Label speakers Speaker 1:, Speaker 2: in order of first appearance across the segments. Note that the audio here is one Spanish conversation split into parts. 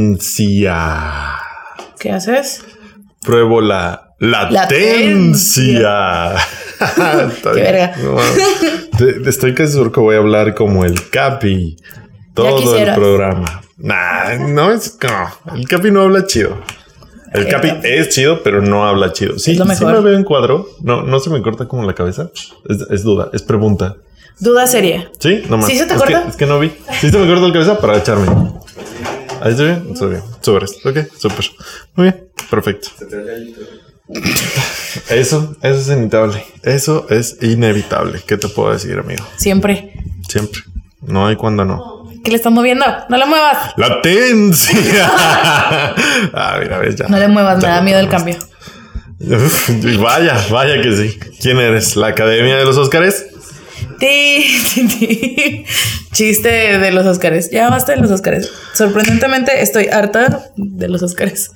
Speaker 1: Latencia.
Speaker 2: ¿Qué haces?
Speaker 1: Pruebo la latencia. Está
Speaker 2: Qué
Speaker 1: bien.
Speaker 2: verga.
Speaker 1: No mames. Te- Estoy casi seguro que voy a hablar como el Capi. Todo el
Speaker 2: quisieras.
Speaker 1: programa. Nah, no es. no, El Capi no habla chido. El
Speaker 2: El
Speaker 1: Capi
Speaker 2: Eh, Capi.
Speaker 1: es chido, pero no habla chido. Sí,
Speaker 2: Es lo
Speaker 1: sí
Speaker 2: mejor.
Speaker 1: me veo en cuadro. No, no se me corta como la cabeza. Es, es duda, es pregunta.
Speaker 2: Duda seria.
Speaker 1: Sí, no más.
Speaker 2: ¿Sí se te
Speaker 1: es
Speaker 2: corta?
Speaker 1: Que, es que no vi. Sí se me corta la cabeza para echarme. Ahí estoy bien. Estoy bien. Sobres. Ok, súper. Muy bien. Perfecto. Eso, eso es inevitable. Eso es inevitable. ¿Qué te puedo decir, amigo?
Speaker 2: Siempre.
Speaker 1: Siempre. No hay cuando no.
Speaker 2: ¿Qué le estás moviendo? No le muevas.
Speaker 1: ¡Latencia! ah, mira, ves ya.
Speaker 2: No le muevas,
Speaker 1: Ya
Speaker 2: me da
Speaker 1: lo
Speaker 2: miedo el
Speaker 1: tomaste.
Speaker 2: cambio.
Speaker 1: Uf, vaya, vaya que sí. ¿Quién eres? ¿La Academia de los Óscares?
Speaker 2: Ti, ti, ti. Chiste de los Óscares. Ya basta de los Óscares. Sorprendentemente estoy harta de los Óscares.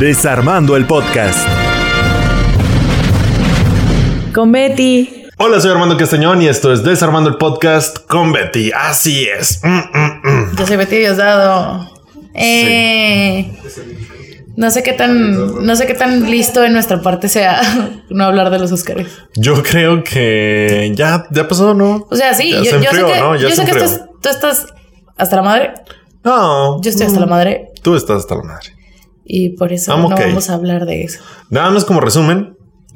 Speaker 3: Desarmando el podcast.
Speaker 2: Con Betty.
Speaker 1: Hola, soy Armando Castañón y esto es Desarmando el Podcast con Betty. Así es. Mm, mm, mm.
Speaker 2: Yo soy Betty Diosdado. Eh. No sé qué tan, no sé qué tan listo de nuestra parte sea no hablar de los Óscares.
Speaker 1: Yo creo que ya, ya pasó, ¿no?
Speaker 2: O sea, sí,
Speaker 1: Ya
Speaker 2: yo,
Speaker 1: se
Speaker 2: yo
Speaker 1: enfrió,
Speaker 2: sé que,
Speaker 1: ¿no? Ya
Speaker 2: yo
Speaker 1: se
Speaker 2: sé que
Speaker 1: enfrió.
Speaker 2: estás- tú estás hasta la madre.
Speaker 1: No.
Speaker 2: Yo estoy hasta la madre
Speaker 1: Tú estás hasta la madre.
Speaker 2: y por eso
Speaker 1: Mm. I'm
Speaker 2: no
Speaker 1: okay.
Speaker 2: vamos a hablar de eso.
Speaker 1: Nada más como resumen,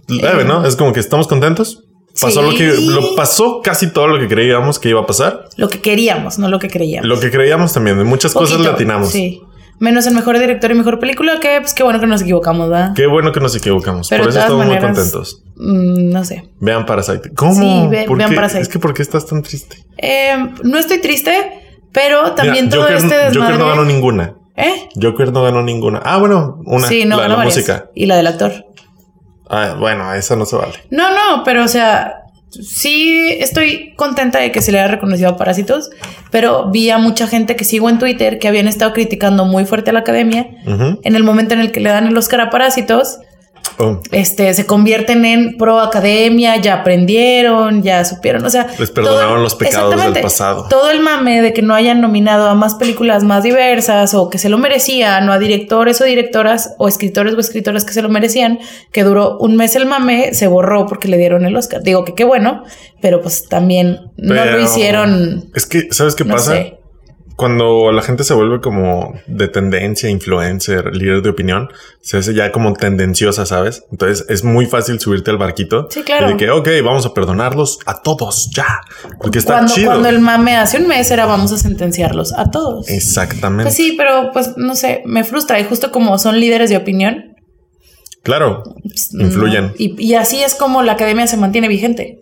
Speaker 1: leve, ¿no? Es como que estamos contentos. Pasó lo
Speaker 2: Sí.
Speaker 1: que lo pasó casi todo lo que creíamos que iba a pasar.
Speaker 2: Lo que queríamos, no lo que creíamos.
Speaker 1: Lo que creíamos también, de muchas cosas
Speaker 2: Poquito,
Speaker 1: latinamos.
Speaker 2: Sí. Menos el mejor director y mejor película, que pues qué bueno que nos equivocamos, ¿verdad?
Speaker 1: Qué bueno que nos equivocamos.
Speaker 2: Pero
Speaker 1: Por
Speaker 2: de
Speaker 1: eso
Speaker 2: todas
Speaker 1: estamos muy
Speaker 2: maneras-
Speaker 1: contentos.
Speaker 2: Mm, no sé.
Speaker 1: Vean Parasite. ¿Cómo?
Speaker 2: Sí, ve-
Speaker 1: ¿Por
Speaker 2: vean
Speaker 1: qué?
Speaker 2: Parasite.
Speaker 1: Es que ¿por qué estás tan triste?
Speaker 2: Eh, no estoy triste, pero también
Speaker 1: Mira,
Speaker 2: todo
Speaker 1: Joker-
Speaker 2: este desmadre.
Speaker 1: Joker no ganó ninguna.
Speaker 2: ¿Eh?
Speaker 1: Joker no ganó ninguna. Ah, bueno, una.
Speaker 2: sí, no
Speaker 1: la, de
Speaker 2: ganó
Speaker 1: la
Speaker 2: varias.
Speaker 1: música.
Speaker 2: Y la del actor.
Speaker 1: Ah, bueno, esa no se vale.
Speaker 2: No, no, pero o sea, sí estoy contenta de que se le haya reconocido a Parásitos, pero vi a mucha gente que sigo en Twitter que habían estado criticando muy fuerte a la academia.
Speaker 1: Ujú.
Speaker 2: En el momento en el que le dan el Oscar a Parásitos,
Speaker 1: Oh,
Speaker 2: este, se convierten en pro academia, ya aprendieron, ya supieron, o sea,
Speaker 1: Les perdonaron los pecados del
Speaker 2: exactamente,
Speaker 1: pasado.
Speaker 2: Todo el mame de que no hayan nominado a más películas más diversas o que se lo merecían, o a directores o directoras o escritores o escritoras que se lo merecían, que duró un mes el mame, se borró porque le dieron el Oscar. Digo que qué bueno, pero pues también no
Speaker 1: pero-
Speaker 2: lo hicieron.
Speaker 1: Es que, ¿sabes qué
Speaker 2: no
Speaker 1: pasa?
Speaker 2: sé.
Speaker 1: Cuando la gente se vuelve como de tendencia, influencer, líder de opinión, se hace ya como tendenciosa, ¿sabes? Entonces es muy fácil subirte al barquito.
Speaker 2: Sí, claro.
Speaker 1: Y de que, ok, vamos a perdonarlos a todos ya. Porque está
Speaker 2: Cuando,
Speaker 1: chido.
Speaker 2: cuando el mame hace un mes era vamos a sentenciarlos a todos.
Speaker 1: Exactamente.
Speaker 2: Pues sí, pero pues no sé, me frustra y justo como son líderes de opinión,
Speaker 1: Claro.
Speaker 2: Pues,
Speaker 1: Influyen.
Speaker 2: no. Y, y así es como la academia se mantiene vigente.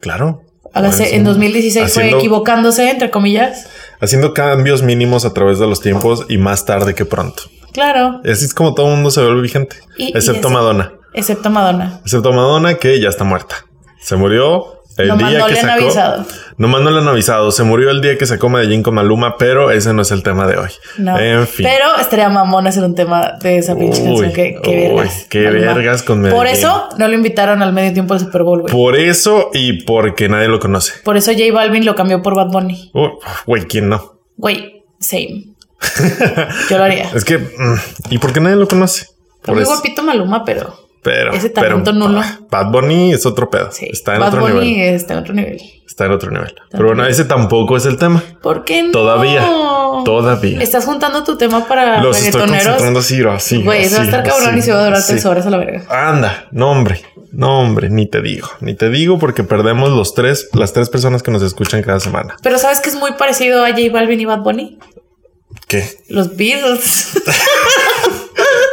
Speaker 1: Claro.
Speaker 2: Hágase-
Speaker 1: Pues,
Speaker 2: en 2016
Speaker 1: haciendo-
Speaker 2: fue equivocándose, entre comillas.
Speaker 1: Haciendo cambios mínimos a través de los tiempos y más tarde que pronto.
Speaker 2: Claro,
Speaker 1: Así es como todo el mundo se vuelve vigente.
Speaker 2: Y- y
Speaker 1: excepto
Speaker 2: ese-
Speaker 1: Madonna.
Speaker 2: excepto Madonna.
Speaker 1: Excepto Madonna, que ya está muerta. Se murió el
Speaker 2: Nomás
Speaker 1: día
Speaker 2: no
Speaker 1: que
Speaker 2: le han
Speaker 1: sacó.
Speaker 2: avisado.
Speaker 1: Nomás no le han avisado. Se murió el día que sacó Medellín con Maluma, pero ese no es el tema de hoy.
Speaker 2: No.
Speaker 1: En fin.
Speaker 2: Pero estaría mamón hacer un tema de esa pinche
Speaker 1: Uy,
Speaker 2: canción. Que, que
Speaker 1: uy,
Speaker 2: vergas.
Speaker 1: qué
Speaker 2: Maluma.
Speaker 1: vergas con Medellín.
Speaker 2: Por eso no lo invitaron al medio tiempo del Super Bowl, güey. Por...
Speaker 1: Por eso y porque nadie lo conoce.
Speaker 2: eso J Balvin lo cambió por Bad Bunny.
Speaker 1: Uy, Güey, ¿quién no?
Speaker 2: Güey, same. Yo lo haría.
Speaker 1: Es que. mm, ¿Y por qué nadie lo conoce?
Speaker 2: Está
Speaker 1: Por
Speaker 2: muy
Speaker 1: eso.
Speaker 2: guapito Maluma, pero
Speaker 1: Pero.
Speaker 2: ese
Speaker 1: pero, ah,
Speaker 2: talento nulo.
Speaker 1: Bad Bunny es otro pedo.
Speaker 2: sí.
Speaker 1: Está en
Speaker 2: Bad
Speaker 1: otro
Speaker 2: Bunny
Speaker 1: nivel.
Speaker 2: está en otro nivel.
Speaker 1: Está en otro nivel. Pero bueno,
Speaker 2: nivel.
Speaker 1: ese tampoco es el tema.
Speaker 2: ¿Por qué no?
Speaker 1: Todavía. Todavía.
Speaker 2: Estás juntando tu tema para
Speaker 1: Los estoy
Speaker 2: reggaetoneros.
Speaker 1: concentrando así, así.
Speaker 2: Güey, eso va a
Speaker 1: así,
Speaker 2: estar cabrón
Speaker 1: así,
Speaker 2: y se va a durar tres
Speaker 1: así.
Speaker 2: horas a la verga.
Speaker 1: Anda, no hombre, no hombre, ni te digo, ni te digo porque perdemos los tres, las tres personas que nos escuchan cada semana.
Speaker 2: Pero ¿sabes que es muy parecido a J Balvin y Bad Bunny?
Speaker 1: ¿Qué?
Speaker 2: Los Beatles.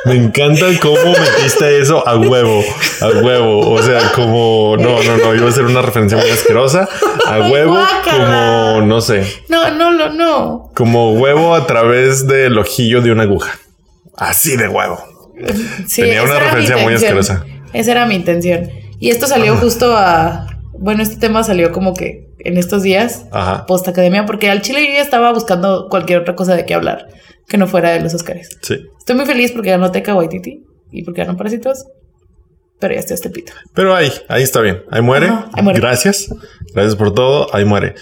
Speaker 1: Me encanta cómo metiste eso a huevo, a huevo. O sea, como no, no, no, iba a ser una referencia muy asquerosa a
Speaker 2: Ay,
Speaker 1: huevo,
Speaker 2: guácala.
Speaker 1: como no sé,
Speaker 2: No, no, no, no.
Speaker 1: como huevo a través del ojillo de una aguja. Así de huevo.
Speaker 2: Sí,
Speaker 1: Tenía
Speaker 2: esa
Speaker 1: una
Speaker 2: era mi
Speaker 1: referencia muy
Speaker 2: intención.
Speaker 1: asquerosa.
Speaker 2: Esa era mi intención. Y esto salió justo a... Bueno, este tema salió como que en estos días,
Speaker 1: Ajá.
Speaker 2: post academia, porque al chile yo ya estaba buscando cualquier otra cosa de qué hablar que no fuera de los Oscars.
Speaker 1: Sí.
Speaker 2: Estoy muy feliz porque ganó Teca Waititi y porque ganó Parásitos, pero ya está este pito.
Speaker 1: Pero ahí, ahí está bien. Ahí muere.
Speaker 2: Ajá, ahí muere.
Speaker 1: Gracias. Gracias por todo. Ahí muere.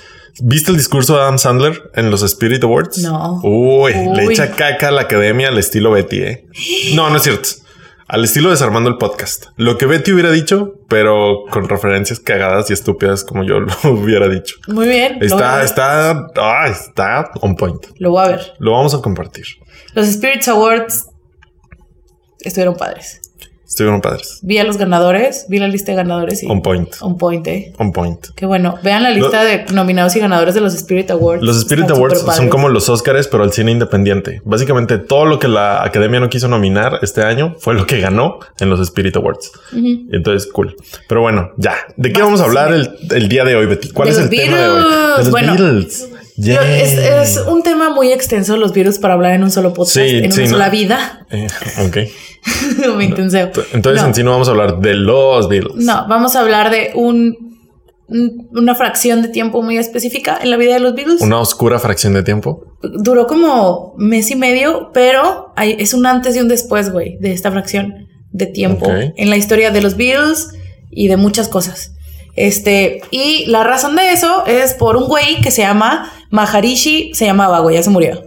Speaker 1: ¿Viste el discurso de Adam Sandler en los Spirit Awards?
Speaker 2: No.
Speaker 1: Uy, le
Speaker 2: Uy.
Speaker 1: echa caca a la academia al estilo Betty, ¿eh? No, no es cierto. Al estilo desarmando el podcast. Lo que Betty hubiera dicho, pero con referencias cagadas y estúpidas como yo lo hubiera dicho.
Speaker 2: Muy bien. lo voy a
Speaker 1: Está,
Speaker 2: ver.
Speaker 1: está, ah, está on point.
Speaker 2: Lo voy a ver.
Speaker 1: Lo vamos a compartir.
Speaker 2: Los Spirits Awards estuvieron padres.
Speaker 1: Estuvieron padres.
Speaker 2: Vi a los ganadores, vi la lista de ganadores y
Speaker 1: On point.
Speaker 2: un point, eh.
Speaker 1: On point.
Speaker 2: Qué bueno. Vean la lista de nominados y ganadores de los Spirit Awards.
Speaker 1: Los Spirit
Speaker 2: Están
Speaker 1: Awards
Speaker 2: superpadres.
Speaker 1: son como los Oscars, pero al cine independiente. Básicamente todo lo que la academia no quiso nominar este año fue lo que ganó en los Spirit Awards. Entonces, cool. Pero bueno, ya. ¿De qué vamos a hablar el, el día de hoy, Betty? ¿Cuál
Speaker 2: De
Speaker 1: es el
Speaker 2: los
Speaker 1: tema de hoy?
Speaker 2: Beatles.
Speaker 1: De los
Speaker 2: Bueno,
Speaker 1: Beatles.
Speaker 2: Yo-
Speaker 1: Yay.
Speaker 2: es, es un tema muy extenso los virus para hablar en un solo podcast,
Speaker 1: Sí,
Speaker 2: en
Speaker 1: sí,
Speaker 2: una
Speaker 1: no.
Speaker 2: sola vida.
Speaker 1: Eh, ok.
Speaker 2: Me intenseo.
Speaker 1: Entonces,
Speaker 2: No.
Speaker 1: en sí no vamos a hablar de los Beatles.
Speaker 2: No, vamos a hablar de un, un- una fracción de tiempo muy específica en la vida de los Beatles.
Speaker 1: Una oscura fracción de tiempo.
Speaker 2: Duró como mes y medio, pero hay- es un antes y un después, güey, de esta fracción de tiempo
Speaker 1: Ok.
Speaker 2: en la historia de los Beatles y de muchas cosas. Este, y la razón de eso es por un güey que se llama Maharishi, se llamaba, güey, ya se murió.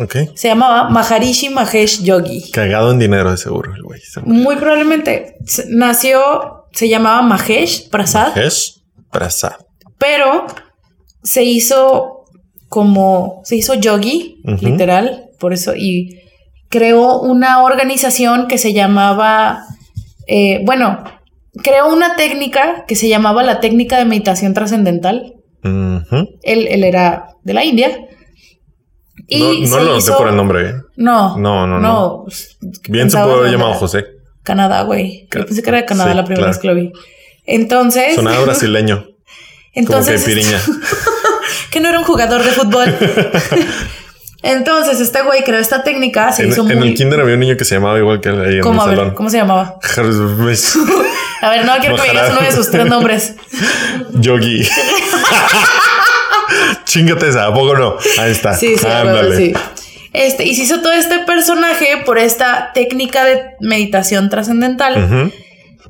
Speaker 1: Ok.
Speaker 2: Se llamaba Maharishi Mahesh Yogi.
Speaker 1: Cagado en dinero, de seguro, el güey. Se murió.
Speaker 2: Muy probablemente se- nació, se llamaba Mahesh Prasad,
Speaker 1: Es Prasad.
Speaker 2: pero se hizo como, se hizo yogi,
Speaker 1: Ujú.
Speaker 2: literal, por eso, y creó una organización que se llamaba, eh, bueno, creó una técnica que se llamaba la técnica de meditación trascendental.
Speaker 1: Ujú.
Speaker 2: Él, él era de la India. Y
Speaker 1: no no
Speaker 2: se
Speaker 1: lo noté
Speaker 2: hizo-
Speaker 1: por el nombre. ¿eh?
Speaker 2: No,
Speaker 1: No, no, no. Bien se
Speaker 2: Pensaba
Speaker 1: pudo haber
Speaker 2: dónde
Speaker 1: llamado
Speaker 2: era.
Speaker 1: José.
Speaker 2: Canadá, güey. Yo
Speaker 1: Ca-
Speaker 2: pensé que era de Canadá
Speaker 1: sí,
Speaker 2: la primera
Speaker 1: claro.
Speaker 2: vez que lo vi. Entonces,
Speaker 1: Sonaba brasileño.
Speaker 2: entonces
Speaker 1: como que piriña.
Speaker 2: que no era un jugador de fútbol. entonces, este güey creó esta técnica, se
Speaker 1: En,
Speaker 2: hizo
Speaker 1: en
Speaker 2: muy
Speaker 1: el kinder había un niño que se llamaba igual que él ahí en mi
Speaker 2: ¿Cómo, a ver,
Speaker 1: salón.
Speaker 2: ¿Cómo se llamaba?
Speaker 1: Jarvis-
Speaker 2: A ver, no quiero que me digas
Speaker 1: Ojalá.
Speaker 2: uno de sus tres nombres.
Speaker 1: Yogi. Chingate esa, ¿a poco no? Ahí está.
Speaker 2: Sí, sí, a huevo,
Speaker 1: Ándale.
Speaker 2: sí. Este, y se hizo todo este personaje por esta técnica de meditación trascendental.
Speaker 1: Ujú.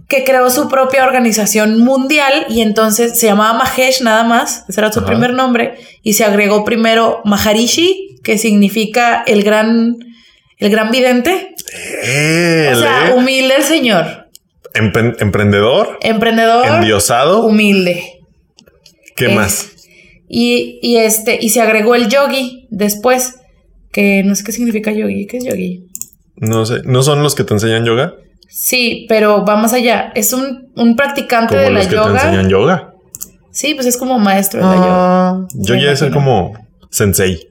Speaker 2: que creó su propia organización mundial y entonces se llamaba Mahesh nada más, ese era su
Speaker 1: Ajá.
Speaker 2: primer nombre, y se agregó primero Maharishi, que significa el gran, el gran vidente,
Speaker 1: Él,
Speaker 2: o sea,
Speaker 1: ¿eh?
Speaker 2: humilde el señor,
Speaker 1: Empen- emprendedor,
Speaker 2: emprendedor,
Speaker 1: endiosado.
Speaker 2: humilde.
Speaker 1: ¿Qué
Speaker 2: Es-
Speaker 1: más?
Speaker 2: Y, y este, y se agregó el yogi después, que no sé qué significa yogi, ¿qué es yogi?
Speaker 1: No sé. ¿No son los que te enseñan yoga?
Speaker 2: Sí, pero va más allá, es un, un practicante
Speaker 1: Como
Speaker 2: de la
Speaker 1: los que te
Speaker 2: yoga.
Speaker 1: enseñan yoga.
Speaker 2: Sí, pues es como maestro de la yoga.
Speaker 1: Yo
Speaker 2: Me
Speaker 1: ya ser
Speaker 2: imagino.
Speaker 1: como sensei.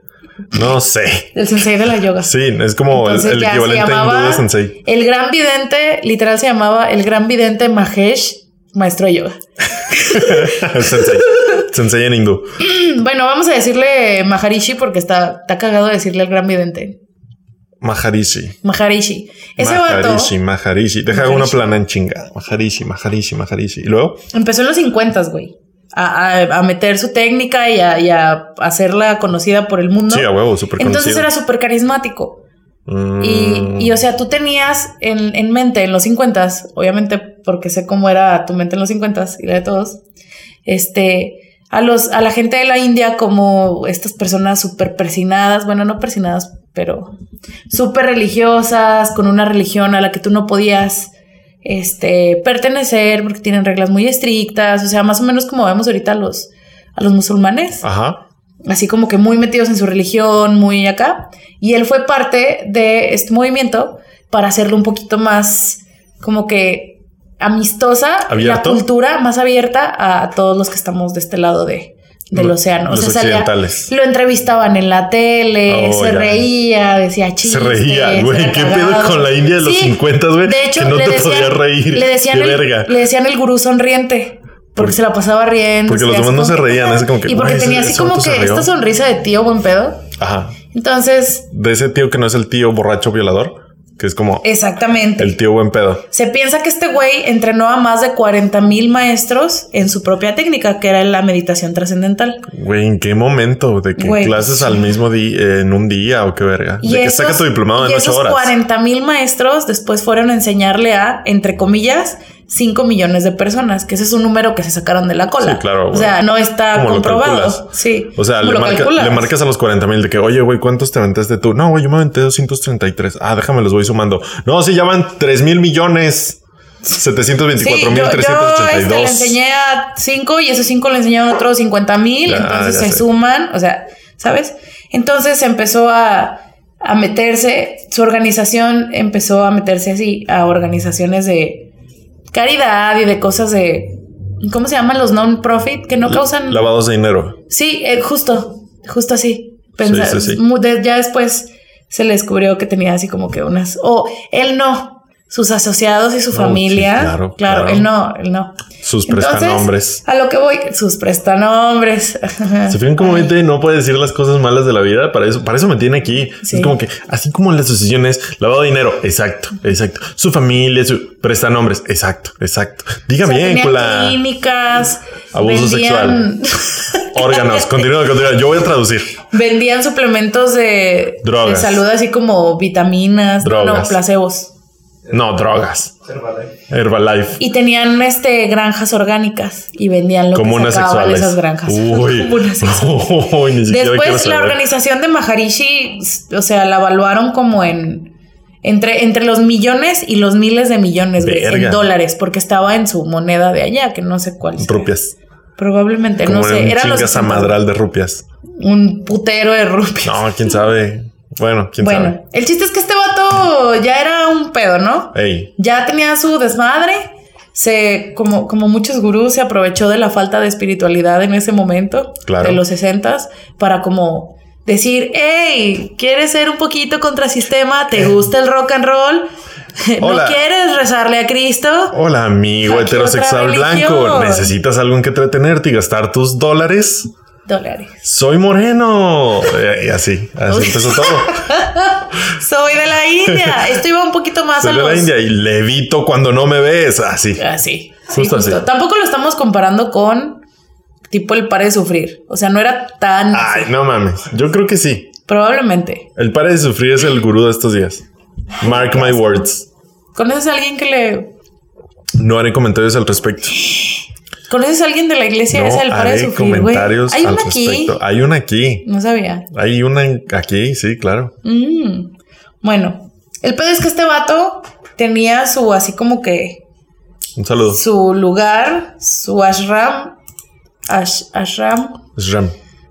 Speaker 1: No sé.
Speaker 2: El sensei de la yoga.
Speaker 1: Sí, es como el-
Speaker 2: Entonces
Speaker 1: el,
Speaker 2: ya se
Speaker 1: equivalente
Speaker 2: llamaba-
Speaker 1: hindú de sensei.
Speaker 2: El gran vidente, literal se llamaba el gran vidente Mahesh, maestro de yoga.
Speaker 1: sensei. Sensei en hindú.
Speaker 2: Bueno, vamos a decirle Maharishi porque está, está cagado decirle el gran vidente.
Speaker 1: Maharishi.
Speaker 2: Maharishi. Ese
Speaker 1: Maharishi, Maharishi. Deja una
Speaker 2: Maharishi.
Speaker 1: plana en chingada. Maharishi, Maharishi, Maharishi. Y luego,
Speaker 2: vato empezó en los 50, güey. A, a- a meter su técnica y a, y a hacerla conocida por el mundo.
Speaker 1: sí, a huevo, súper
Speaker 2: Entonces
Speaker 1: conocido.
Speaker 2: era súper carismático.
Speaker 1: Mm,
Speaker 2: Y, y, o sea, tú tenías en, en mente en los 50, obviamente porque sé cómo era tu mente en los 50 y la de todos, este, a, los, a la gente de la India como estas personas súper persinadas, bueno, no persinadas, pero súper religiosas, con una religión a la que tú no podías este, pertenecer porque tienen reglas muy estrictas, o sea, más o menos como vemos ahorita a los, a los musulmanes
Speaker 1: Ajá.
Speaker 2: así como que muy metidos en su religión, muy acá. Y él fue parte de este movimiento para hacerlo un poquito más como que amistosa,
Speaker 1: ¿Abierto?
Speaker 2: la cultura más abierta a todos los que estamos de este lado de, del
Speaker 1: Lo-
Speaker 2: océano. O
Speaker 1: los
Speaker 2: sea, salía-
Speaker 1: occidentales.
Speaker 2: lo entrevistaban en la tele,
Speaker 1: Oh, ya.
Speaker 2: se reía, decía
Speaker 1: Se
Speaker 2: chistes.
Speaker 1: reía, güey.
Speaker 2: era
Speaker 1: ¿Qué
Speaker 2: cagado.
Speaker 1: pedo con la India de los
Speaker 2: Sí,
Speaker 1: 50, güey?
Speaker 2: de hecho,
Speaker 1: que no
Speaker 2: le
Speaker 1: te
Speaker 2: decían,
Speaker 1: podías reír.
Speaker 2: Le decían,
Speaker 1: Qué
Speaker 2: el,
Speaker 1: verga.
Speaker 2: le decían el gurú sonriente. Porque
Speaker 1: Por-
Speaker 2: se la pasaba riendo.
Speaker 1: porque los
Speaker 2: así
Speaker 1: demás no
Speaker 2: como
Speaker 1: se
Speaker 2: que,
Speaker 1: reían, así como que,
Speaker 2: Y porque
Speaker 1: "Güey,
Speaker 2: tenía
Speaker 1: ese-
Speaker 2: así
Speaker 1: ese
Speaker 2: como
Speaker 1: vato se
Speaker 2: que
Speaker 1: rió".
Speaker 2: esta sonrisa de tío buen pedo.
Speaker 1: Ajá.
Speaker 2: Entonces,
Speaker 1: De ese tío que no es el tío borracho violador, que es como
Speaker 2: exactamente.
Speaker 1: el tío buen pedo.
Speaker 2: Se piensa que este güey entrenó a más de 40 mil maestros en su propia técnica, que era la meditación trascendental.
Speaker 1: Güey, ¿en qué momento? ¿De qué
Speaker 2: Güey,
Speaker 1: clases
Speaker 2: sí.
Speaker 1: al mismo día, en un día o qué verga?
Speaker 2: Y
Speaker 1: ¿De que
Speaker 2: esos-
Speaker 1: saca tu diplomado
Speaker 2: y
Speaker 1: en ocho
Speaker 2: esos
Speaker 1: horas?
Speaker 2: 40 mil maestros después fueron a enseñarle a, entre comillas, 5 millones de personas, que ese es un número que se sacaron de la cola.
Speaker 1: Sí, claro,
Speaker 2: O
Speaker 1: güey.
Speaker 2: sea, no está
Speaker 1: ¿Cómo lo calculas?
Speaker 2: comprobado. Sí.
Speaker 1: O sea,
Speaker 2: ¿Cómo
Speaker 1: le,
Speaker 2: lo
Speaker 1: marca-
Speaker 2: calculas?
Speaker 1: le marcas a los 40 mil de que, oye, güey, ¿cuántos te aventaste tú? No, güey, yo me aventé 233. Ah, déjame, los voy sumando. No, sí, ya van 3 mil millones. 724
Speaker 2: Sí,
Speaker 1: mil
Speaker 2: yo- Yo este, le
Speaker 1: 382.
Speaker 2: enseñé a 5 y esos 5 le enseñaron otros 50 mil,
Speaker 1: Ya,
Speaker 2: entonces
Speaker 1: ya
Speaker 2: se
Speaker 1: sé.
Speaker 2: suman, o sea, ¿sabes? Entonces se empezó a, a meterse, su organización empezó a meterse así a organizaciones de caridad y de cosas de, ¿cómo se llaman los non-profit? Que no causan...
Speaker 1: Lavados de dinero.
Speaker 2: Sí, eh, justo, justo así. Pensar,
Speaker 1: Sí, sí, sí.
Speaker 2: mu- de- Ya después se le descubrió que tenía así como que unas. O él no, sus asociados y su
Speaker 1: No,
Speaker 2: familia.
Speaker 1: Oh, sí,
Speaker 2: claro,
Speaker 1: claro, claro.
Speaker 2: él no, él no.
Speaker 1: Sus
Speaker 2: Entonces,
Speaker 1: prestanombres.
Speaker 2: A lo que voy, sus prestanombres.
Speaker 1: ¿Se fijan cómo Vete no puede decir las cosas malas de la vida? Para eso, para eso me tiene aquí.
Speaker 2: Sí.
Speaker 1: Es como que, así como en las asociaciones, lavado de dinero. Exacto, exacto. Su familia, su prestanombres. Exacto, exacto. Diga
Speaker 2: O sea,
Speaker 1: bien,
Speaker 2: tenían
Speaker 1: cula.
Speaker 2: clínicas.
Speaker 1: Abuso
Speaker 2: vendían,
Speaker 1: Órganos. Continúa, continúa. Yo voy a traducir.
Speaker 2: Vendían suplementos de,
Speaker 1: Drogas.
Speaker 2: de salud, así como vitaminas, no,
Speaker 1: Drogas.
Speaker 2: placebos.
Speaker 1: No, drogas. Herbalife.
Speaker 2: Y tenían este granjas orgánicas y vendían lo que
Speaker 1: Comunas
Speaker 2: sacaban
Speaker 1: sexuales.
Speaker 2: esas granjas.
Speaker 1: Uy.
Speaker 2: Comunas sexuales.
Speaker 1: Uy, ni siquiera quiero
Speaker 2: Después la
Speaker 1: saber.
Speaker 2: organización de Maharishi, s- o sea, la evaluaron como en entre, entre los millones y los miles de millones güey, en
Speaker 1: Verga.
Speaker 2: dólares, porque estaba en su moneda de allá, que no sé cuál. sea.
Speaker 1: Rupias.
Speaker 2: Probablemente,
Speaker 1: Como
Speaker 2: Eh, no sé.
Speaker 1: un
Speaker 2: Era los
Speaker 1: chingas a
Speaker 2: 60,
Speaker 1: madral de rupias.
Speaker 2: un putero de rupias.
Speaker 1: No, quién sabe. Bueno, quién
Speaker 2: bueno,
Speaker 1: sabe.
Speaker 2: el chiste es que este vato ya era un pedo, ¿no?
Speaker 1: Ey,
Speaker 2: ya tenía su desmadre. Se, como, como muchos gurús, se aprovechó de la falta de espiritualidad en ese momento,
Speaker 1: Claro.
Speaker 2: de los 60 para como decir, hey, ¿quieres ser un poquito contrasistema? ¿Te gusta el rock and roll?
Speaker 1: Eh. Hola.
Speaker 2: ¿No quieres rezarle a Cristo?
Speaker 1: hola amigo
Speaker 2: Aquí
Speaker 1: heterosexual
Speaker 2: otra
Speaker 1: blanco.
Speaker 2: religión.
Speaker 1: ¿Necesitas algo en que entretenerte y gastar tus dólares?
Speaker 2: Dólares.
Speaker 1: Soy moreno. Eh, Y así, así
Speaker 2: Uy.
Speaker 1: empezó todo.
Speaker 2: Soy de la India. Esto iba un poquito más
Speaker 1: Soy
Speaker 2: a
Speaker 1: de
Speaker 2: los...
Speaker 1: la India y levito cuando no me ves. Así.
Speaker 2: Así. sí,
Speaker 1: Justo
Speaker 2: justo.
Speaker 1: así.
Speaker 2: Tampoco lo estamos comparando con tipo el par de sufrir. O sea, no era tan...
Speaker 1: Ay, no mames. Yo creo que sí.
Speaker 2: Probablemente.
Speaker 1: El padre de sufrir es el gurú de estos días. Mark my words.
Speaker 2: ¿Conoces a alguien que le
Speaker 1: No haré comentarios al respecto.
Speaker 2: ¿Conoces a alguien de la iglesia
Speaker 1: No
Speaker 2: esa del para de
Speaker 1: haré
Speaker 2: sufrir, güey?
Speaker 1: comentarios
Speaker 2: Hay
Speaker 1: al
Speaker 2: una aquí.
Speaker 1: respecto. Hay una aquí.
Speaker 2: No sabía.
Speaker 1: Hay una en- aquí, sí, claro.
Speaker 2: Mm. Bueno, el pedo es que este vato tenía su así como que
Speaker 1: Un saludo.
Speaker 2: su lugar, su ashram, ash- ashram.
Speaker 1: Shram.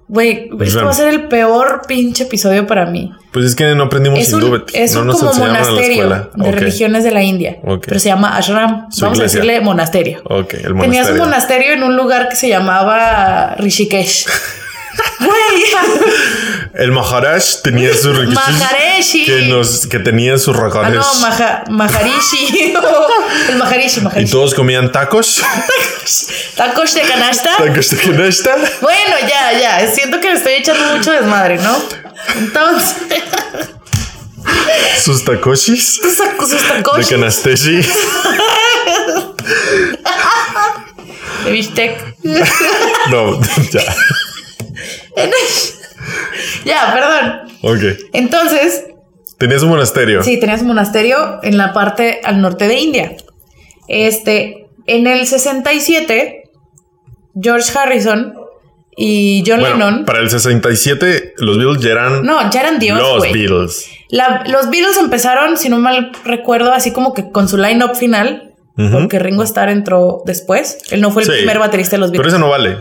Speaker 2: Güey, esto
Speaker 1: Ashram.
Speaker 2: va a ser el peor pinche episodio para mí.
Speaker 1: Pues es que no aprendimos
Speaker 2: Es
Speaker 1: hindú.
Speaker 2: un,
Speaker 1: bet-
Speaker 2: es
Speaker 1: no
Speaker 2: un
Speaker 1: nos
Speaker 2: como
Speaker 1: enseñaron en la
Speaker 2: monasterio
Speaker 1: escuela.
Speaker 2: de
Speaker 1: Ok.
Speaker 2: religiones de la India,
Speaker 1: Ok.
Speaker 2: pero se llama ashram.
Speaker 1: Su
Speaker 2: Vamos
Speaker 1: iglesia.
Speaker 2: a decirle monasterio.
Speaker 1: Ok, el
Speaker 2: Tenías
Speaker 1: monasterio.
Speaker 2: un monasterio en un lugar que se llamaba Rishikesh. Güey.
Speaker 1: El Maharaj tenía sus riquis-
Speaker 2: Maharishi.
Speaker 1: que nos que tenía sus
Speaker 2: Ah,
Speaker 1: rajones.
Speaker 2: no, maja, Maharishi. el Maharishi,
Speaker 1: y
Speaker 2: Maharishi.
Speaker 1: todos comían tacos.
Speaker 2: Tacos de canasta.
Speaker 1: tacos de canasta.
Speaker 2: Bueno, ya, ya. Siento que me estoy echando mucho desmadre, ¿no? Entonces,
Speaker 1: Sus tacoshis.
Speaker 2: sus sus
Speaker 1: De
Speaker 2: tacos
Speaker 1: canasteshi.
Speaker 2: de bistec.
Speaker 1: No, ya.
Speaker 2: Ya, perdón.
Speaker 1: Ok.
Speaker 2: Entonces,
Speaker 1: Tenías un monasterio.
Speaker 2: sí, tenías un monasterio en la parte al norte de India. Este, en el 67, George Harrison y John
Speaker 1: Bueno,
Speaker 2: Lennon.
Speaker 1: para el 67, los Beatles ya eran
Speaker 2: No, ya eran Dios,
Speaker 1: los
Speaker 2: güey.
Speaker 1: Beatles.
Speaker 2: La- los Beatles empezaron, si no mal recuerdo, así como que con su line-up final,
Speaker 1: Ujú.
Speaker 2: porque Ringo Starr entró después. Él no fue el
Speaker 1: Sí.
Speaker 2: primer baterista de los
Speaker 1: Pero
Speaker 2: Beatles.
Speaker 1: eso no vale.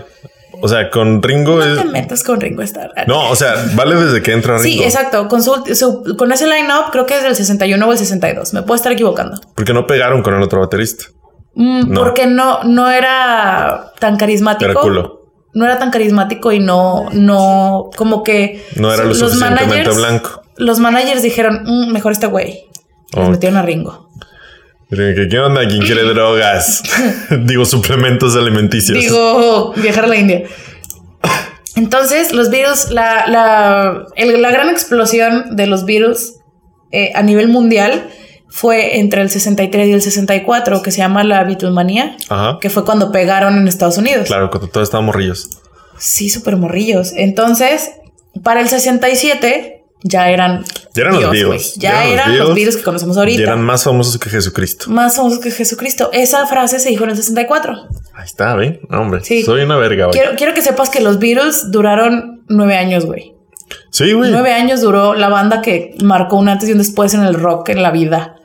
Speaker 1: O sea, con Ringo
Speaker 2: No
Speaker 1: es.
Speaker 2: te metas con Ringo Starr.
Speaker 1: No, o sea, vale desde que entra Ringo.
Speaker 2: Sí, exacto. Con, su, su- con ese line-up creo que es del 61 o el 62. Me puedo estar equivocando.
Speaker 1: Porque no pegaron con el otro baterista.
Speaker 2: Mm,
Speaker 1: No.
Speaker 2: Porque no, no era tan carismático.
Speaker 1: Era culo.
Speaker 2: No era tan carismático y no, no, como que
Speaker 1: No era lo suficientemente blanco.
Speaker 2: Los managers dijeron, "Mm, mejor este güey. Les
Speaker 1: Ok.
Speaker 2: metieron a Ringo.
Speaker 1: Miren, que, ¿Qué onda? ¿Quién quiere drogas? Digo, suplementos alimenticios.
Speaker 2: Digo, viajar a la India. Entonces, los Beatles, la, la, el- la gran explosión de los Beatles eh, a nivel mundial fue entre el 63 y el 64, que se llama la Beatlemanía,
Speaker 1: Ajá.
Speaker 2: que fue cuando pegaron en Estados Unidos.
Speaker 1: Claro, cuando todos estábamos ríos.
Speaker 2: Sí, súper morrillos. Entonces, para el 67, ya eran.
Speaker 1: Ya eran los
Speaker 2: güey.
Speaker 1: Beatles,
Speaker 2: Ya eran los virus que conocemos ahorita.
Speaker 1: Y eran más famosos que Jesucristo.
Speaker 2: Más famosos que Jesucristo. Esa frase se dijo en el 64.
Speaker 1: Ahí está, ¿ven? No, hombre,
Speaker 2: Sí.
Speaker 1: soy una verga, güey.
Speaker 2: Quiero, quiero que sepas que los virus duraron nueve años, güey.
Speaker 1: Sí, güey.
Speaker 2: Nueve años duró la banda que marcó un antes y un después en el rock en la vida.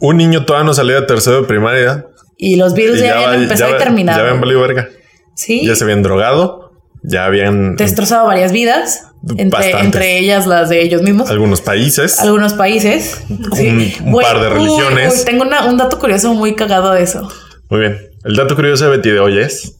Speaker 1: Un niño todavía no salía de tercero de primaria.
Speaker 2: Y los virus
Speaker 1: y
Speaker 2: ya,
Speaker 1: va-
Speaker 2: habían empezado
Speaker 1: ya
Speaker 2: y
Speaker 1: va-
Speaker 2: terminado.
Speaker 1: Ya habían valido verga.
Speaker 2: sí.
Speaker 1: Ya se habían drogado. Ya habían.
Speaker 2: destrozado varias vidas, entre,
Speaker 1: Bastantes.
Speaker 2: entre ellas las de ellos mismos,
Speaker 1: algunos países.
Speaker 2: algunos países.
Speaker 1: Un- un par de religiones.
Speaker 2: uy, tengo una- un dato curioso muy cagado de eso.
Speaker 1: Muy bien. El dato curioso de Betty de hoy es.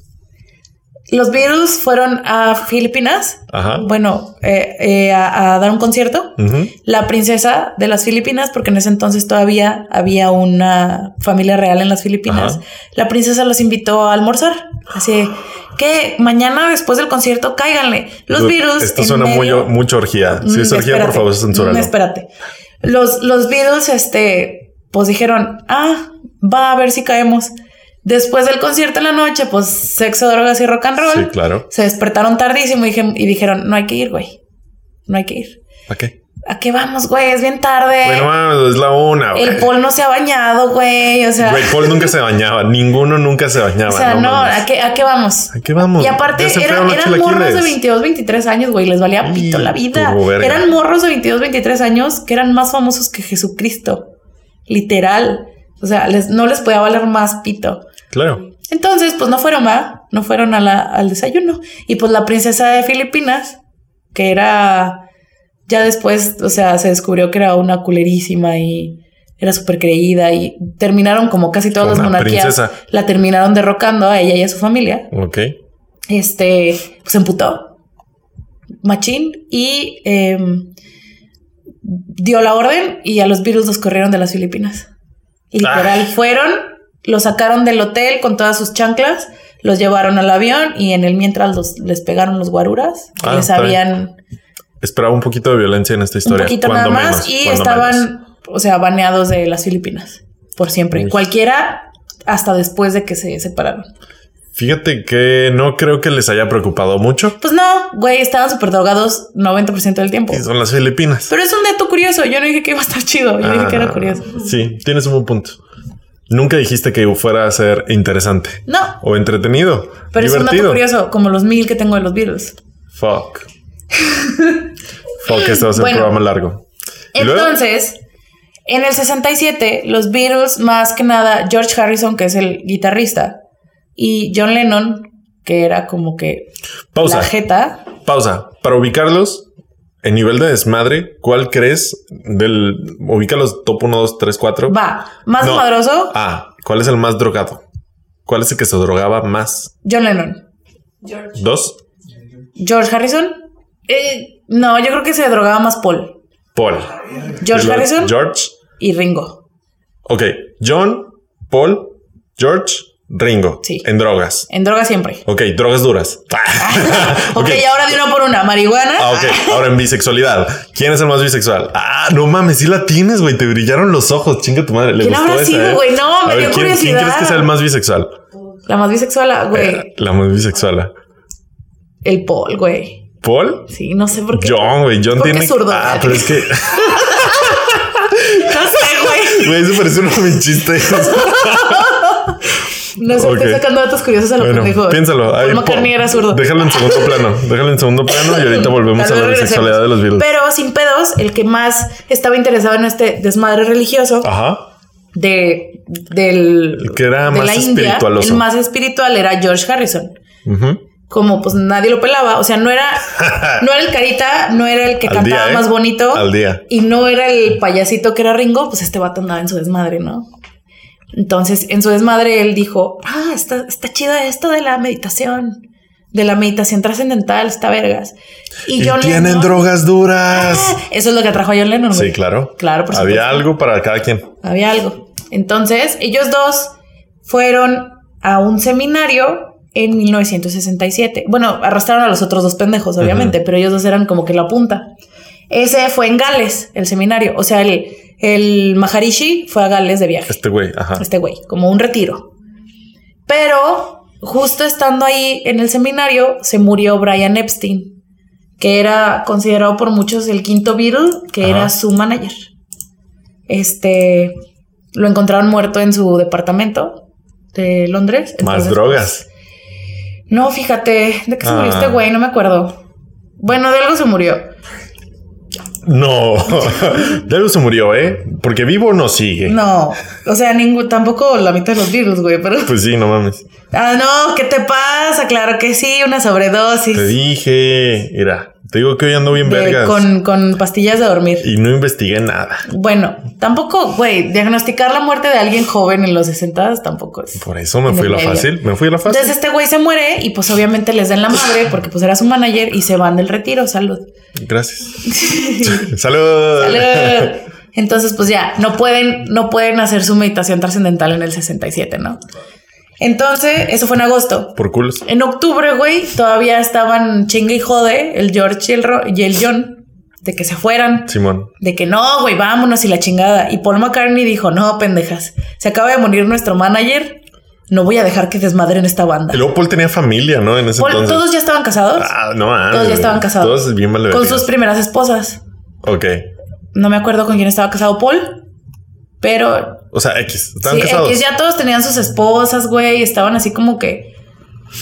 Speaker 2: Los virus fueron a Filipinas,
Speaker 1: Ajá.
Speaker 2: bueno, eh, eh, a, a dar un concierto.
Speaker 1: Ujú.
Speaker 2: La princesa de las Filipinas, porque en ese entonces todavía había una familia real en las Filipinas,
Speaker 1: Ajá.
Speaker 2: la princesa los invitó a almorzar. Así de, que mañana después del concierto, cáiganle. Los
Speaker 1: Esto-
Speaker 2: virus.
Speaker 1: Esto
Speaker 2: en
Speaker 1: suena muy,
Speaker 2: medio-
Speaker 1: mucho orgía. Si es orgía,
Speaker 2: Mm,
Speaker 1: por
Speaker 2: espérate,
Speaker 1: favor, censúralo.
Speaker 2: mm, Espérate. Los, los Beatles, este, pues dijeron, ah, va a ver si caemos. Después del concierto en la noche, pues sexo, drogas y rock and roll.
Speaker 1: Sí, claro.
Speaker 2: Se despertaron tardísimo y, dije- y dijeron, no hay que ir, güey. No hay que ir.
Speaker 1: ¿Para qué?
Speaker 2: ¿A qué vamos, güey? Es bien tarde.
Speaker 1: Bueno, ah, mames, es la una. güey.
Speaker 2: El Paul no se ha bañado, güey. O sea,
Speaker 1: Güey, Paul nunca se bañaba. Ninguno nunca se bañaba.
Speaker 2: o sea no,
Speaker 1: mames.
Speaker 2: ¿a qué, ¿a qué vamos?
Speaker 1: ¿A qué vamos?
Speaker 2: Y aparte
Speaker 1: Ya se
Speaker 2: era-
Speaker 1: enfriaron los
Speaker 2: eran morros de
Speaker 1: chilaquiles.
Speaker 2: 22, 23 años, güey, les valía
Speaker 1: Y
Speaker 2: pito la vida.
Speaker 1: tu verga.
Speaker 2: Eran morros de 22, 23 años que eran más famosos que Jesucristo. Literal. O sea, les, no les podía valer más pito.
Speaker 1: Claro.
Speaker 2: Entonces, pues no fueron, ¿va? No fueron a la- al desayuno. Y pues la princesa de Filipinas, que era... Ya después, o sea, se descubrió que era una culerísima y era súper creída y terminaron como casi todas las
Speaker 1: Una
Speaker 2: monarquías.
Speaker 1: princesa.
Speaker 2: La terminaron derrocando a ella y a su familia
Speaker 1: Ok.
Speaker 2: este, pues se emputó. Machín y em, dio la orden y a los virus los corrieron de las Filipinas. Literal,
Speaker 1: Ay.
Speaker 2: fueron, los sacaron del hotel con todas sus chanclas, los llevaron al avión y en el mientras los, les pegaron los guaruras, que
Speaker 1: Ah,
Speaker 2: les
Speaker 1: está bien.
Speaker 2: habían
Speaker 1: Esperaba un poquito de violencia en esta historia.
Speaker 2: un poquito nada
Speaker 1: cuando
Speaker 2: más
Speaker 1: menos,
Speaker 2: y
Speaker 1: cuando
Speaker 2: estaban,
Speaker 1: menos.
Speaker 2: o sea, baneados de las Filipinas por siempre.
Speaker 1: Uy.
Speaker 2: Cualquiera hasta después de que se separaron.
Speaker 1: Fíjate que no creo que les haya preocupado mucho.
Speaker 2: Pues no, güey, estaban súper drogados 90% del tiempo.
Speaker 1: Y son las Filipinas.
Speaker 2: Pero es un dato curioso. Yo no dije que iba a estar chido. Yo dije que era
Speaker 1: Ah,
Speaker 2: curioso.
Speaker 1: Sí, tienes un buen punto. Nunca dijiste que fuera a ser interesante
Speaker 2: No,
Speaker 1: o entretenido.
Speaker 2: pero es un dato
Speaker 1: divertido.
Speaker 2: curioso, como los mil que tengo de los virus.
Speaker 1: Fuck. Fuck, este va a ser
Speaker 2: Bueno.
Speaker 1: un programa largo. ¿Y luego?
Speaker 2: Entonces, en el 67, los Beatles, más que nada, George Harrison, que es el guitarrista, y John Lennon, que era como que
Speaker 1: Pausa.
Speaker 2: la jeta.
Speaker 1: Pausa. Para ubicarlos en nivel de desmadre, ¿cuál crees del. Ubícalos top 1, 2, 3, 4?
Speaker 2: Va, más
Speaker 1: No.
Speaker 2: madroso,
Speaker 1: Ah, ¿cuál es el más drogado? ¿Cuál es el que se drogaba más?
Speaker 2: John Lennon.
Speaker 1: ¿Dos?
Speaker 2: George Harrison. eh, no, yo creo que se drogaba más Paul.
Speaker 1: Paul.
Speaker 2: George
Speaker 1: Y lo-
Speaker 2: Harrison
Speaker 1: George.
Speaker 2: y Ringo.
Speaker 1: Ok. John, Paul, George, Ringo.
Speaker 2: Sí.
Speaker 1: En drogas.
Speaker 2: En droga siempre.
Speaker 1: Ok, drogas duras.
Speaker 2: Ok,
Speaker 1: Ok.
Speaker 2: ahora de una por una. Marihuana.
Speaker 1: Ah, ok. Ahora en bisexualidad. ¿Quién es el más bisexual? Ah, no mames, sí la tienes, güey. Te brillaron los ojos. Chinga tu madre. ¿Le
Speaker 2: ¿Quién
Speaker 1: gustó
Speaker 2: habrá
Speaker 1: esa,
Speaker 2: sido,
Speaker 1: eh?
Speaker 2: güey? No,
Speaker 1: A
Speaker 2: me
Speaker 1: ver,
Speaker 2: dio
Speaker 1: ¿quién, quién
Speaker 2: curiosidad.
Speaker 1: crees que sea el más bisexual?
Speaker 2: La más bisexual, ah, güey.
Speaker 1: La más bisexual.
Speaker 2: El Paul, güey.
Speaker 1: ¿Paul?
Speaker 2: Sí, no sé por qué.
Speaker 1: John, güey. John
Speaker 2: Porque
Speaker 1: tiene.
Speaker 2: es zurdo.
Speaker 1: ah, pero es que.
Speaker 2: No sé, güey.
Speaker 1: Güey, eso parece uno de mis chistes.
Speaker 2: No sé,
Speaker 1: Ok.
Speaker 2: estoy sacando datos curiosos a lo
Speaker 1: Bueno,
Speaker 2: pendejo.
Speaker 1: piénsalo. Ay,
Speaker 2: Paul
Speaker 1: Paul,
Speaker 2: McCartney era zurdo.
Speaker 1: Déjalo en segundo plano. Déjalo en segundo plano y ahorita volvemos
Speaker 2: Tal
Speaker 1: a
Speaker 2: vez
Speaker 1: la
Speaker 2: regresemos.
Speaker 1: bisexualidad de los virus.
Speaker 2: Pero sin pedos, el que más estaba interesado en este desmadre religioso
Speaker 1: Ajá.
Speaker 2: de, del.
Speaker 1: Ah. El que era
Speaker 2: de
Speaker 1: más
Speaker 2: la India,
Speaker 1: espiritualoso.
Speaker 2: el más espiritual era George Harrison.
Speaker 1: Ujú.
Speaker 2: Como pues nadie lo pelaba. O sea, no era, no era el carita, no era el que
Speaker 1: Al
Speaker 2: cantaba
Speaker 1: día, ¿eh?
Speaker 2: más bonito.
Speaker 1: Al día.
Speaker 2: y no era el payasito que era Ringo, pues este vato andaba en su desmadre, ¿no? Entonces, en su desmadre, él dijo, ah, está, está chido esto de la meditación, de la meditación trascendental, está vergas.
Speaker 1: Y,
Speaker 2: John
Speaker 1: tienen
Speaker 2: Lennon-
Speaker 1: drogas duras.
Speaker 2: Ah, eso es lo que atrajo a John Lennon. güey.
Speaker 1: Sí, claro.
Speaker 2: Claro, por supuesto.
Speaker 1: Había algo para cada quien.
Speaker 2: Había algo. Entonces, ellos dos fueron a un seminario en 1967. Bueno, arrastraron a los otros dos pendejos, obviamente, pero ellos dos eran como que la punta. Ese fue en Gales, el seminario. O sea, el, el Maharishi fue a Gales de viaje,
Speaker 1: Este güey, ajá.
Speaker 2: este güey, como un retiro. Pero justo estando ahí en el seminario, se murió Brian Epstein, que era considerado por muchos el quinto Beatle, que
Speaker 1: Ajá.
Speaker 2: era su manager. Este lo encontraron muerto en su departamento de Londres.
Speaker 1: Más
Speaker 2: Entonces,
Speaker 1: drogas.
Speaker 2: pues, no, fíjate, ¿de qué se murió
Speaker 1: Ah.
Speaker 2: este güey? No me acuerdo. Bueno, de algo se murió.
Speaker 1: No. de algo se murió, ¿eh? Porque vivo no sigue.
Speaker 2: No, o sea, ningún, tampoco la mitad de los virus, güey, pero.
Speaker 1: Pues sí, no mames.
Speaker 2: Ah, no, ¿qué te pasa? Claro que sí, una sobredosis.
Speaker 1: Te dije, mira, te digo que hoy ando bien
Speaker 2: de-
Speaker 1: vergas
Speaker 2: con, con pastillas de dormir.
Speaker 1: y no investigué nada.
Speaker 2: Bueno, tampoco, güey, diagnosticar la muerte de alguien joven en los 60 tampoco es.
Speaker 1: Por eso me
Speaker 2: En
Speaker 1: fui a
Speaker 2: el
Speaker 1: la
Speaker 2: medio.
Speaker 1: fácil. Me fui a la fácil.
Speaker 2: Entonces este güey se muere y pues obviamente les dan la madre porque pues era su manager y se van del retiro, salud.
Speaker 1: Gracias. Salud.
Speaker 2: Salud. Entonces pues ya, no pueden, no pueden hacer su meditación trascendental en el 67, ¿no? Entonces, eso fue en agosto.
Speaker 1: Por culos.
Speaker 2: En octubre, güey, todavía estaban chingue y jode el George y el, Ro- y el John de que se fueran.
Speaker 1: Simón.
Speaker 2: De que no, güey, vámonos y la chingada. Y Paul McCartney dijo, no, pendejas, se acaba de morir nuestro manager, no voy a dejar que desmadren esta banda.
Speaker 1: Y luego Paul tenía familia, ¿no? En ese
Speaker 2: Paul-
Speaker 1: entonces.
Speaker 2: todos ya estaban casados.
Speaker 1: Ah, no, ah,
Speaker 2: todos ya estaban casados.
Speaker 1: Todos bien mal
Speaker 2: con sus primeras esposas.
Speaker 1: Ok.
Speaker 2: No me acuerdo con quién estaba casado Paul, pero
Speaker 1: O sea, X. Estaban
Speaker 2: sí,
Speaker 1: casados.
Speaker 2: X ya todos tenían sus esposas, güey, estaban así como que...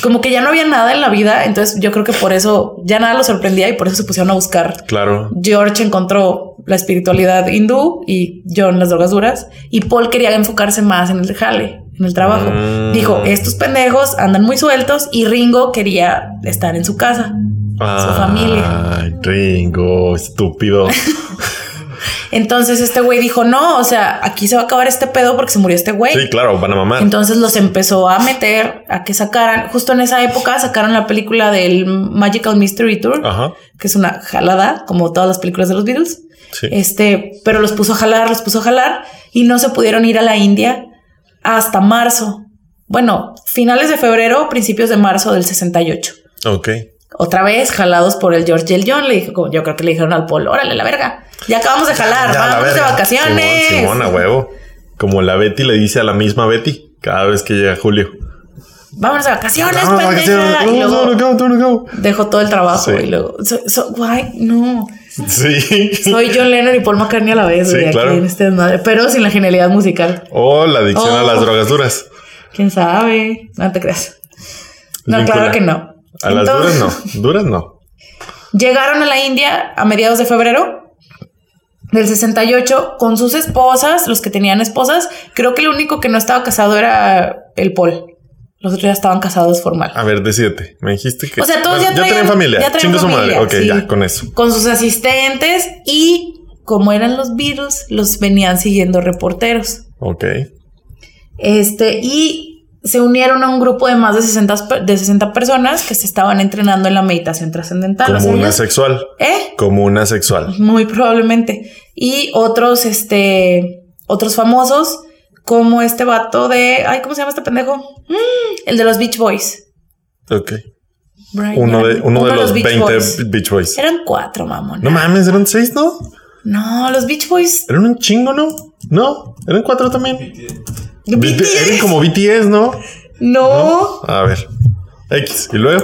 Speaker 2: Como que ya no había nada en la vida, entonces yo creo que por eso ya nada los sorprendía y por eso se pusieron a buscar
Speaker 1: Claro.
Speaker 2: George encontró la espiritualidad hindú y John las drogas duras y Paul quería enfocarse más en el jale, en el trabajo.
Speaker 1: Mm.
Speaker 2: Dijo, estos pendejos andan muy sueltos y Ringo quería estar en su casa.
Speaker 1: Ay,
Speaker 2: familia.
Speaker 1: Ringo, estúpido.
Speaker 2: Entonces este güey dijo, no, o sea, aquí se va a acabar este pedo porque se murió este güey.
Speaker 1: Sí, claro, van a mamar.
Speaker 2: Entonces los empezó a meter a que sacaran, justo en esa época sacaron la película del Magical Mystery Tour,
Speaker 1: Ajá.
Speaker 2: que es una jalada, como todas las películas de los Beatles.
Speaker 1: Sí.
Speaker 2: Este, pero los puso a jalar, los puso a jalar y no se pudieron ir a la India hasta marzo. Bueno, finales de febrero, principios de marzo del 68.
Speaker 1: Ok.
Speaker 2: Otra vez jalados por el George y el John, le dijo, como yo creo que le dijeron al Paul, órale la verga. Ya acabamos de jalar,
Speaker 1: Ya, la
Speaker 2: vámonos de
Speaker 1: verga.
Speaker 2: vacaciones.
Speaker 1: Simón, Simón, a huevo. Como la Betty le dice a la misma Betty cada vez que llega Julio.
Speaker 2: Vámonos de vacaciones,
Speaker 1: Vamos, vacaciones,
Speaker 2: pendeja. Y
Speaker 1: vamos,
Speaker 2: luego
Speaker 1: vamos, vamos, vamos.
Speaker 2: dejó todo el trabajo
Speaker 1: Sí.
Speaker 2: y luego, so- so- guay, no.
Speaker 1: Sí.
Speaker 2: Soy John Lennon y Paul McCartney a la vez,
Speaker 1: Sí,
Speaker 2: güey, aquí
Speaker 1: claro.
Speaker 2: en este desmadre, pero sin la genialidad musical.
Speaker 1: O la adicción a
Speaker 2: Oh.
Speaker 1: las drogas duras.
Speaker 2: ¿Quién sabe? No te creas. No,
Speaker 1: Víncula.
Speaker 2: claro que no.
Speaker 1: A las
Speaker 2: Entonces,
Speaker 1: duras no. Duras no.
Speaker 2: Llegaron a la India a mediados de febrero del 68 con sus esposas, los que tenían esposas. Creo que el único que no estaba casado era el Paul. Los otros ya estaban casados formal.
Speaker 1: A ver, decídete. Me dijiste que.
Speaker 2: O sea, todos
Speaker 1: Bueno,
Speaker 2: ya traían,
Speaker 1: tenían familia.
Speaker 2: ya traían
Speaker 1: Chingo su
Speaker 2: familia,
Speaker 1: madre. Ok,
Speaker 2: sí.
Speaker 1: ya, con eso.
Speaker 2: Con sus asistentes y como eran los virus, los venían siguiendo reporteros.
Speaker 1: Ok.
Speaker 2: Este, y se unieron a un grupo de más de 60, per- de 60 personas que se estaban entrenando en la meditación trascendental. O
Speaker 1: Como
Speaker 2: sea,
Speaker 1: una
Speaker 2: ellos-
Speaker 1: sexual.
Speaker 2: ¿Eh?
Speaker 1: Como una sexual.
Speaker 2: Muy probablemente. Y otros, este, otros famosos, como este vato de. Ay, ¿cómo se llama este pendejo? Mm, el de los Beach Boys.
Speaker 1: Ok.
Speaker 2: Brian.
Speaker 1: Uno de, uno de los,
Speaker 2: Beach
Speaker 1: 20
Speaker 2: Boys.
Speaker 1: Beach Boys.
Speaker 2: Eran cuatro, mamón.
Speaker 1: No mames, eran seis, ¿no?
Speaker 2: No, los Beach Boys.
Speaker 1: Eran un chingo, ¿no? No, eran cuatro también.
Speaker 2: BTS.
Speaker 1: Eran como BTS, ¿no?
Speaker 2: No.
Speaker 1: A ver. X. ¿Y luego?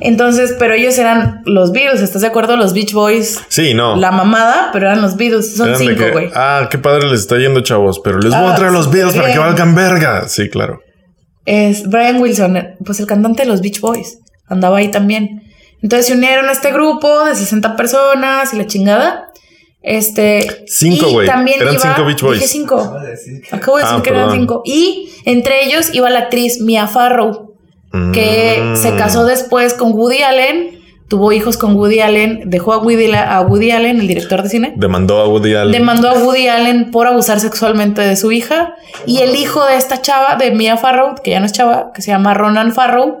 Speaker 2: Entonces, pero ellos eran los Beatles. ¿Estás de acuerdo? Los Beach Boys.
Speaker 1: Sí, no.
Speaker 2: La mamada, pero eran los Beatles. Son
Speaker 1: Eran de
Speaker 2: cinco,
Speaker 1: que,
Speaker 2: güey.
Speaker 1: Ah, qué padre les está yendo, chavos. Pero les voy
Speaker 2: Ah,
Speaker 1: a traer los videos para que
Speaker 2: bien.
Speaker 1: valgan verga. Sí, claro.
Speaker 2: Es Brian Wilson, eh, pues el cantante de los Beach Boys. Andaba ahí también. Entonces se unieron a este grupo de 60 personas y la chingada. Este.
Speaker 1: Cinco,
Speaker 2: y
Speaker 1: güey.
Speaker 2: también
Speaker 1: Eran
Speaker 2: iba-
Speaker 1: cinco Beach Boys.
Speaker 2: Dije cinco. Acabo de decir
Speaker 1: Ah,
Speaker 2: que eran
Speaker 1: perdón.
Speaker 2: cinco. Y entre ellos iba la actriz Mia Farrow, que
Speaker 1: Mm.
Speaker 2: se casó después con Woody Allen. Tuvo hijos con Woody Allen. Dejó a Woody, a Woody Allen, el director de cine.
Speaker 1: Demandó a Woody Allen.
Speaker 2: Demandó a Woody Allen por abusar sexualmente de su hija. Y el hijo de esta chava, de Mia Farrow, que ya no es chava, que se llama Ronan Farrow,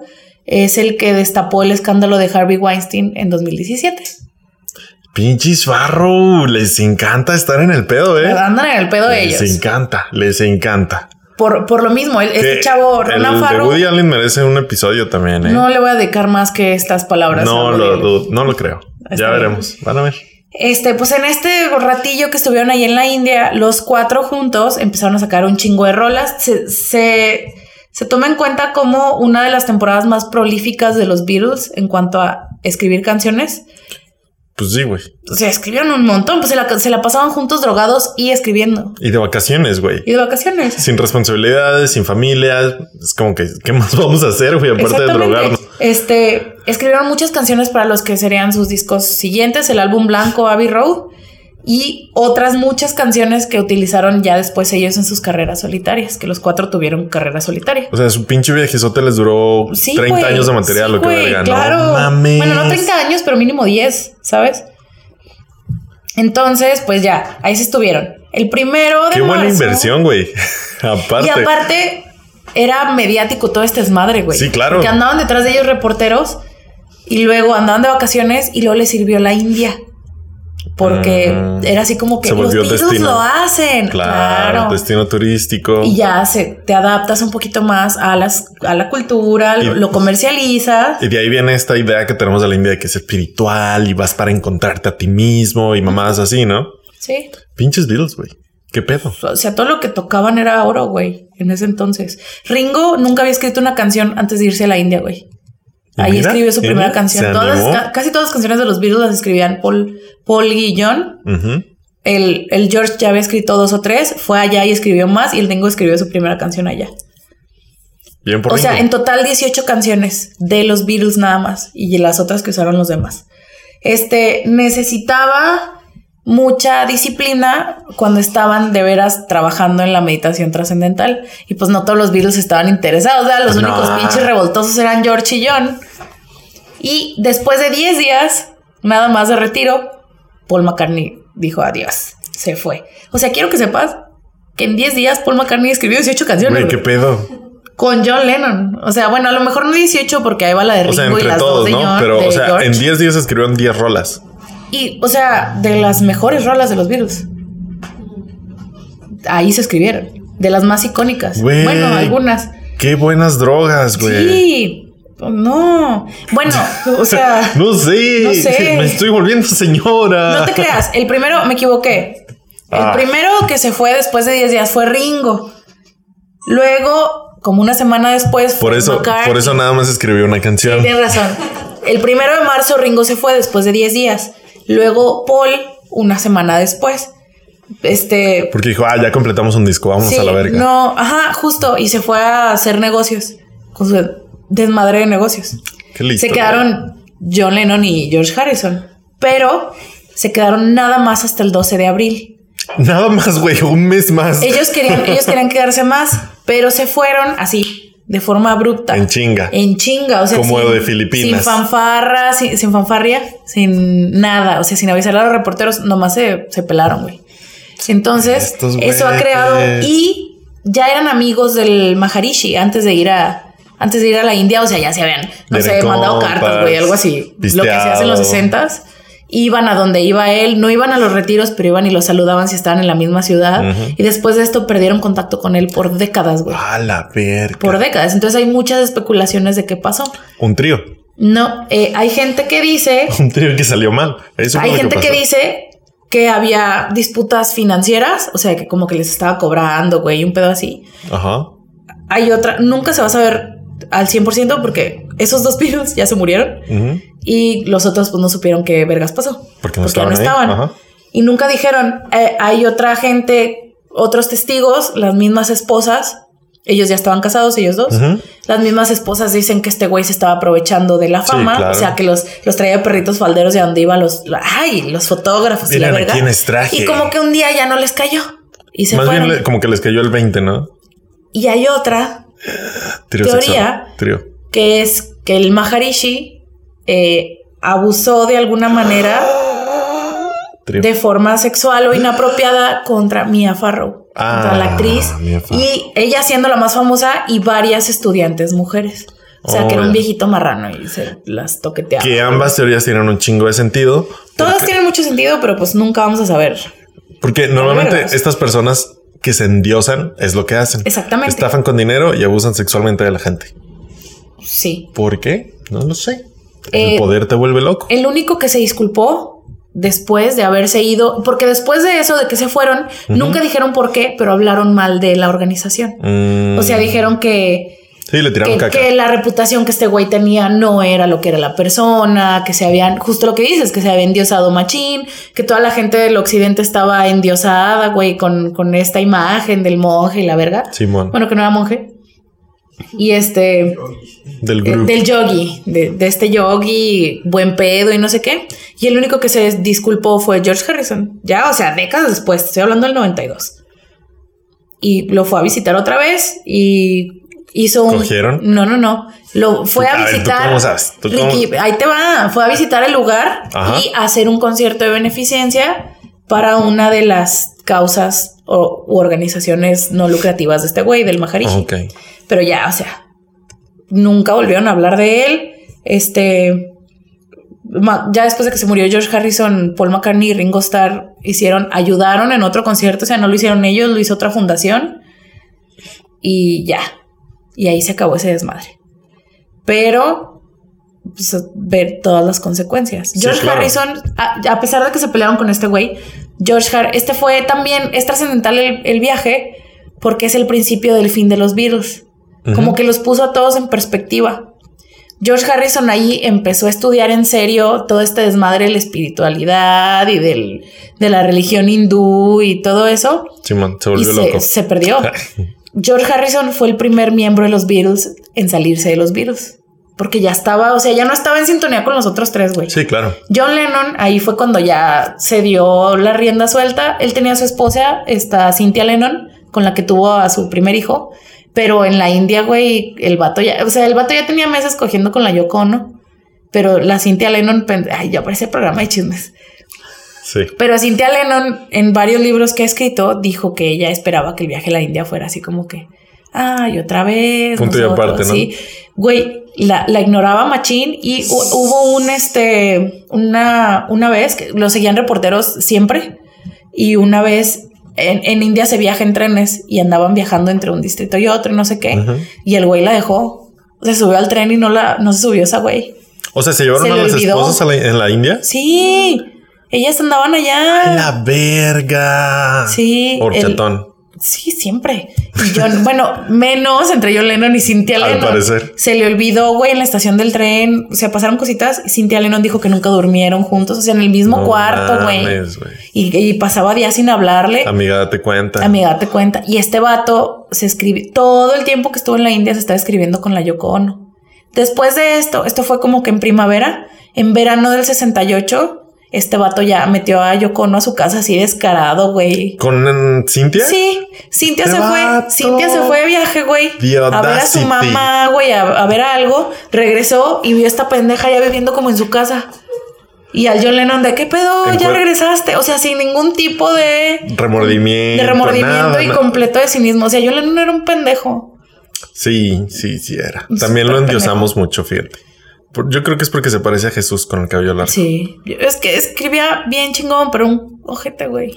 Speaker 2: es el que destapó el escándalo de Harvey Weinstein en 2017.
Speaker 1: ¿Eh? Pinches Farrow. Les encanta estar en el pedo, ¿eh?
Speaker 2: Pero Andan en el pedo
Speaker 1: Les
Speaker 2: ellos.
Speaker 1: encanta. Les encanta.
Speaker 2: Por, por lo mismo, el- este
Speaker 1: Que
Speaker 2: chavo,
Speaker 1: el
Speaker 2: Ronan
Speaker 1: de
Speaker 2: Farrow,
Speaker 1: Woody Allen merece un episodio también, ¿eh?
Speaker 2: no le voy a dedicar más que estas palabras. a
Speaker 1: No
Speaker 2: Woody
Speaker 1: lo,
Speaker 2: Allen.
Speaker 1: dudo, no lo creo.
Speaker 2: Está
Speaker 1: ya
Speaker 2: bien.
Speaker 1: veremos. Van a ver.
Speaker 2: Este, pues en este ratillo que estuvieron ahí en la India, los cuatro juntos empezaron a sacar un chingo de rolas. Se, se, se toma en cuenta como una de las temporadas más prolíficas de los Beatles en cuanto a escribir canciones.
Speaker 1: Pues sí, güey.
Speaker 2: O sea, escribieron un montón, pues se la, se la pasaban juntos drogados y escribiendo.
Speaker 1: Y de vacaciones, güey.
Speaker 2: Y de vacaciones.
Speaker 1: Sin responsabilidades, sin familia. Es como que, ¿qué más vamos a hacer, güey? Aparte de
Speaker 2: Exactamente.
Speaker 1: drogarnos.
Speaker 2: Este, escribieron muchas canciones para los que serían sus discos siguientes, el álbum blanco Abbey Road y otras muchas canciones que utilizaron ya después ellos en sus carreras solitarias, que los cuatro tuvieron carrera solitaria.
Speaker 1: O sea, su pinche viejizote les duró
Speaker 2: Sí,
Speaker 1: 30
Speaker 2: güey.
Speaker 1: años de material,
Speaker 2: Sí,
Speaker 1: lo que
Speaker 2: güey,
Speaker 1: verga.
Speaker 2: claro.
Speaker 1: No mames.
Speaker 2: Bueno, no 30 años, pero mínimo 10, ¿sabes? Entonces, pues ya, ahí se estuvieron. El primero de
Speaker 1: Qué buena
Speaker 2: marzo-
Speaker 1: inversión, güey. aparte.
Speaker 2: Y aparte, era mediático todo este desmadre, güey.
Speaker 1: Sí, claro.
Speaker 2: Que andaban detrás de ellos reporteros y luego andaban de vacaciones y luego les sirvió la India. Porque
Speaker 1: Ah.
Speaker 2: era así como que
Speaker 1: Se volvió
Speaker 2: los Beatles
Speaker 1: destino.
Speaker 2: lo hacen.
Speaker 1: claro,
Speaker 2: Claro.
Speaker 1: destino turístico.
Speaker 2: Y ya se, te adaptas un poquito más a, las, a la cultura, lo,
Speaker 1: Y-
Speaker 2: lo comercializas.
Speaker 1: Y de ahí viene esta idea que tenemos de la India de que es espiritual y vas para encontrarte a ti mismo y mamadas así, ¿no?
Speaker 2: Sí.
Speaker 1: Pinches Beatles, güey. ¿Qué pedo?
Speaker 2: O sea, todo lo que tocaban era oro, güey, en ese entonces. Ringo nunca había escrito una canción antes de irse a la India, güey.
Speaker 1: Y
Speaker 2: Ahí
Speaker 1: mira,
Speaker 2: escribió su
Speaker 1: él
Speaker 2: primera
Speaker 1: se
Speaker 2: canción. Todas las
Speaker 1: animó.
Speaker 2: ca- casi todas las canciones de los Beatles las escribían Paul, Paul Guillón.
Speaker 1: Ujú.
Speaker 2: El, el George ya había escrito dos o tres, fue allá y escribió más, y el Ringo escribió su primera canción allá.
Speaker 1: Bien por
Speaker 2: o sea,
Speaker 1: Ringo.
Speaker 2: en total 18 canciones de los Beatles nada más y las otras que usaron los demás. Este necesitaba mucha disciplina cuando estaban de veras trabajando en la meditación trascendental y pues no todos los Beatles estaban interesados, ¿verdad? los
Speaker 1: No.
Speaker 2: únicos pinches revoltosos eran George y John. Y después de 10 días, nada más de retiro, Paul McCartney dijo adiós, se fue. O sea, quiero que sepas que en 10 días Paul McCartney escribió 18 canciones.
Speaker 1: Güey,
Speaker 2: güey.
Speaker 1: ¿qué pedo?
Speaker 2: Con John Lennon. O sea, bueno, a lo mejor no 18 porque ahí va la de
Speaker 1: O
Speaker 2: Ringo
Speaker 1: sea,
Speaker 2: y
Speaker 1: entre
Speaker 2: las dos
Speaker 1: todos,
Speaker 2: de
Speaker 1: ¿no?
Speaker 2: John-
Speaker 1: Pero,
Speaker 2: de
Speaker 1: o sea,
Speaker 2: George.
Speaker 1: en 10 días escribieron 10 rolas.
Speaker 2: Y, o sea, de las mejores rolas de los Beatles. Ahí se escribieron. De las más icónicas.
Speaker 1: Güey.
Speaker 2: Bueno, algunas.
Speaker 1: Qué buenas drogas, güey.
Speaker 2: Sí. No. Bueno, o sea...
Speaker 1: No sé.
Speaker 2: No sé.
Speaker 1: Me estoy volviendo señora.
Speaker 2: No te creas, el primero, me equivoqué. El
Speaker 1: Ah.
Speaker 2: primero que se fue después de 10 días fue Ringo. Luego, como una semana después,
Speaker 1: Por
Speaker 2: fue
Speaker 1: eso,
Speaker 2: McCartney.
Speaker 1: por eso nada más escribió una canción.
Speaker 2: Tienes razón. El primero de marzo Ringo se fue después de 10 días. Luego Paul, una semana después. Este.
Speaker 1: Porque dijo, ah, ya completamos un disco, vamos
Speaker 2: sí,
Speaker 1: a la verga.
Speaker 2: No, ajá, justo. Y se fue a hacer negocios con su desmadre de negocios.
Speaker 1: Qué listo,
Speaker 2: Se quedaron John Lennon y George Harrison. Pero se quedaron nada más hasta el 12 de abril.
Speaker 1: güey. Nada más, güey, un mes más.
Speaker 2: Ellos querían, ellos querían quedarse más, pero se fueron así, de forma abrupta.
Speaker 1: En chinga.
Speaker 2: En chinga, o sea.
Speaker 1: Como de Filipinas.
Speaker 2: Sin fanfarra, sin, sin fanfarria, sin nada. O sea, sin avisar a los reporteros, nomás se, se pelaron, güey. Entonces,
Speaker 1: Estos
Speaker 2: eso ha
Speaker 1: güeyes.
Speaker 2: creado. Y ya eran amigos del Maharishi antes de ir a. Antes de ir a la India, o sea, ya se habían, no
Speaker 1: Eran
Speaker 2: sé, mandado
Speaker 1: compas,
Speaker 2: cartas, güey, algo así. Lo que se hace en los
Speaker 1: pisteado.
Speaker 2: 60 Iban a donde iba él, no iban a los retiros, pero iban y lo saludaban si estaban en la misma ciudad.
Speaker 1: Ujú.
Speaker 2: Y después de esto perdieron contacto con él por décadas, güey.
Speaker 1: A la verga.
Speaker 2: Por décadas. Entonces hay muchas especulaciones de qué pasó.
Speaker 1: Un trío.
Speaker 2: No, eh, hay gente que dice,
Speaker 1: Un trío que salió mal. Eso fue
Speaker 2: hay
Speaker 1: lo
Speaker 2: gente que,
Speaker 1: pasó.
Speaker 2: dice que había disputas financieras, o sea, que como que les estaba cobrando, güey, un pedo así.
Speaker 1: Ajá.
Speaker 2: Hay otra, nunca se va a saber al 100% porque esos dos Beatles ya se murieron
Speaker 1: Ujú.
Speaker 2: y los otros pues no supieron qué vergas pasó.
Speaker 1: Porque no estaban ahí. Ajá.
Speaker 2: Y nunca dijeron, eh, hay otra gente, otros testigos, las mismas esposas, ellos ya estaban casados, ellos dos.
Speaker 1: Ujú.
Speaker 2: Las mismas esposas dicen que este güey se estaba aprovechando de la
Speaker 1: Sí,
Speaker 2: fama,
Speaker 1: claro.
Speaker 2: o sea, que los, los traía de perritos falderos de donde iban los, la- ay, los fotógrafos y la
Speaker 1: Miren a
Speaker 2: verga.
Speaker 1: quiénes traje.
Speaker 2: Y como que un día ya no les cayó y se
Speaker 1: Más
Speaker 2: fueron.
Speaker 1: bien le- como que les cayó el 20, ¿no?
Speaker 2: Y hay otra
Speaker 1: Trío
Speaker 2: Teoría.
Speaker 1: sexual. Trío.
Speaker 2: que es que el Maharishi eh, abusó de alguna manera
Speaker 1: Trío.
Speaker 2: de forma sexual o inapropiada contra Mia Farrow,
Speaker 1: Ah,
Speaker 2: contra la actriz
Speaker 1: Mia Farrow.
Speaker 2: y ella siendo la más famosa y varias estudiantes mujeres. O sea, que era un
Speaker 1: Órale.
Speaker 2: viejito marrano y se las toqueteaba.
Speaker 1: Que ambas teorías tienen un chingo de sentido.
Speaker 2: Todas tienen mucho sentido, pero pues nunca vamos a saber.
Speaker 1: Porque normalmente
Speaker 2: vergas.
Speaker 1: estas personas que se endiosan es lo que hacen.
Speaker 2: Exactamente.
Speaker 1: Estafan con dinero y abusan sexualmente de la gente.
Speaker 2: Sí.
Speaker 1: ¿Por qué? No lo sé.
Speaker 2: Eh,
Speaker 1: el poder te vuelve loco.
Speaker 2: El único que se disculpó después de haberse ido, porque después de eso, de que se fueron, nunca dijeron por qué, pero hablaron mal de la organización.
Speaker 1: Mm,
Speaker 2: O sea, dijeron que
Speaker 1: Sí, le tiraron
Speaker 2: que,
Speaker 1: caca.
Speaker 2: que la reputación que este güey tenía no era lo que era la persona, que se habían, justo lo que dices, que se había endiosado machín, que toda la gente del occidente estaba endiosada, güey, con, con esta imagen del monje y la verga.
Speaker 1: Simón.
Speaker 2: Bueno, que no era monje. Y este,
Speaker 1: del
Speaker 2: eh,
Speaker 1: grupo.
Speaker 2: del yogi, de, de este yogi, buen pedo y no sé qué. Y el único que se disculpó fue George Harrison. Ya, o sea, décadas después, estoy hablando del 92. Y lo fue a visitar otra vez y hizo un...
Speaker 1: ¿Cogieron?
Speaker 2: No, no, no. Lo fue a,
Speaker 1: A ver, ¿tú
Speaker 2: visitar...
Speaker 1: cómo sabes? ¿Tú cómo-
Speaker 2: Ricky, ahí te va. Fue a visitar el lugar
Speaker 1: Ajá.
Speaker 2: y hacer un concierto de beneficencia para una de las causas o u organizaciones no lucrativas de este güey, del Maharishi.
Speaker 1: Ah, Ok.
Speaker 2: Pero ya, o sea, nunca volvieron a hablar de él. Este, ma- ya después de que se murió George Harrison, Paul McCartney y Ringo Starr hicieron, ayudaron en otro concierto, o sea, no lo hicieron ellos, lo hizo otra fundación. Y ya, y ahí se acabó ese desmadre. Pero pues, ver todas las consecuencias.
Speaker 1: Sí,
Speaker 2: George
Speaker 1: claro.
Speaker 2: Harrison, a, a pesar de que se pelearon con este güey, George Harrison, este fue también, es trascendental el, el viaje porque es el principio del fin de los virus.
Speaker 1: Ujú.
Speaker 2: Como que los puso a todos en perspectiva. George Harrison ahí empezó a estudiar en serio todo este desmadre de la espiritualidad y del, de la religión hindú y todo eso.
Speaker 1: Simón se
Speaker 2: Y
Speaker 1: volvió
Speaker 2: se,
Speaker 1: loco.
Speaker 2: se perdió. George Harrison fue el primer miembro de los Beatles en salirse de los Beatles. Porque ya estaba, o sea, ya no estaba en sintonía con los otros tres, güey.
Speaker 1: Sí, claro.
Speaker 2: John Lennon, ahí fue cuando ya se dio la rienda suelta. Él tenía a su esposa, esta Cynthia Lennon, con la que tuvo a su primer hijo. Pero en la India, güey, el vato ya, o sea, el vato ya tenía meses cogiendo con la Yoko Ono. Pero la Cynthia Lennon, pen- ay, ya parece programa de chismes.
Speaker 1: Sí.
Speaker 2: Pero Cynthia Lennon, en varios libros que ha escrito, dijo que ella esperaba que el viaje a la India fuera así como que, ay, otra vez.
Speaker 1: Punto y
Speaker 2: nosotros",
Speaker 1: aparte, ¿no?
Speaker 2: Sí. Güey, la, la ignoraba Machín y hu- hubo un, este, una, una vez que lo seguían reporteros siempre y una vez en, en India se viaja en trenes y andaban viajando entre un distrito y otro, y no sé qué.
Speaker 1: Ujú.
Speaker 2: Y el güey la dejó. Se subió al tren y no la, no se subió esa güey.
Speaker 1: O sea, se llevaron
Speaker 2: Se
Speaker 1: a
Speaker 2: le
Speaker 1: las
Speaker 2: olvidó.
Speaker 1: esposas a la- en la India.
Speaker 2: Sí, ellas andaban allá.
Speaker 1: La verga.
Speaker 2: Ah. Sí,
Speaker 1: Horchatón.
Speaker 2: Sí, siempre. Y John, bueno, menos entre John Lennon y Cynthia
Speaker 1: Al
Speaker 2: Lennon.
Speaker 1: parecer.
Speaker 2: Se le olvidó, güey, en la estación del tren. O sea, pasaron cositas. y Cynthia Lennon dijo que nunca durmieron juntos. O sea, en el mismo
Speaker 1: No
Speaker 2: cuarto, güey. Eh,
Speaker 1: mames, güey.
Speaker 2: Y, y pasaba días sin hablarle.
Speaker 1: Amiga, date cuenta.
Speaker 2: Amiga, date cuenta. Y este vato se escribe todo el tiempo que estuvo en la India, se estaba escribiendo con la Yoko Ono. Después de esto, esto fue como que en primavera, en verano del 68, este vato ya metió a Yoko Ono a su casa así descarado, güey.
Speaker 1: ¿Con mm, Cintia?
Speaker 2: Sí, Cintia
Speaker 1: ¡Qué
Speaker 2: se fue,
Speaker 1: Este vato!
Speaker 2: Cintia se fue de viaje, güey.
Speaker 1: The
Speaker 2: A ver a su
Speaker 1: audacity.
Speaker 2: mamá, güey, a, a ver algo. Regresó y vio a esta pendeja ya viviendo como en su casa. Y al John Lennon de qué pedo, ya
Speaker 1: Encuer-
Speaker 2: regresaste. O sea, sin ningún tipo de,
Speaker 1: Remordimiento.
Speaker 2: de remordimiento
Speaker 1: nada,
Speaker 2: y
Speaker 1: na-
Speaker 2: completo de sí mismo. O sea, John Lennon era un pendejo.
Speaker 1: Sí, sí, sí era.
Speaker 2: Un
Speaker 1: También lo
Speaker 2: súper
Speaker 1: endiosamos mucho, fíjate. Por- Yo creo que es porque se parece a Jesús con el cabello largo. Sí,
Speaker 2: Sí. Es que escribía bien chingón, pero un ojete, güey.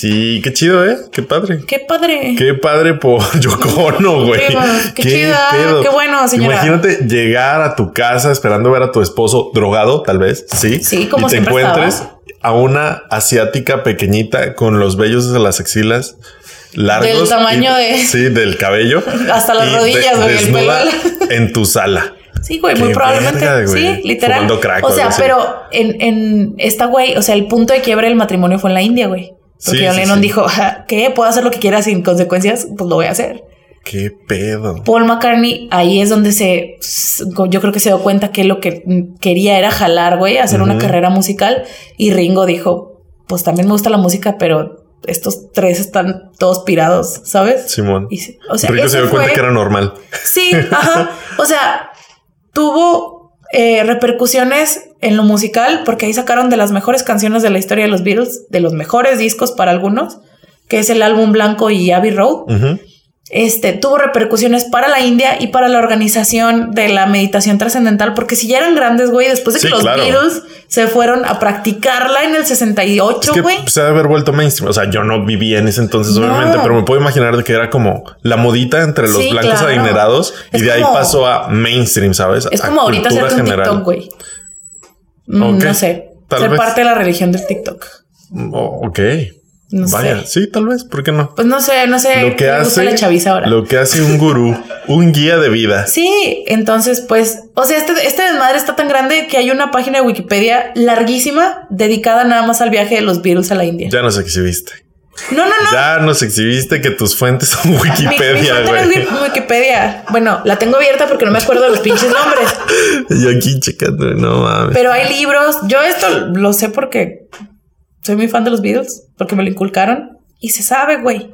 Speaker 1: qué chido, ¿eh? Qué padre.
Speaker 2: Qué padre.
Speaker 1: Qué padre por Yoko Ono, güey.
Speaker 2: Qué bueno, qué chida, qué bueno, señora.
Speaker 1: Imagínate llegar a tu casa esperando ver a tu esposo drogado, tal vez. Sí.
Speaker 2: Sí, como
Speaker 1: y te
Speaker 2: siempre
Speaker 1: encuentres
Speaker 2: estaba.
Speaker 1: a una asiática pequeñita con los vellos de las axilas largos.
Speaker 2: Del tamaño
Speaker 1: y-
Speaker 2: de-
Speaker 1: Sí, del cabello.
Speaker 2: Hasta las
Speaker 1: y de-
Speaker 2: rodillas, güey, el
Speaker 1: Desnuda
Speaker 2: pelo.
Speaker 1: en tu sala.
Speaker 2: Sí, güey,
Speaker 1: Qué
Speaker 2: muy probablemente.
Speaker 1: verga, güey.
Speaker 2: sí, literal.
Speaker 1: Fumando crack
Speaker 2: o
Speaker 1: o
Speaker 2: sea,
Speaker 1: algo así.
Speaker 2: pero en, en esta güey, o sea, el punto de quiebre del matrimonio fue en la India, güey. Porque
Speaker 1: Sí,
Speaker 2: John
Speaker 1: sí,
Speaker 2: Lennon
Speaker 1: sí.
Speaker 2: dijo, "Ja, ¿qué? ¿Puedo hacer lo que quiera sin consecuencias? Pues lo voy a hacer.
Speaker 1: Qué pedo.
Speaker 2: Paul McCartney, ahí es donde se, yo creo que se dio cuenta que lo que mm, quería era jalar, güey, hacer una
Speaker 1: Ujú.
Speaker 2: carrera musical. Y Ringo dijo, pues también me gusta la música, pero estos tres están todos pirados, ¿sabes?
Speaker 1: Simón.
Speaker 2: Y se- o sea,
Speaker 1: Rico se
Speaker 2: ese
Speaker 1: dio cuenta
Speaker 2: fue-
Speaker 1: que era normal.
Speaker 2: Sí, ajá. O sea, tuvo eh, repercusiones en lo musical porque ahí sacaron de las mejores canciones de la historia de los Beatles, de los mejores discos para algunos, que es el álbum blanco y Abbey Road.
Speaker 1: Ujú.
Speaker 2: Este tuvo repercusiones para la India y para la organización de la meditación trascendental, porque si ya eran grandes, güey, después de
Speaker 1: Sí,
Speaker 2: que los
Speaker 1: claro.
Speaker 2: Beatles se fueron a practicarla en el
Speaker 1: Es
Speaker 2: 68,
Speaker 1: que
Speaker 2: güey.
Speaker 1: pues, se ha de haber vuelto mainstream. O sea, yo no vivía en ese entonces,
Speaker 2: No.
Speaker 1: obviamente, pero me puedo imaginar de que era como la modita entre los
Speaker 2: Sí,
Speaker 1: blancos
Speaker 2: claro.
Speaker 1: adinerados
Speaker 2: Es
Speaker 1: y de ahí
Speaker 2: como-
Speaker 1: pasó a mainstream, ¿sabes?
Speaker 2: Es
Speaker 1: A
Speaker 2: como ahorita
Speaker 1: cultura
Speaker 2: hacerte un TikTok, güey. Mm,
Speaker 1: Ok,
Speaker 2: No sé.
Speaker 1: tal
Speaker 2: ser
Speaker 1: vez.
Speaker 2: parte de la religión del TikTok.
Speaker 1: Oh, ok.
Speaker 2: No
Speaker 1: Vaya,
Speaker 2: sé.
Speaker 1: sí, tal vez, ¿por qué no?
Speaker 2: Pues no sé, no sé.
Speaker 1: Lo que
Speaker 2: me gusta
Speaker 1: hace,
Speaker 2: la chaviza ahora.
Speaker 1: lo que hace un gurú, un guía de vida.
Speaker 2: Sí, entonces, pues, o sea, este, este desmadre está tan grande que hay una página de Wikipedia larguísima dedicada nada más al viaje de los Beatles a la India.
Speaker 1: Ya nos exhibiste.
Speaker 2: No, no, no.
Speaker 1: Ya nos exhibiste que tus fuentes son
Speaker 2: Mi- mi
Speaker 1: Wikipedia,
Speaker 2: cuenta no es
Speaker 1: güey.
Speaker 2: Wik- Wikipedia. Bueno, la tengo abierta porque no me acuerdo de los pinches nombres,
Speaker 1: Yo aquí checando, no mames.
Speaker 2: pero hay libros. Yo esto lo sé porque soy muy fan de los Beatles, porque me lo inculcaron y se sabe, güey.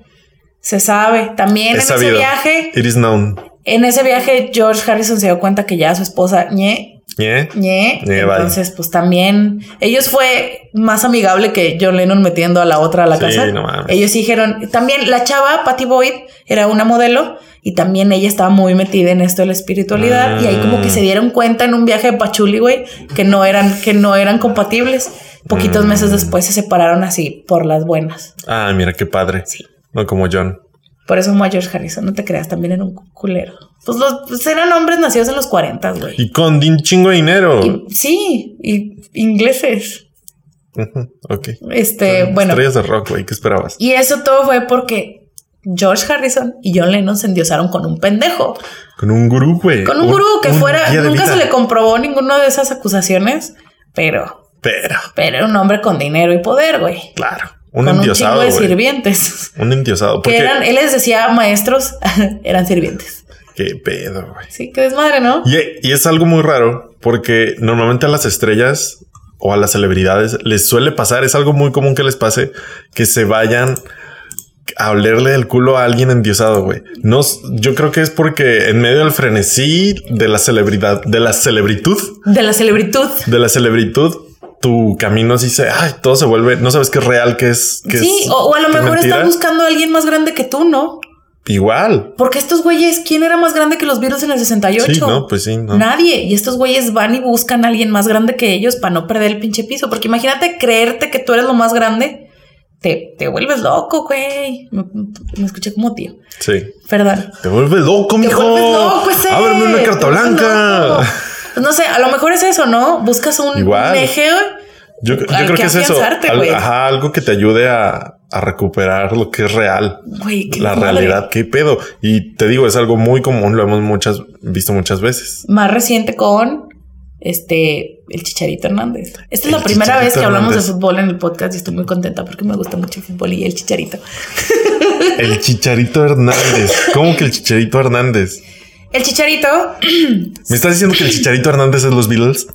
Speaker 2: Se sabe. También
Speaker 1: Es
Speaker 2: en ese
Speaker 1: sabido.
Speaker 2: viaje,
Speaker 1: It is known.
Speaker 2: en ese viaje, George Harrison se dio cuenta que ya su esposa, ñe,
Speaker 1: ¿Eh?
Speaker 2: Ñe.
Speaker 1: Ñe, vale.
Speaker 2: Entonces, pues también ellos fue más amigable que John Lennon metiendo a la otra a la
Speaker 1: Sí,
Speaker 2: casa.
Speaker 1: no mames.
Speaker 2: ellos dijeron, también la chava Patty Boyd era una modelo y también ella estaba muy metida en esto de la espiritualidad y ahí como
Speaker 1: Ah.
Speaker 2: que se dieron cuenta en un viaje de Pachuli, güey, que no eran que no eran compatibles. Poquitos
Speaker 1: Mm.
Speaker 2: meses después se separaron así por las buenas.
Speaker 1: Ah, mira qué padre.
Speaker 2: Sí.
Speaker 1: No como John.
Speaker 2: Por eso amo a George Harrison, no te creas, también era un culero. Pues los pues, eran hombres nacidos en los 40, güey.
Speaker 1: Y con un chingo de dinero.
Speaker 2: Y- sí, y ingleses.
Speaker 1: Ujú, ok.
Speaker 2: Este, bueno,
Speaker 1: Estrellas de rock, güey. ¿Qué esperabas?
Speaker 2: y eso todo fue porque George Harrison y John Lennon se endiosaron con un pendejo,
Speaker 1: Con Eh, un gurú, güey.
Speaker 2: con un gurú que fuera,
Speaker 1: guía de
Speaker 2: nunca
Speaker 1: vida.
Speaker 2: se le comprobó ninguna de esas acusaciones, pero,
Speaker 1: Pero,
Speaker 2: pero era un hombre con dinero y poder, güey.
Speaker 1: claro. Un
Speaker 2: con un chingo
Speaker 1: endiosado,
Speaker 2: de
Speaker 1: güey.
Speaker 2: sirvientes.
Speaker 1: Un endiosado.
Speaker 2: Que
Speaker 1: Porque,
Speaker 2: eran, él les decía maestros, eran sirvientes.
Speaker 1: Qué pedo, güey.
Speaker 2: Sí, que desmadre, ¿no?
Speaker 1: Y, y es algo muy raro porque normalmente a las estrellas o a las celebridades les suele pasar, es algo muy común que les pase, que se vayan a olerle el culo a alguien endiosado, güey. No, s- yo creo que es porque en medio del frenesí de la celebridad, de la celebritud,
Speaker 2: De la celebritud.
Speaker 1: de la celebritud, tu camino así se, ay, todo se vuelve, no sabes qué es real, qué es, qué
Speaker 2: Sí,
Speaker 1: es-
Speaker 2: o, o a lo
Speaker 1: qué es
Speaker 2: mejor
Speaker 1: mentira.
Speaker 2: están buscando a alguien más grande que tú, ¿no?
Speaker 1: Igual.
Speaker 2: Porque estos güeyes, ¿quién era más grande que los virus en el 68?
Speaker 1: Sí, no, pues sí, no.
Speaker 2: Nadie. Y estos güeyes van y buscan a alguien más grande que ellos para no perder el pinche piso. Porque imagínate creerte que tú eres lo más grande. Te, te vuelves loco, güey. Me, me escuché como tío.
Speaker 1: Sí.
Speaker 2: Perdón.
Speaker 1: Te vuelve loco,
Speaker 2: Te
Speaker 1: mijo.
Speaker 2: vuelves loco, ese.
Speaker 1: Ábreme una
Speaker 2: Te
Speaker 1: carta
Speaker 2: vuelves
Speaker 1: blanca.
Speaker 2: loco. Pues no sé, a lo mejor es eso, ¿no? Buscas un,
Speaker 1: Igual.
Speaker 2: un eje.
Speaker 1: Yo, yo
Speaker 2: Al
Speaker 1: creo que
Speaker 2: que
Speaker 1: es eso.
Speaker 2: afianzarte,
Speaker 1: Al-
Speaker 2: güey.
Speaker 1: ajá, algo que te ayude a, a recuperar lo que es real.
Speaker 2: Güey, qué
Speaker 1: la
Speaker 2: madre.
Speaker 1: realidad, qué pedo. Y te digo, es algo muy común, lo hemos muchas, visto muchas veces.
Speaker 2: Más reciente con este el Chicharito Hernández. Esta es
Speaker 1: El
Speaker 2: la primera vez que
Speaker 1: Chicharito
Speaker 2: hablamos de
Speaker 1: Hernández.
Speaker 2: fútbol en el podcast y estoy muy contenta porque me gusta mucho el fútbol y el Chicharito.
Speaker 1: El chicharito Hernández. ¿Cómo que el chicharito Hernández?
Speaker 2: El Chicharito.
Speaker 1: ¿Me estás diciendo que el chicharito Hernández es los Beatles?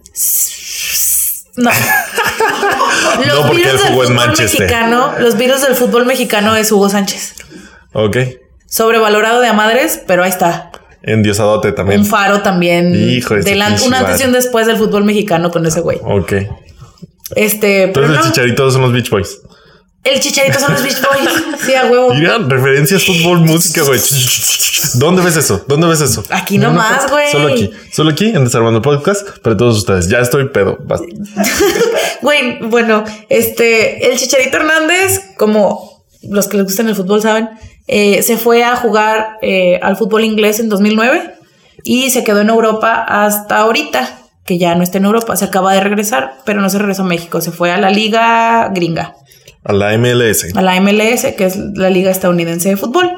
Speaker 2: No. los
Speaker 1: No, porque
Speaker 2: virus
Speaker 1: él
Speaker 2: del
Speaker 1: jugó en
Speaker 2: fútbol
Speaker 1: Manchester.
Speaker 2: mexicano, los virus del fútbol mexicano es Hugo Sánchez.
Speaker 1: Ok.
Speaker 2: Sobrevalorado de a madres, pero ahí está.
Speaker 1: Endiosadote también.
Speaker 2: Un faro también.
Speaker 1: Hijo de su
Speaker 2: Delan-
Speaker 1: pinche
Speaker 2: un antes y un
Speaker 1: madre.
Speaker 2: después del fútbol mexicano con ese güey.
Speaker 1: Ok.
Speaker 2: Este, pero
Speaker 1: Entonces el
Speaker 2: no,
Speaker 1: chicharito son los Beach Boys.
Speaker 2: el chicharito son los Beach Boys. Sí, a huevo.
Speaker 1: Mira, referencias, fútbol, música, güey. ¿Dónde ves eso? ¿Dónde ves eso?
Speaker 2: Aquí nomás, güey.
Speaker 1: Solo aquí. Solo aquí en Desarmando el Podcast para todos ustedes. Ya estoy pedo. Basta.
Speaker 2: Güey, bueno, este, el Chicharito Hernández, como los que les gustan el fútbol saben, eh, se fue a jugar eh, al fútbol inglés en 2009 y se quedó en Europa hasta ahorita, que ya no está en Europa, se acaba de regresar, pero no se regresó a México, se fue a la liga gringa,
Speaker 1: A la MLS.
Speaker 2: a la MLS, que es la liga estadounidense de fútbol.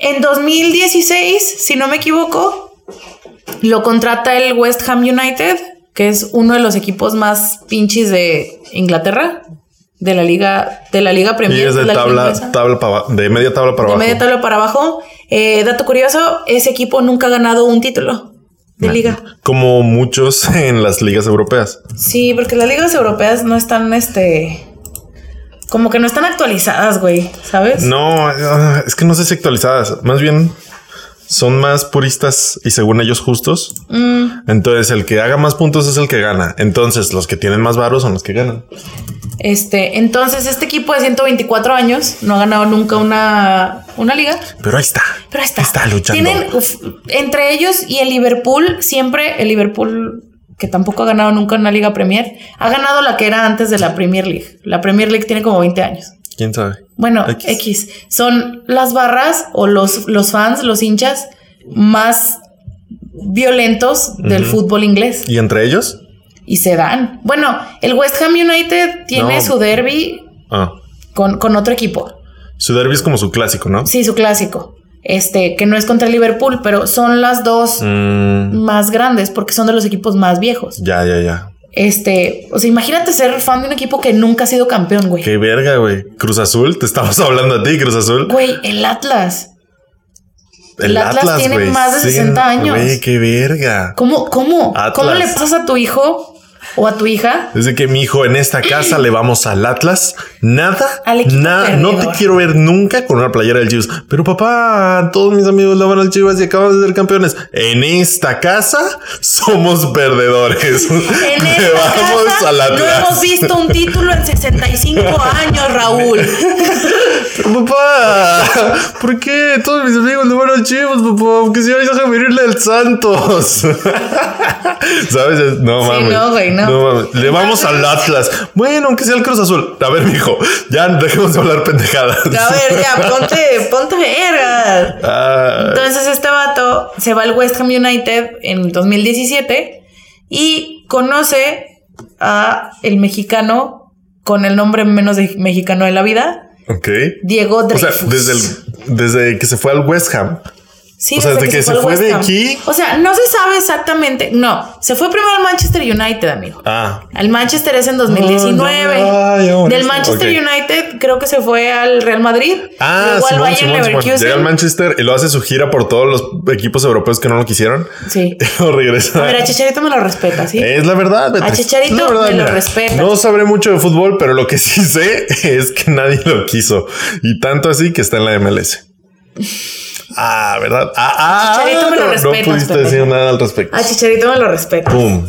Speaker 2: En 2016, si no me equivoco, lo contrata el West Ham United, que es uno de los equipos más pinches de Inglaterra, de la liga, de la liga
Speaker 1: Y
Speaker 2: Premier.
Speaker 1: es de
Speaker 2: la liga
Speaker 1: tabla,
Speaker 2: inglesa.
Speaker 1: tabla para aba- de media tabla para
Speaker 2: de
Speaker 1: abajo.
Speaker 2: media tabla para abajo. Eh, dato curioso, ese equipo nunca ha ganado un título
Speaker 1: Ah,
Speaker 2: de liga.
Speaker 1: Como muchos en las ligas europeas.
Speaker 2: Sí, porque las ligas europeas no están, este, como que no están actualizadas, güey, ¿sabes?
Speaker 1: No, eh, es que no sé si actualizadas. Más bien son más puristas y según ellos justos.
Speaker 2: Mm.
Speaker 1: Entonces el que haga más puntos es el que gana. Entonces los que tienen más varos son los que ganan.
Speaker 2: Este, entonces este equipo de 124 años no ha ganado nunca una, una liga.
Speaker 1: Pero ahí está.
Speaker 2: Pero ahí está.
Speaker 1: Está luchando.
Speaker 2: Tienen uf, entre ellos y el Liverpool, siempre el Liverpool, que tampoco ha ganado nunca una Liga Premier, ha ganado la que era antes de la Premier League. La Premier League tiene como 20 años.
Speaker 1: ¿Quién sabe?
Speaker 2: Bueno, X,
Speaker 1: X.
Speaker 2: son las barras o los, los fans, los hinchas más violentos del fútbol inglés
Speaker 1: ¿Y entre ellos?
Speaker 2: y se dan. Bueno, el West Ham United tiene
Speaker 1: No.
Speaker 2: su derby
Speaker 1: Ah,
Speaker 2: con, con otro equipo.
Speaker 1: Su derby es como su clásico, ¿no?
Speaker 2: Sí, su clásico. Este, que no es contra el Liverpool, pero son las dos
Speaker 1: Mm,
Speaker 2: más grandes porque son de los equipos más viejos.
Speaker 1: ya, ya, ya.
Speaker 2: Este, o sea, imagínate ser fan de un equipo que nunca ha sido campeón, güey.
Speaker 1: Qué verga, güey. Cruz Azul, te estamos hablando a ti, Cruz Azul.
Speaker 2: Güey, el Atlas.
Speaker 1: El,
Speaker 2: el Atlas tiene más de 60 años.
Speaker 1: Güey, qué verga.
Speaker 2: ¿Cómo, cómo,
Speaker 1: Atlas.
Speaker 2: cómo le pasas a tu hijo o a tu hija?
Speaker 1: Desde que mi hijo en esta casa le vamos al Atlas, nada,
Speaker 2: Al equipo
Speaker 1: nada, no te
Speaker 2: perdedor.
Speaker 1: quiero ver nunca con una playera del Chivas. Pero papá, todos mis amigos la van al Chivas y acaban de ser campeones. En esta casa somos perdedores.
Speaker 2: En
Speaker 1: Le
Speaker 2: esta
Speaker 1: vamos
Speaker 2: casa
Speaker 1: al
Speaker 2: no
Speaker 1: Atlas.
Speaker 2: hemos visto un título en 65 años, Raúl.
Speaker 1: Pero, papá, ¿por qué todos mis amigos le van al Chivas, papá? Porque si vais a venirle al Santos. ¿Sabes? No
Speaker 2: Sí,
Speaker 1: mames.
Speaker 2: no, güey, no.
Speaker 1: mames. Le vamos al Atlas. Bueno, aunque sea el Cruz Azul. A ver, mijo, ya dejemos de hablar pendejadas.
Speaker 2: A ver, ya, ponte, ponte verga.
Speaker 1: Ah,
Speaker 2: Entonces este vato se va al West Ham United en el 2017 y conoce a el mexicano con el nombre menos de- mexicano de la vida,
Speaker 1: ok.
Speaker 2: Diego
Speaker 1: O sea,
Speaker 2: Dreyfus.
Speaker 1: desde, el- desde que se fue al West Ham.
Speaker 2: Sí,
Speaker 1: o sea, desde que se
Speaker 2: al
Speaker 1: fue
Speaker 2: West
Speaker 1: de
Speaker 2: Ham.
Speaker 1: aquí.
Speaker 2: O sea, no se sabe exactamente. No, se fue primero al Manchester United, amigo.
Speaker 1: Ah,
Speaker 2: Al Manchester es en 2019.
Speaker 1: Ay, ahora
Speaker 2: Del
Speaker 1: sí.
Speaker 2: Manchester
Speaker 1: Ok.
Speaker 2: United creo que se fue al Real Madrid.
Speaker 1: ah
Speaker 2: luego al
Speaker 1: Simón, Simón,
Speaker 2: Bayern
Speaker 1: Simón.
Speaker 2: Leverkusen.
Speaker 1: Llega al Manchester y lo hace su gira por todos los equipos europeos que no lo quisieron. Y
Speaker 2: Sí.
Speaker 1: luego regresa.
Speaker 2: Mira, Chicharito me lo respeta, ¿sí?
Speaker 1: Es la verdad, Beatriz.
Speaker 2: A Chicharito
Speaker 1: La verdad,
Speaker 2: me lo
Speaker 1: mira,
Speaker 2: respeta.
Speaker 1: No sabré mucho de fútbol, pero lo que sí sé es que nadie lo quiso. Y tanto así que está en la MLS. Ah, ¿verdad? Ah, ah,
Speaker 2: Chicharito me lo
Speaker 1: no,
Speaker 2: respetas, Ah,
Speaker 1: no pudiste
Speaker 2: pendejo.
Speaker 1: decir nada al respecto.
Speaker 2: A Chicharito me lo respeta.
Speaker 1: Pum,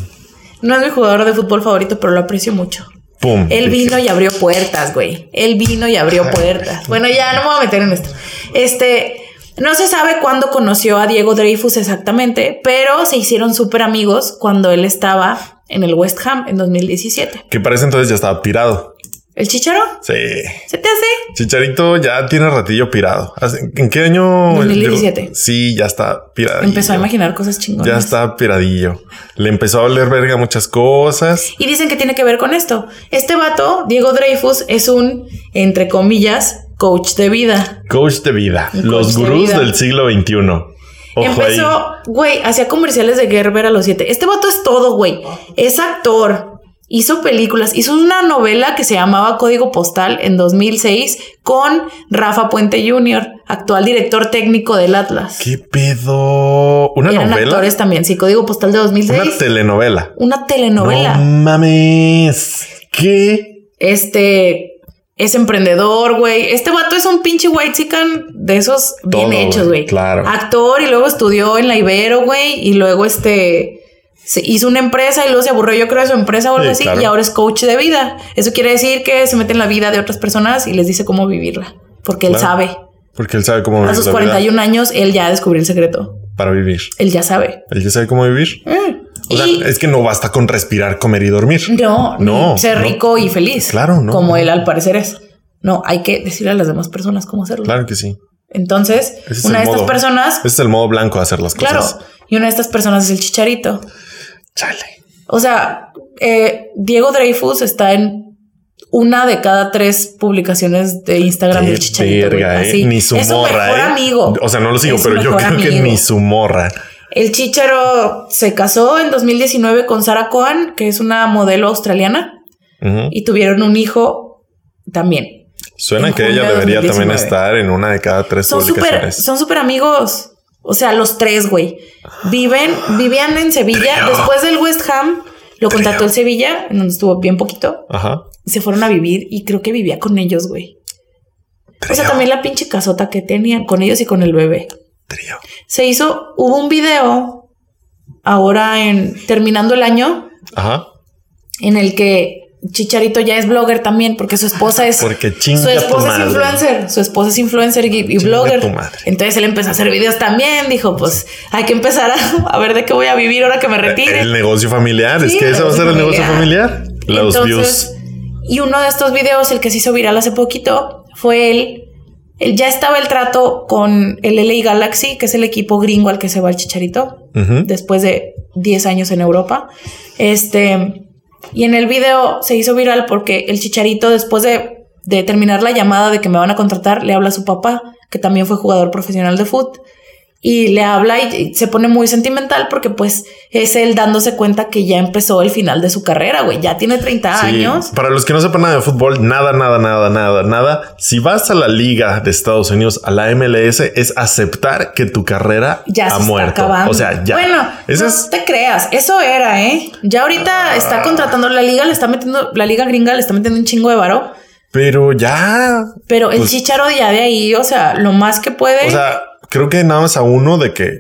Speaker 2: No es mi jugador de fútbol favorito, pero lo aprecio mucho.
Speaker 1: pum.
Speaker 2: Él
Speaker 1: Dije,
Speaker 2: vino y abrió puertas, güey. Él vino y abrió puertas. Bueno, ya no me voy a meter en esto. Este, no se sabe cuándo conoció a Diego Dreyfus exactamente, pero se hicieron súper amigos cuando él estaba en el West Ham en 2017.
Speaker 1: Que parece entonces ya estaba pirado.
Speaker 2: ¿El chicharo?
Speaker 1: Sí.
Speaker 2: ¿Se te hace?
Speaker 1: Chicharito ya tiene ratillo pirado. ¿Hace- ¿En qué año?
Speaker 2: 2017.
Speaker 1: Sí, ya está pirado.
Speaker 2: Empezó a imaginar cosas
Speaker 1: Ya
Speaker 2: chingonas.
Speaker 1: está piradillo. Le empezó a oler verga muchas cosas.
Speaker 2: Y dicen que tiene que ver con esto. Este vato, Diego Dreyfus, es un, entre comillas, coach de vida.
Speaker 1: Coach de vida.
Speaker 2: Un
Speaker 1: los
Speaker 2: coach de
Speaker 1: gurús
Speaker 2: vida.
Speaker 1: del siglo XXI. Ojo ahí.
Speaker 2: Empezó, güey, hacía comerciales de Gerber a los siete. Este vato es todo, güey. Es actor. Hizo películas, hizo una novela que se llamaba Código Postal en 2006 con Rafa Puente Jr., actual director técnico del Atlas.
Speaker 1: ¿Qué pedo? ¿Una
Speaker 2: Eran
Speaker 1: novela?
Speaker 2: actores también, sí, Código Postal de 2006.
Speaker 1: Una telenovela.
Speaker 2: una telenovela.
Speaker 1: No mames. ¿Qué?
Speaker 2: Este es emprendedor, güey. Este vato es un pinche white chican de esos bien
Speaker 1: Todo,
Speaker 2: hechos,
Speaker 1: güey,
Speaker 2: güey.
Speaker 1: claro.
Speaker 2: Actor y luego estudió en la Ibero, güey. Y luego este se hizo una empresa y luego se aburrió, yo creo, de su empresa o algo
Speaker 1: Sí,
Speaker 2: así.
Speaker 1: claro.
Speaker 2: Y ahora es coach de vida. Eso quiere decir que se mete en la vida de otras personas y les dice cómo vivirla. Porque él
Speaker 1: Claro.
Speaker 2: sabe.
Speaker 1: Porque él sabe cómo
Speaker 2: A
Speaker 1: vivir.
Speaker 2: sus
Speaker 1: la vida
Speaker 2: 41 años, él ya descubrió el secreto.
Speaker 1: para vivir.
Speaker 2: Él ya sabe.
Speaker 1: Él ya sabe cómo vivir. O sea,
Speaker 2: Y-
Speaker 1: es que no basta con respirar, comer y dormir.
Speaker 2: No,
Speaker 1: No,
Speaker 2: Ser
Speaker 1: no.
Speaker 2: rico y feliz.
Speaker 1: Claro, no,
Speaker 2: Como
Speaker 1: no.
Speaker 2: él al parecer es. No, hay que decirle a las demás personas cómo hacerlo.
Speaker 1: Claro que sí.
Speaker 2: Entonces,
Speaker 1: Ese es
Speaker 2: una de
Speaker 1: el
Speaker 2: estas
Speaker 1: modo.
Speaker 2: personas,
Speaker 1: Ese es el modo blanco de hacer las
Speaker 2: claro,
Speaker 1: cosas.
Speaker 2: y una de estas personas es el chicharito.
Speaker 1: Chale.
Speaker 2: O sea, eh, Diego Dreyfus está en una de cada tres publicaciones de Instagram del
Speaker 1: Qué
Speaker 2: chicharito.
Speaker 1: verga,
Speaker 2: güey,
Speaker 1: eh.
Speaker 2: así.
Speaker 1: Ni su
Speaker 2: es su
Speaker 1: morra,
Speaker 2: mejor
Speaker 1: eh.
Speaker 2: amigo.
Speaker 1: O sea, no lo sigo,
Speaker 2: Es su
Speaker 1: pero yo
Speaker 2: mejor
Speaker 1: creo que
Speaker 2: amigo.
Speaker 1: ni su morra.
Speaker 2: El chicharo se casó en 2019 con Sarah Cohen, que es una modelo australiana,
Speaker 1: Ujú.
Speaker 2: y tuvieron un hijo también.
Speaker 1: Suena
Speaker 2: en
Speaker 1: que ella
Speaker 2: junio de
Speaker 1: debería
Speaker 2: 2019.
Speaker 1: también estar en una de cada tres
Speaker 2: son súper
Speaker 1: publicaciones.
Speaker 2: son súper amigos. O sea, los tres, güey. Viven, vivían en Sevilla.
Speaker 1: Trío.
Speaker 2: Después del West Ham,
Speaker 1: Trío.
Speaker 2: lo contrató en Sevilla, en donde estuvo bien poquito.
Speaker 1: Ajá.
Speaker 2: Se fueron a vivir y creo que vivía con ellos, güey. O sea,
Speaker 1: Trío.
Speaker 2: también la pinche casota que tenían con ellos y con el bebé.
Speaker 1: Trío.
Speaker 2: Se hizo, hubo un video ahora en terminando el año
Speaker 1: Ajá.
Speaker 2: en el que Chicharito ya es blogger también, porque su esposa es
Speaker 1: Porque chinga
Speaker 2: Su
Speaker 1: tu
Speaker 2: esposa es
Speaker 1: madre.
Speaker 2: influencer, su esposa es influencer y, y
Speaker 1: Chinga
Speaker 2: blogger.
Speaker 1: tu madre.
Speaker 2: Entonces él empezó a hacer videos también. Dijo, pues hay que empezar a, a ver de qué voy a vivir ahora que me retire.
Speaker 1: El negocio familiar, es
Speaker 2: Sí,
Speaker 1: que ese va a ser el negocio
Speaker 2: negocio
Speaker 1: familiar. Los
Speaker 2: Entonces, Y uno de estos videos, el que se hizo viral hace poquito, fue él. él ya estaba el trato con el LA Galaxy, que es el equipo gringo al que se va el chicharito,
Speaker 1: views. Ujú.
Speaker 2: después de 10 años en Europa. Este, y en el video se hizo viral porque el chicharito, después de de terminar la llamada de que me van a contratar, le habla a su papá, que también fue jugador profesional de fútbol. Y le habla y se pone muy sentimental porque pues es él dándose cuenta que ya empezó el final de su carrera, güey. Ya tiene 30
Speaker 1: Sí,
Speaker 2: años.
Speaker 1: Para los que no sepan nada de fútbol, nada, nada, nada, nada, nada. Si vas a la liga de Estados Unidos, a la MLS, es aceptar que tu carrera
Speaker 2: Ya
Speaker 1: ha
Speaker 2: se
Speaker 1: muerto.
Speaker 2: está acabando.
Speaker 1: O sea, ya.
Speaker 2: Bueno,
Speaker 1: Ese
Speaker 2: no
Speaker 1: es Ah.
Speaker 2: te creas. Eso era, ¿eh? Ya ahorita está contratando la liga, le está metiendo, la liga gringa le está metiendo un chingo de varo.
Speaker 1: Pero ya.
Speaker 2: Pero el
Speaker 1: Pues-
Speaker 2: chicharo ya de ahí, o sea, lo más que puede.
Speaker 1: O sea, creo que nada más a uno de que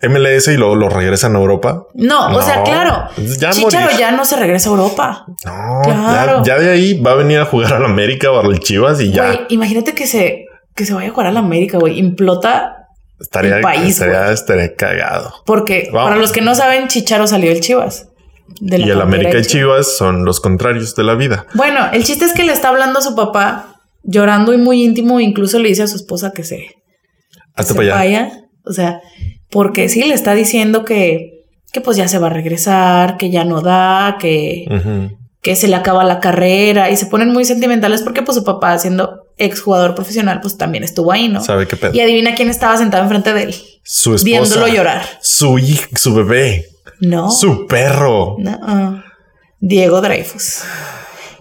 Speaker 1: MLS y luego lo regresan a Europa.
Speaker 2: no, o sea,
Speaker 1: no,
Speaker 2: claro.
Speaker 1: ya
Speaker 2: chicharo
Speaker 1: morir.
Speaker 2: ya no se regresa a Europa.
Speaker 1: No,
Speaker 2: Claro.
Speaker 1: ya, ya de ahí va a venir a jugar al América o al Chivas y ya
Speaker 2: Güey, imagínate que se, que se vaya a jugar a la América, güey. Implota
Speaker 1: estaría,
Speaker 2: el país,
Speaker 1: estaría, estaría cagado.
Speaker 2: porque
Speaker 1: Vamos.
Speaker 2: para los que no saben, Chicharo salió el Chivas. de la
Speaker 1: Y el
Speaker 2: cantera
Speaker 1: América
Speaker 2: de
Speaker 1: y Chivas son los contrarios de la vida.
Speaker 2: Bueno, el chiste es que le está hablando a su papá, llorando y muy íntimo, incluso le dice a su esposa que se,
Speaker 1: Hasta
Speaker 2: se
Speaker 1: para allá.
Speaker 2: vaya. O sea, porque sí, le está diciendo que, que pues ya se va a regresar, que ya no da, que,
Speaker 1: Ujú.
Speaker 2: que se le acaba la carrera y se ponen muy sentimentales porque pues su papá siendo exjugador profesional pues también estuvo ahí, ¿no?
Speaker 1: ¿Sabe qué pedo?
Speaker 2: Y adivina quién estaba sentado enfrente de él,
Speaker 1: Su esposa.
Speaker 2: viéndolo llorar.
Speaker 1: Su hij- su bebé,
Speaker 2: No.
Speaker 1: su perro.
Speaker 2: No. Diego Dreyfus.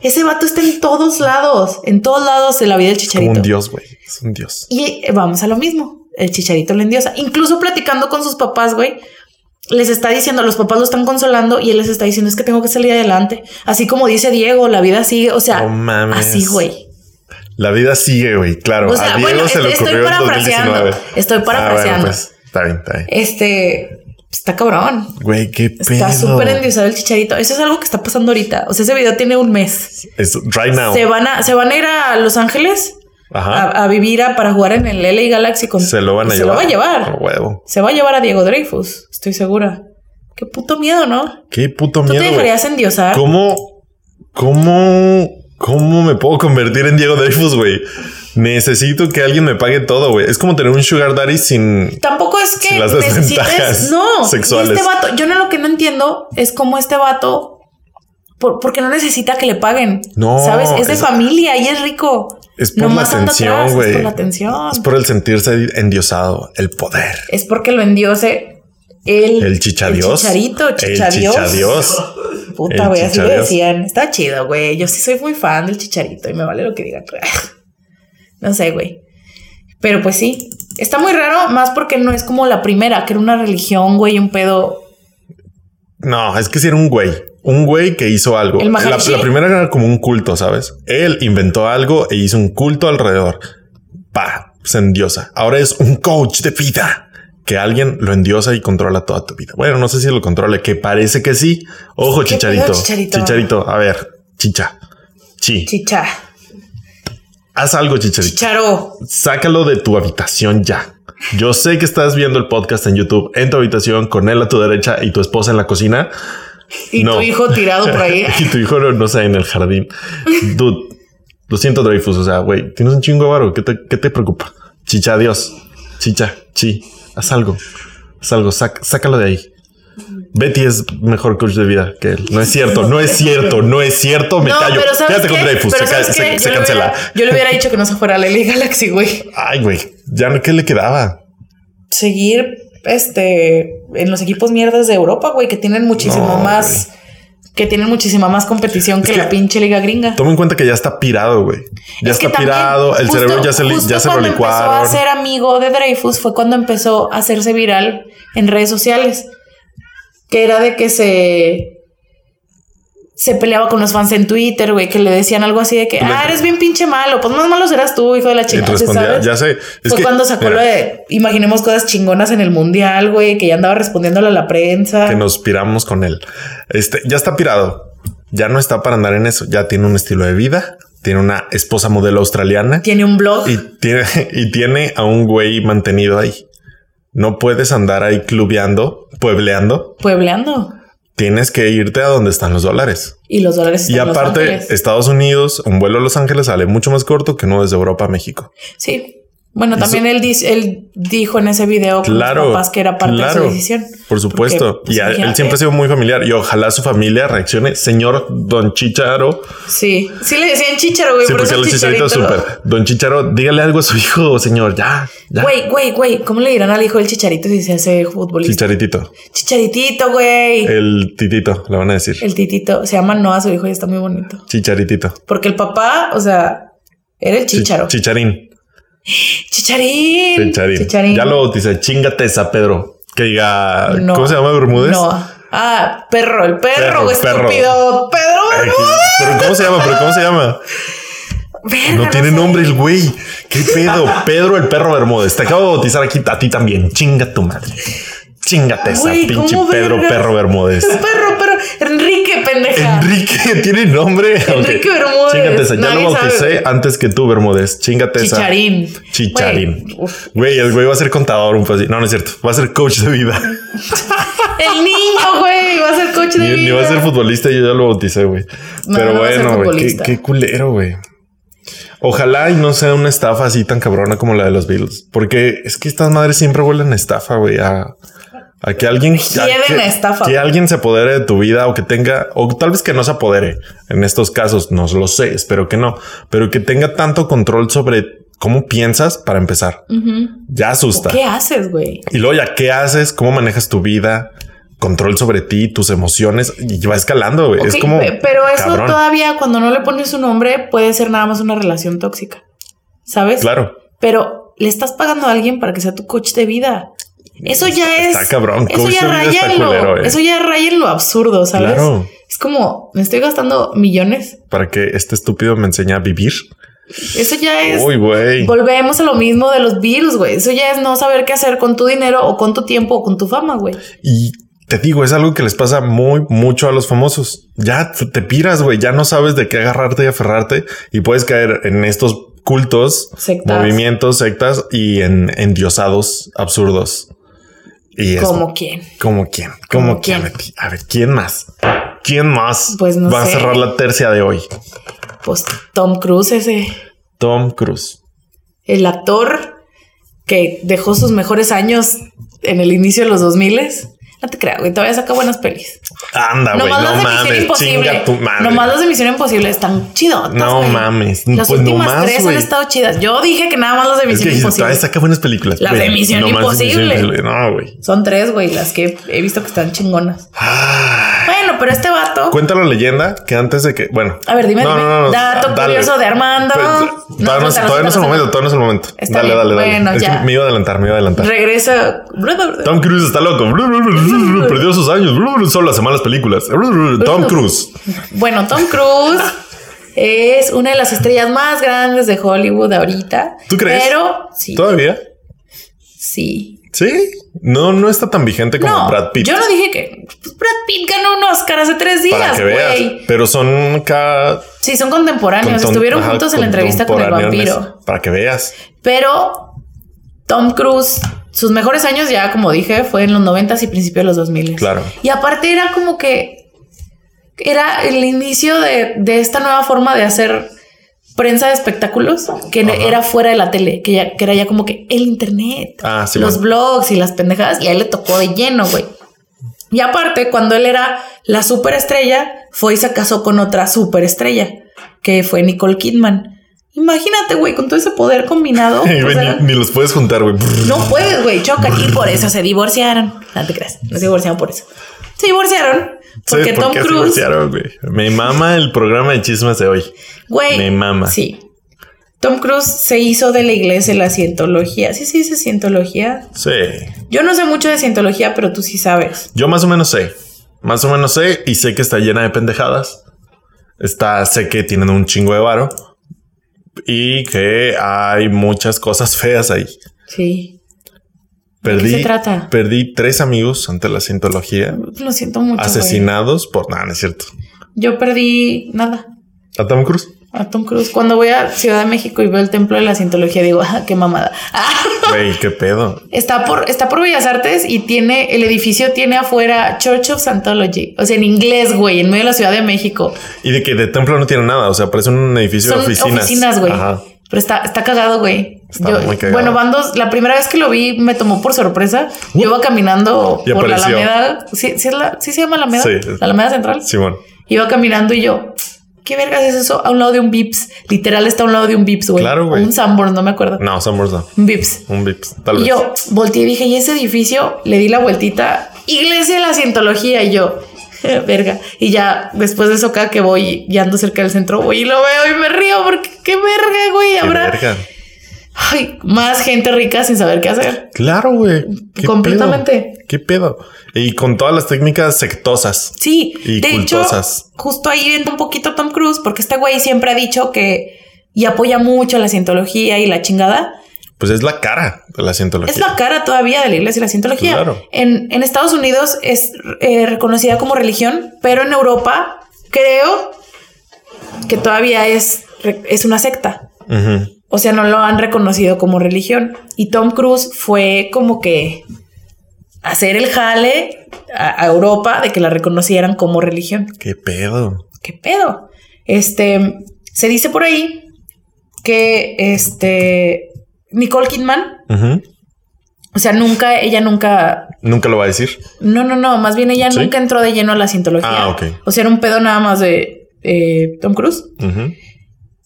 Speaker 2: Ese vato está en todos lados, en todos lados de la vida del
Speaker 1: Como
Speaker 2: chicharito.
Speaker 1: un dios, güey. Es un dios.
Speaker 2: Y eh, vamos a lo mismo. El chicharito lo endiosa. Incluso platicando con sus papás, güey. Les está diciendo, los papás lo están consolando y él les está diciendo, es que tengo que salir adelante. Así como dice Diego, la vida sigue. O sea,
Speaker 1: No mames.
Speaker 2: así, güey.
Speaker 1: La vida sigue, güey. Claro.
Speaker 2: O sea,
Speaker 1: a Diego
Speaker 2: bueno,
Speaker 1: se
Speaker 2: es-
Speaker 1: le
Speaker 2: estoy
Speaker 1: ocurrió en
Speaker 2: parafraseando,
Speaker 1: 2019.
Speaker 2: estoy
Speaker 1: Ah, bueno,
Speaker 2: parafraseando.
Speaker 1: pues, está bien, está bien.
Speaker 2: Este está cabrón.
Speaker 1: Güey, qué
Speaker 2: Está
Speaker 1: pedo.
Speaker 2: súper endiosado el chicharito. Eso es algo que está pasando ahorita. O sea, ese video tiene un mes.
Speaker 1: Es right now.
Speaker 2: Se van a, se van a ir a Los Ángeles
Speaker 1: Ajá.
Speaker 2: a, a vivir a- para jugar en el LA Galaxy con
Speaker 1: Ah. se lo van a
Speaker 2: se
Speaker 1: llevar.
Speaker 2: va a llevar.
Speaker 1: A huevo.
Speaker 2: Se va a llevar a Diego Dreyfus, estoy segura. Qué puto miedo, ¿no?
Speaker 1: Qué puto
Speaker 2: ¿Tú
Speaker 1: miedo.
Speaker 2: te
Speaker 1: güey.
Speaker 2: dejarías endiosar?
Speaker 1: ¿Cómo? ¿Cómo? ¿Cómo me puedo convertir en Diego Dreyfus, güey? Necesito que alguien me pague todo, güey. Es como tener un sugar daddy sin...
Speaker 2: Tampoco es que
Speaker 1: Sin las
Speaker 2: necesites.
Speaker 1: desventajas
Speaker 2: No, y
Speaker 1: sexuales.
Speaker 2: este vato, yo no lo que no entiendo es cómo este vato, por- porque no necesita que le paguen.
Speaker 1: No,
Speaker 2: sabes, es de
Speaker 1: es-
Speaker 2: familia y es rico.
Speaker 1: Es por
Speaker 2: Nomás
Speaker 1: la
Speaker 2: anda atrás,
Speaker 1: atención,
Speaker 2: Es
Speaker 1: güey.
Speaker 2: por la atención.
Speaker 1: Es por el sentirse endiosado, el poder,
Speaker 2: Es porque lo endiose él.
Speaker 1: el chichadios.
Speaker 2: El chicharito, chichadios.
Speaker 1: El chichadios.
Speaker 2: Puta,
Speaker 1: El
Speaker 2: güey, así lo
Speaker 1: chichadios.
Speaker 2: decían. Está chido, güey. Yo sí soy muy fan del chicharito y me vale lo que digan. No sé, güey. Pero pues sí. Está muy raro, más porque no es como la primera, que era una religión, güey, un pedo.
Speaker 1: No, es que si era un güey. Un güey que hizo algo.
Speaker 2: ¿El
Speaker 1: La,
Speaker 2: Maharishi?
Speaker 1: la primera era como un culto, ¿sabes? Él inventó algo e hizo un culto alrededor. Pa, se endiosa. Ahora es un coach de vida. Que alguien lo endiosa y controla toda tu vida. Bueno, no sé si lo controle, que parece que sí. Ojo,
Speaker 2: ¿Qué pedo,
Speaker 1: chicharito.
Speaker 2: Chicharito?
Speaker 1: Chicharito. a ver, chicha. Chi.
Speaker 2: Chicha.
Speaker 1: Haz algo, chicharito.
Speaker 2: Chicharo.
Speaker 1: Sácalo de tu habitación ya. Yo sé que estás viendo el podcast en YouTube en tu habitación con él a tu derecha y tu esposa en la cocina.
Speaker 2: Y
Speaker 1: No.
Speaker 2: tu hijo tirado por ahí.
Speaker 1: y tu hijo no, no sé, en el jardín. Dude, lo siento, Dreyfus. O sea, güey, tienes un chingo de varo. ¿Qué te, qué te preocupa? Chicha, adiós. Chicha, chi. Haz algo. Haz algo. sac- sácalo de ahí. Betty es mejor coach de vida que él. No es cierto, no es cierto, no es cierto. Me
Speaker 2: no,
Speaker 1: callo.
Speaker 2: pero ¿sabes
Speaker 1: Quédate
Speaker 2: qué?
Speaker 1: con Dreyfus.
Speaker 2: Pero
Speaker 1: Se, ca-
Speaker 2: ¿sabes
Speaker 1: se-
Speaker 2: qué?
Speaker 1: se
Speaker 2: Yo le
Speaker 1: cancela.
Speaker 2: hubiera- yo le hubiera dicho que no se fuera a la Liga Galaxy, güey.
Speaker 1: Ay, güey. Ya no, ¿qué le quedaba?
Speaker 2: seguir este en los equipos mierdas de Europa, güey, que tienen muchísimo
Speaker 1: No,
Speaker 2: más que tienen muchísima más competición que,
Speaker 1: que-
Speaker 2: la pinche liga gringa.
Speaker 1: Toma en cuenta que ya está pirado, güey. Ya
Speaker 2: Es que
Speaker 1: está
Speaker 2: también,
Speaker 1: pirado. El
Speaker 2: justo-
Speaker 1: cerebro ya se, li-
Speaker 2: justo
Speaker 1: ya se lo
Speaker 2: cuando empezó a
Speaker 1: licuaron.
Speaker 2: ser amigo de Dreyfus fue cuando empezó a hacerse viral en redes sociales. Que era de que se se peleaba con los fans en Twitter, güey, que le decían algo así de que,
Speaker 1: Tú le-
Speaker 2: ah, eres bien pinche malo, pues más malo serás tú, hijo de la
Speaker 1: Y
Speaker 2: chingada,
Speaker 1: respondía,
Speaker 2: ¿sabes?
Speaker 1: ya sé. Es
Speaker 2: Fue
Speaker 1: que-
Speaker 2: cuando sacó
Speaker 1: mira.
Speaker 2: lo de imaginemos cosas chingonas en el mundial, güey, que ya andaba respondiéndole a la prensa.
Speaker 1: que nos piramos con él. Este ya está pirado, ya no está para andar en eso. Ya tiene un estilo de vida, tiene una esposa modelo australiana
Speaker 2: Tiene un blog.
Speaker 1: y tiene, y tiene a un güey mantenido ahí. No puedes andar ahí clubeando, puebleando.
Speaker 2: Puebleando.
Speaker 1: Tienes que irte a donde están los dólares.
Speaker 2: Y los dólares
Speaker 1: Y
Speaker 2: están en Los
Speaker 1: aparte,
Speaker 2: Ángeles.
Speaker 1: Estados Unidos, un vuelo a Los Ángeles sale mucho más corto que uno desde Europa a México.
Speaker 2: Sí. Bueno, también él, dis- él dijo en ese video con los
Speaker 1: Claro,
Speaker 2: papás que era parte de
Speaker 1: claro,
Speaker 2: su decisión.
Speaker 1: Por supuesto.
Speaker 2: Porque, pues,
Speaker 1: y a- él
Speaker 2: imagínate.
Speaker 1: siempre ha sido muy familiar y ojalá su familia reaccione. Señor Don Chicharo.
Speaker 2: Sí, sí le decían chicharo, güey.
Speaker 1: Sí, pues
Speaker 2: por
Speaker 1: porque el
Speaker 2: eso
Speaker 1: chicharito
Speaker 2: chicharito.
Speaker 1: es súper. Don Chicharo, dígale algo a su hijo, señor. Ya, ya.
Speaker 2: Güey, güey, güey, ¿cómo le dirán al hijo del chicharito si se hace futbolista?
Speaker 1: Chicharitito.
Speaker 2: Chicharitito, güey. El...
Speaker 1: El titito, le van a decir.
Speaker 2: titito. Se llama Noah su hijo y está muy bonito.
Speaker 1: Chicharitito.
Speaker 2: Porque el papá, o sea, era el
Speaker 1: Chi-
Speaker 2: chicharo.
Speaker 1: Chicharín.
Speaker 2: chicharín.
Speaker 1: Chicharín. Ya lo bautiza. Chingate esa, Pedro. Que diga.
Speaker 2: No.
Speaker 1: ¿Cómo se llama Bermúdez?
Speaker 2: Noah. Ah, perro, el
Speaker 1: Perro,
Speaker 2: perro, güey,
Speaker 1: perro.
Speaker 2: estúpido. Pedro
Speaker 1: Ay,
Speaker 2: Bermúdez.
Speaker 1: Pero ¿cómo se llama? ¿Pero cómo se llama?
Speaker 2: Verga,
Speaker 1: No tiene
Speaker 2: sé.
Speaker 1: nombre el güey. ¿Qué pedo? Pedro el perro Bermúdez. Te acabo de bautizar aquí a ti también. Chinga tu madre. Chingate esa
Speaker 2: Güey,
Speaker 1: pinche
Speaker 2: ¿cómo
Speaker 1: Pedro
Speaker 2: vergas?
Speaker 1: perro Bermúdez.
Speaker 2: Perro, perro. Enrique, pendeja.
Speaker 1: Enrique tiene nombre. Ok.
Speaker 2: Enrique Bermúdez.
Speaker 1: Chingate esa. Ya
Speaker 2: Nadie
Speaker 1: lo bauticé
Speaker 2: sabe, güey.
Speaker 1: antes que tú, Bermúdez. Chingate esa.
Speaker 2: Chicharín.
Speaker 1: Chicharín.
Speaker 2: Güey, uf.
Speaker 1: Güey, el güey va a ser contador un poco así. No, no es cierto. Va a ser coach de vida.
Speaker 2: El niño, güey, va a ser coche de
Speaker 1: Ni, ni va a
Speaker 2: vida.
Speaker 1: ser futbolista, yo ya lo bauticé, güey.
Speaker 2: No,
Speaker 1: Pero
Speaker 2: no va a ser
Speaker 1: bueno, güey, qué,
Speaker 2: futbolista.
Speaker 1: qué culero, güey. Ojalá y no sea una estafa así tan cabrona como la de los Beatles, porque es que estas madres siempre huelen a estafa, güey. A, a que alguien a
Speaker 2: Lleven
Speaker 1: que,
Speaker 2: a estafa,
Speaker 1: que
Speaker 2: güey.
Speaker 1: alguien se apodere de tu vida o que tenga, o tal vez que no se apodere en estos casos, no lo sé, espero que no, pero que tenga tanto control sobre cómo piensas para empezar.
Speaker 2: Ujú.
Speaker 1: Ya asusta.
Speaker 2: ¿Qué haces, güey?
Speaker 1: Y luego ya, ¿qué haces? ¿Cómo manejas tu vida? Control sobre ti, tus emociones. Y va escalando, güey. es
Speaker 2: Ok,
Speaker 1: como...
Speaker 2: pe- Pero eso
Speaker 1: cabrón.
Speaker 2: todavía, cuando no le pones su nombre, puede ser nada más una relación tóxica. ¿Sabes?
Speaker 1: Claro.
Speaker 2: Pero le estás pagando a alguien para que sea tu coach de vida. Eso ya es.
Speaker 1: Está cabrón.
Speaker 2: Eso
Speaker 1: Coach de
Speaker 2: ya
Speaker 1: vida está
Speaker 2: raya en lo-
Speaker 1: culero, eh.
Speaker 2: Eso ya raya en lo absurdo, ¿sabes?
Speaker 1: Claro.
Speaker 2: Es como, me estoy gastando millones.
Speaker 1: Para que este estúpido me enseñe a vivir.
Speaker 2: Eso ya es.
Speaker 1: Uy, güey.
Speaker 2: Volvemos a lo mismo de los virus, güey. Eso ya es no saber qué hacer con tu dinero o con tu tiempo o con tu fama, güey.
Speaker 1: Y te digo, es algo que les pasa muy, mucho a los famosos. Ya te- te piras, güey. Ya no sabes de qué agarrarte y aferrarte. Y puedes caer en estos cultos,
Speaker 2: Sectas.
Speaker 1: movimientos, sectas y en endiosados absurdos. Y es
Speaker 2: Como quién.
Speaker 1: ¿Cómo quién? ¿Cómo,
Speaker 2: ¿Cómo
Speaker 1: quién?
Speaker 2: quién?
Speaker 1: Betty? A ver, ¿quién más? ¿Quién más
Speaker 2: Pues no
Speaker 1: va a
Speaker 2: sé.
Speaker 1: cerrar la tercia de hoy?
Speaker 2: Pues Tom Cruise, ese,
Speaker 1: Tom Cruise.
Speaker 2: el actor que dejó sus mejores años en el inicio de los 2000 No te creas, güey. Todavía saca buenas pelis.
Speaker 1: Anda, Ah, güey,
Speaker 2: nomás
Speaker 1: no
Speaker 2: las de Misión
Speaker 1: mames,
Speaker 2: Imposible.
Speaker 1: chinga tu madre.
Speaker 2: Nomás las de Misión Imposible están chidotas.
Speaker 1: No
Speaker 2: güey.
Speaker 1: mames,
Speaker 2: Las
Speaker 1: pues
Speaker 2: últimas
Speaker 1: nomás,
Speaker 2: tres
Speaker 1: güey.
Speaker 2: han estado chidas. Yo dije que nada más las de
Speaker 1: es que
Speaker 2: Misión
Speaker 1: dices,
Speaker 2: Imposible.
Speaker 1: todavía saca buenas películas.
Speaker 2: Las de
Speaker 1: güey.
Speaker 2: Misión
Speaker 1: Nomás de
Speaker 2: Imposible.
Speaker 1: No, güey.
Speaker 2: Son tres, güey, las que he visto que están chingonas.
Speaker 1: Ah,
Speaker 2: Bueno, pero este vato.
Speaker 1: Cuenta la leyenda que antes de que, bueno.
Speaker 2: A ver, dime,
Speaker 1: No,
Speaker 2: dime.
Speaker 1: no, no,
Speaker 2: Dato
Speaker 1: dale.
Speaker 2: curioso de Armando.
Speaker 1: Pues,
Speaker 2: No,
Speaker 1: todavía no, es-
Speaker 2: suéltalo,
Speaker 1: todavía no es el
Speaker 2: suéltalo,
Speaker 1: momento, todavía no es el momento.
Speaker 2: Está
Speaker 1: dale,
Speaker 2: bien,
Speaker 1: dale, dale.
Speaker 2: bueno,
Speaker 1: es que
Speaker 2: ya.
Speaker 1: me iba a adelantar, me iba a adelantar.
Speaker 2: Regresa.
Speaker 1: Tom Cruise está loco. Perdió sus años. Solo las malas películas. Tom Cruise.
Speaker 2: Bueno, Tom Cruise es una de las estrellas más grandes de Hollywood ahorita.
Speaker 1: ¿Tú crees?
Speaker 2: Pero sí.
Speaker 1: ¿Todavía?
Speaker 2: Sí.
Speaker 1: Sí. No, no está tan vigente como
Speaker 2: No,
Speaker 1: Brad Pitt.
Speaker 2: yo no dije que pues, Brad Pitt ganó un Oscar hace tres
Speaker 1: para
Speaker 2: días,
Speaker 1: que veas.
Speaker 2: güey.
Speaker 1: Pero son cada.
Speaker 2: Sí, son contemporáneos.
Speaker 1: contón-
Speaker 2: Estuvieron
Speaker 1: ajá,
Speaker 2: juntos en la entrevista con el
Speaker 1: contemporáneos,
Speaker 2: vampiro.
Speaker 1: Para que veas.
Speaker 2: Pero Tom Cruise, sus mejores años ya, como dije, fue en los 90 y principios de los 2000.
Speaker 1: Claro.
Speaker 2: Y aparte era como que era el inicio de, de esta nueva forma de hacer prensa de espectáculos que
Speaker 1: Ajá.
Speaker 2: era fuera de la tele, que, ya, que era ya como que el internet,
Speaker 1: Ah, sí,
Speaker 2: los
Speaker 1: bueno.
Speaker 2: blogs y las pendejadas, y a él le tocó de lleno, güey. Y aparte, cuando él era la superestrella, fue y se casó con otra superestrella, que fue Nicole Kidman. Imagínate, güey, con todo ese poder combinado.
Speaker 1: Ey,
Speaker 2: o
Speaker 1: güey,
Speaker 2: sea,
Speaker 1: ni, ni los puedes juntar, güey.
Speaker 2: no puedes, güey, choca. Y por eso se divorciaron. No te creas, no se divorciaron por eso. Se divorciaron
Speaker 1: ¿Sabes
Speaker 2: porque
Speaker 1: por
Speaker 2: Tom
Speaker 1: qué se
Speaker 2: Cruise.
Speaker 1: divorciaron, güey? Me mama el programa de chismes de hoy.
Speaker 2: Güey.
Speaker 1: Me mama.
Speaker 2: Sí. Tom Cruise se hizo de la iglesia de la cientología. Sí, sí, dice cientología.
Speaker 1: Sí.
Speaker 2: Yo no sé mucho de cientología, pero tú sí sabes.
Speaker 1: Yo más o menos sé. Más o menos sé y sé que está llena de pendejadas. Está, sé que tienen un chingo de varo y que hay muchas cosas feas ahí.
Speaker 2: Sí. ¿De qué
Speaker 1: Perdí,
Speaker 2: se trata?
Speaker 1: perdí tres amigos ante la cientología
Speaker 2: Lo siento mucho. güey.
Speaker 1: asesinados por nada, no es cierto.
Speaker 2: Yo perdí nada
Speaker 1: A Tom Cruise.
Speaker 2: a Tom Cruise. Cuando voy a Ciudad de México y veo el templo de la cientología, digo, ah, qué mamada. Ah.
Speaker 1: Güey, qué pedo.
Speaker 2: Está por, está por Bellas Artes y tiene, el edificio tiene afuera Church of Scientology. O sea, en inglés, güey, en medio de la Ciudad de México.
Speaker 1: Y de que de templo no tiene nada. O sea, parece un edificio
Speaker 2: Son
Speaker 1: de oficinas.
Speaker 2: oficinas, güey.
Speaker 1: Ajá.
Speaker 2: Pero está, está cagado, güey.
Speaker 1: Está
Speaker 2: Yo-
Speaker 1: muy cagado.
Speaker 2: Bueno, van dos. La primera vez que lo vi me tomó por sorpresa. Yo iba caminando
Speaker 1: Y
Speaker 2: por
Speaker 1: Uh, apareció.
Speaker 2: la Alameda. ¿Sí, sí es la- sí se llama Alameda?
Speaker 1: Sí.
Speaker 2: La Alameda Central.
Speaker 1: Simón.
Speaker 2: Iba caminando y yo, ¿qué vergas es eso? A un lado de un Vips. Literal está a un lado de un Vips, güey.
Speaker 1: Claro, güey.
Speaker 2: Un Sanborn, no me acuerdo.
Speaker 1: No, Summers no.
Speaker 2: Un Vips.
Speaker 1: Un Vips, tal
Speaker 2: Y
Speaker 1: vez.
Speaker 2: yo volteé y dije, ¿y ese edificio? Le di la vueltita. Iglesia de la Cientología. Y yo, verga. Y ya después de eso, cada que voy y ando cerca del centro, voy y lo veo y me río porque qué verga, güey.
Speaker 1: Qué
Speaker 2: Habrá
Speaker 1: verga.
Speaker 2: ay, más gente rica sin saber qué hacer.
Speaker 1: Claro, güey. ¿Qué
Speaker 2: Completamente.
Speaker 1: pedo? ¿Qué pedo? Y con todas las técnicas sectosas.
Speaker 2: Sí,
Speaker 1: Y
Speaker 2: de
Speaker 1: cultosas.
Speaker 2: hecho, justo ahí entra un poquito Tom Cruise, porque este güey siempre ha dicho que y apoya mucho la cientología y la chingada.
Speaker 1: Pues es la cara de la cientología.
Speaker 2: Es la cara todavía de la iglesia y la cientología.
Speaker 1: Claro.
Speaker 2: En, en Estados Unidos es eh, reconocida como religión, pero en Europa creo que todavía es, re- es una secta.
Speaker 1: Ujú.
Speaker 2: O sea, no lo han reconocido como religión. Y Tom Cruise fue como que hacer el jale a- a Europa de que la reconocieran como religión.
Speaker 1: ¿Qué pedo?
Speaker 2: ¿qué pedo? Este, se dice por ahí que este Nicole Kidman,
Speaker 1: Ujú.
Speaker 2: o sea, nunca, ella nunca,
Speaker 1: Nunca lo va a decir.
Speaker 2: no, no, no, más bien ella
Speaker 1: ¿Sí?
Speaker 2: nunca entró de lleno a la cientología.
Speaker 1: Ah, ok.
Speaker 2: O sea, era un pedo nada más de eh, Tom Cruise.
Speaker 1: Ujú.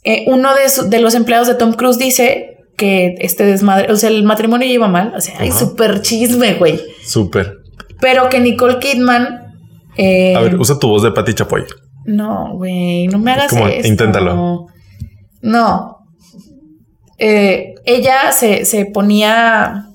Speaker 2: Eh, uno de, su- de los empleados de Tom Cruise dice que este desmadre, o sea, el matrimonio ya iba mal, o sea, hay
Speaker 1: Ajá.
Speaker 2: súper chisme, güey.
Speaker 1: Súper.
Speaker 2: Pero que Nicole Kidman... eh,
Speaker 1: A ver, usa tu voz de Pati Chapoy.
Speaker 2: No, güey, no me hagas
Speaker 1: ¿Cómo?
Speaker 2: esto.
Speaker 1: Inténtalo.
Speaker 2: No. Eh, ella se, se ponía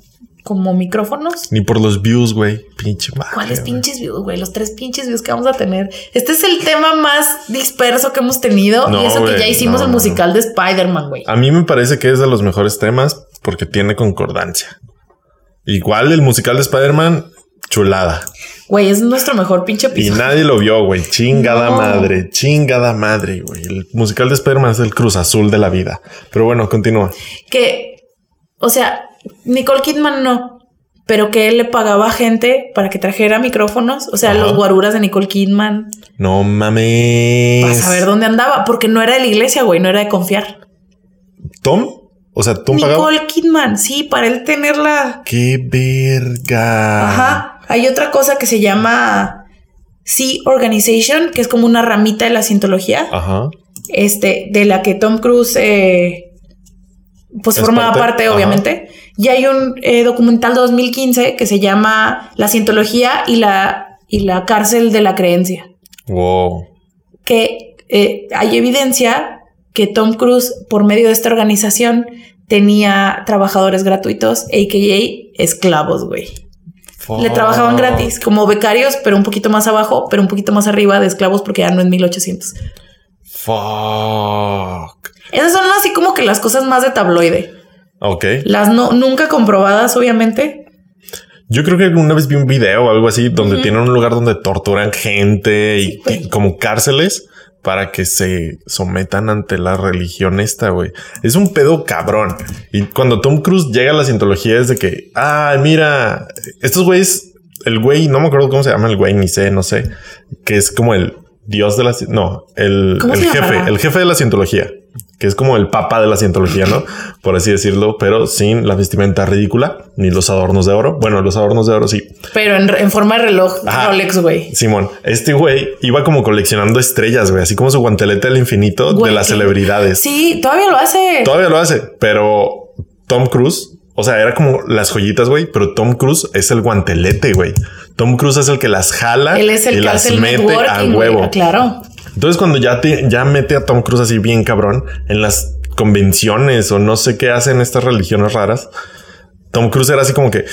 Speaker 2: como micrófonos.
Speaker 1: Ni por los views, güey. Pinche madre.
Speaker 2: ¿Cuáles
Speaker 1: güey.
Speaker 2: pinches views, güey? Los tres pinches views que vamos a tener. Este es el tema más disperso que hemos tenido.
Speaker 1: No,
Speaker 2: y eso
Speaker 1: güey,
Speaker 2: que ya hicimos
Speaker 1: no,
Speaker 2: el
Speaker 1: no, Ah.
Speaker 2: musical de Spider-Man, güey.
Speaker 1: A mí me parece que es de los mejores temas porque tiene concordancia. Igual el musical de Spider-Man, chulada.
Speaker 2: Güey, es nuestro mejor pinche
Speaker 1: Y
Speaker 2: episodio.
Speaker 1: nadie lo vio, güey. Chingada
Speaker 2: No.
Speaker 1: madre, chingada madre, güey. El musical de Spider-Man es el cruz azul de la vida. Pero bueno, continúa.
Speaker 2: Que, o sea, Nicole Kidman no. Pero que él le pagaba a gente para que trajera micrófonos. O sea,
Speaker 1: Ajá.
Speaker 2: los guaruras de Nicole Kidman.
Speaker 1: No mames.
Speaker 2: Para saber dónde andaba, porque no era de la iglesia, güey, no era de confiar.
Speaker 1: Tom, o sea, Tom pagaba.
Speaker 2: Nicole Kidman, sí, para él tenerla.
Speaker 1: Qué verga.
Speaker 2: Ajá.
Speaker 1: Ah.
Speaker 2: Hay otra cosa que se llama Sea Organization, que es como una ramita de la cientología,
Speaker 1: Ajá.
Speaker 2: este, de la que Tom Cruise, eh, pues
Speaker 1: Es
Speaker 2: formaba
Speaker 1: parte,
Speaker 2: parte,
Speaker 1: ajá.
Speaker 2: obviamente. Y hay un eh, documental 2015 que se llama La cientología y la, y la cárcel de la creencia.
Speaker 1: Wow.
Speaker 2: que eh, hay evidencia que Tom Cruise, por medio de esta organización, tenía trabajadores gratuitos, a.k.a. esclavos, güey. Le
Speaker 1: Fuck.
Speaker 2: trabajaban gratis, como becarios, pero un poquito más abajo, pero un poquito más arriba de esclavos, porque ya no en 1800.
Speaker 1: Fuck.
Speaker 2: Esas son así como que las cosas más de tabloide.
Speaker 1: Ok.
Speaker 2: Las no, nunca comprobadas, obviamente.
Speaker 1: Yo creo que alguna vez vi un video o algo así donde tienen un lugar donde torturan gente y
Speaker 2: Sí, güey.
Speaker 1: que- como cárceles para que se sometan ante la religión esta, güey. Es un pedo cabrón. Y cuando Tom Cruise llega a la cientología es de que, ah, mira, estos güeyes, el güey, no me acuerdo cómo se llama el güey, ni sé, no sé, que es como el dios de la, ci- no, el,
Speaker 2: ¿Cómo
Speaker 1: el
Speaker 2: se
Speaker 1: jefe,
Speaker 2: llamará?
Speaker 1: el jefe de la cientología, que es como el papa de la cientología, ¿no? Por así decirlo, pero sin la vestimenta ridícula ni los adornos de oro. Bueno, los adornos de oro sí.
Speaker 2: Pero en, en forma de reloj,
Speaker 1: Ajá.
Speaker 2: Rolex, güey.
Speaker 1: Simón, este güey iba como coleccionando estrellas, güey, así como su guantelete del infinito
Speaker 2: Güey,
Speaker 1: de las
Speaker 2: qué-
Speaker 1: celebridades.
Speaker 2: Sí, todavía lo hace.
Speaker 1: Todavía lo hace, pero Tom Cruise, o sea, era como las joyitas, güey, pero Tom Cruise es el guantelete, güey. Tom Cruise es el que las jala
Speaker 2: Él es
Speaker 1: y
Speaker 2: el que
Speaker 1: las
Speaker 2: hace el
Speaker 1: mete a
Speaker 2: networking, güey.
Speaker 1: huevo.
Speaker 2: Claro.
Speaker 1: Entonces, cuando ya te ya mete a Tom Cruise así bien cabrón en las convenciones o no sé qué hacen estas religiones raras, Tom Cruise era así como que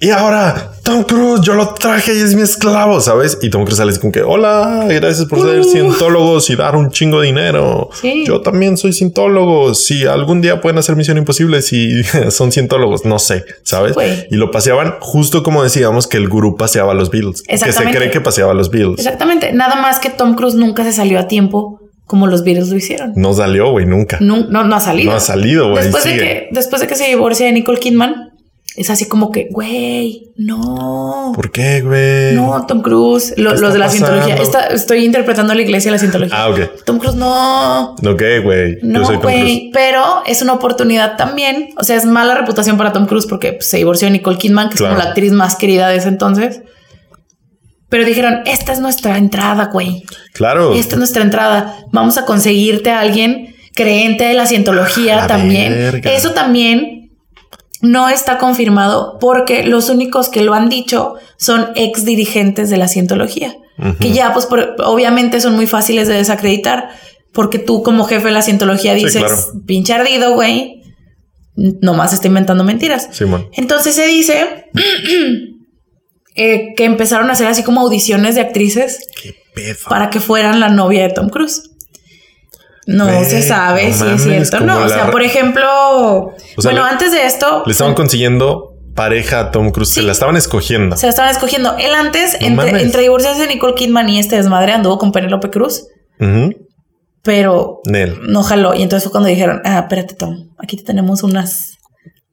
Speaker 1: y ahora Tom Cruise, yo lo traje y es mi esclavo, sabes? Y Tom Cruise sale así como que hola, gracias por ser
Speaker 2: Uh.
Speaker 1: cientólogos y dar un chingo de dinero.
Speaker 2: Sí.
Speaker 1: Yo también soy cientólogo. Si algún día pueden hacer Misión Imposible, si son cientólogos, no sé, sabes?
Speaker 2: Güey.
Speaker 1: Y lo paseaban justo como decíamos que el gurú paseaba a los Beatles, que se
Speaker 2: Exactamente.
Speaker 1: cree que paseaba a los Beatles.
Speaker 2: Exactamente. Nada más que Tom Cruise nunca se salió a tiempo como los Beatles lo hicieron.
Speaker 1: No salió, güey, nunca.
Speaker 2: Nun- No, no, ha salido.
Speaker 1: No ha salido, güey.
Speaker 2: después, de
Speaker 1: sigue.
Speaker 2: que, después de que se divorcia de Nicole Kidman, es así como que, güey, no.
Speaker 1: ¿Por qué, güey?
Speaker 2: No, Tom Cruise, lo-
Speaker 1: ¿Qué
Speaker 2: los de la
Speaker 1: Eh, está
Speaker 2: cientología.
Speaker 1: pasando?
Speaker 2: Esta- estoy interpretando la iglesia de la cientología.
Speaker 1: Ah, ok.
Speaker 2: Tom Cruise, no.
Speaker 1: Ok, güey. Yo soy
Speaker 2: No,
Speaker 1: Tom Cruise.
Speaker 2: güey, pero es una oportunidad también. O sea, es mala reputación para Tom Cruise porque pues, se divorció de Nicole Kidman, que es
Speaker 1: Claro.
Speaker 2: como la actriz más querida de ese entonces. Pero dijeron, esta es nuestra entrada, güey.
Speaker 1: Claro.
Speaker 2: Esta es nuestra entrada. Vamos a conseguirte a alguien creyente de la cientología
Speaker 1: La
Speaker 2: también.
Speaker 1: verga.
Speaker 2: Eso también no está confirmado porque los únicos que lo han dicho son ex dirigentes de la cientología,
Speaker 1: Ujú.
Speaker 2: que ya, pues, por- obviamente son muy fáciles de desacreditar porque tú, como jefe de la cientología,
Speaker 1: Sí,
Speaker 2: dices,
Speaker 1: claro.
Speaker 2: pinche ardido, güey, nomás está inventando mentiras.
Speaker 1: Simón.
Speaker 2: Entonces se dice eh, que empezaron a hacer así como audiciones de actrices
Speaker 1: Qué pedo.
Speaker 2: para que fueran la novia de Tom Cruise. No
Speaker 1: Güey,
Speaker 2: se sabe
Speaker 1: no
Speaker 2: si
Speaker 1: mames,
Speaker 2: es cierto o no.
Speaker 1: como
Speaker 2: O sea,
Speaker 1: la-
Speaker 2: por ejemplo,
Speaker 1: sea,
Speaker 2: bueno,
Speaker 1: le-
Speaker 2: antes de esto,
Speaker 1: Le estaban consiguiendo pareja a Tom Cruise. Se
Speaker 2: Sí.
Speaker 1: la estaban escogiendo.
Speaker 2: se la estaban escogiendo. Él antes,
Speaker 1: No
Speaker 2: entre,
Speaker 1: mames.
Speaker 2: entre divorciarse de Nicole Kidman y este desmadre, anduvo con Penélope Cruz,
Speaker 1: Ujú.
Speaker 2: pero
Speaker 1: Nel.
Speaker 2: no jaló. Y entonces fue cuando dijeron, ah, espérate, Tom, aquí te tenemos unas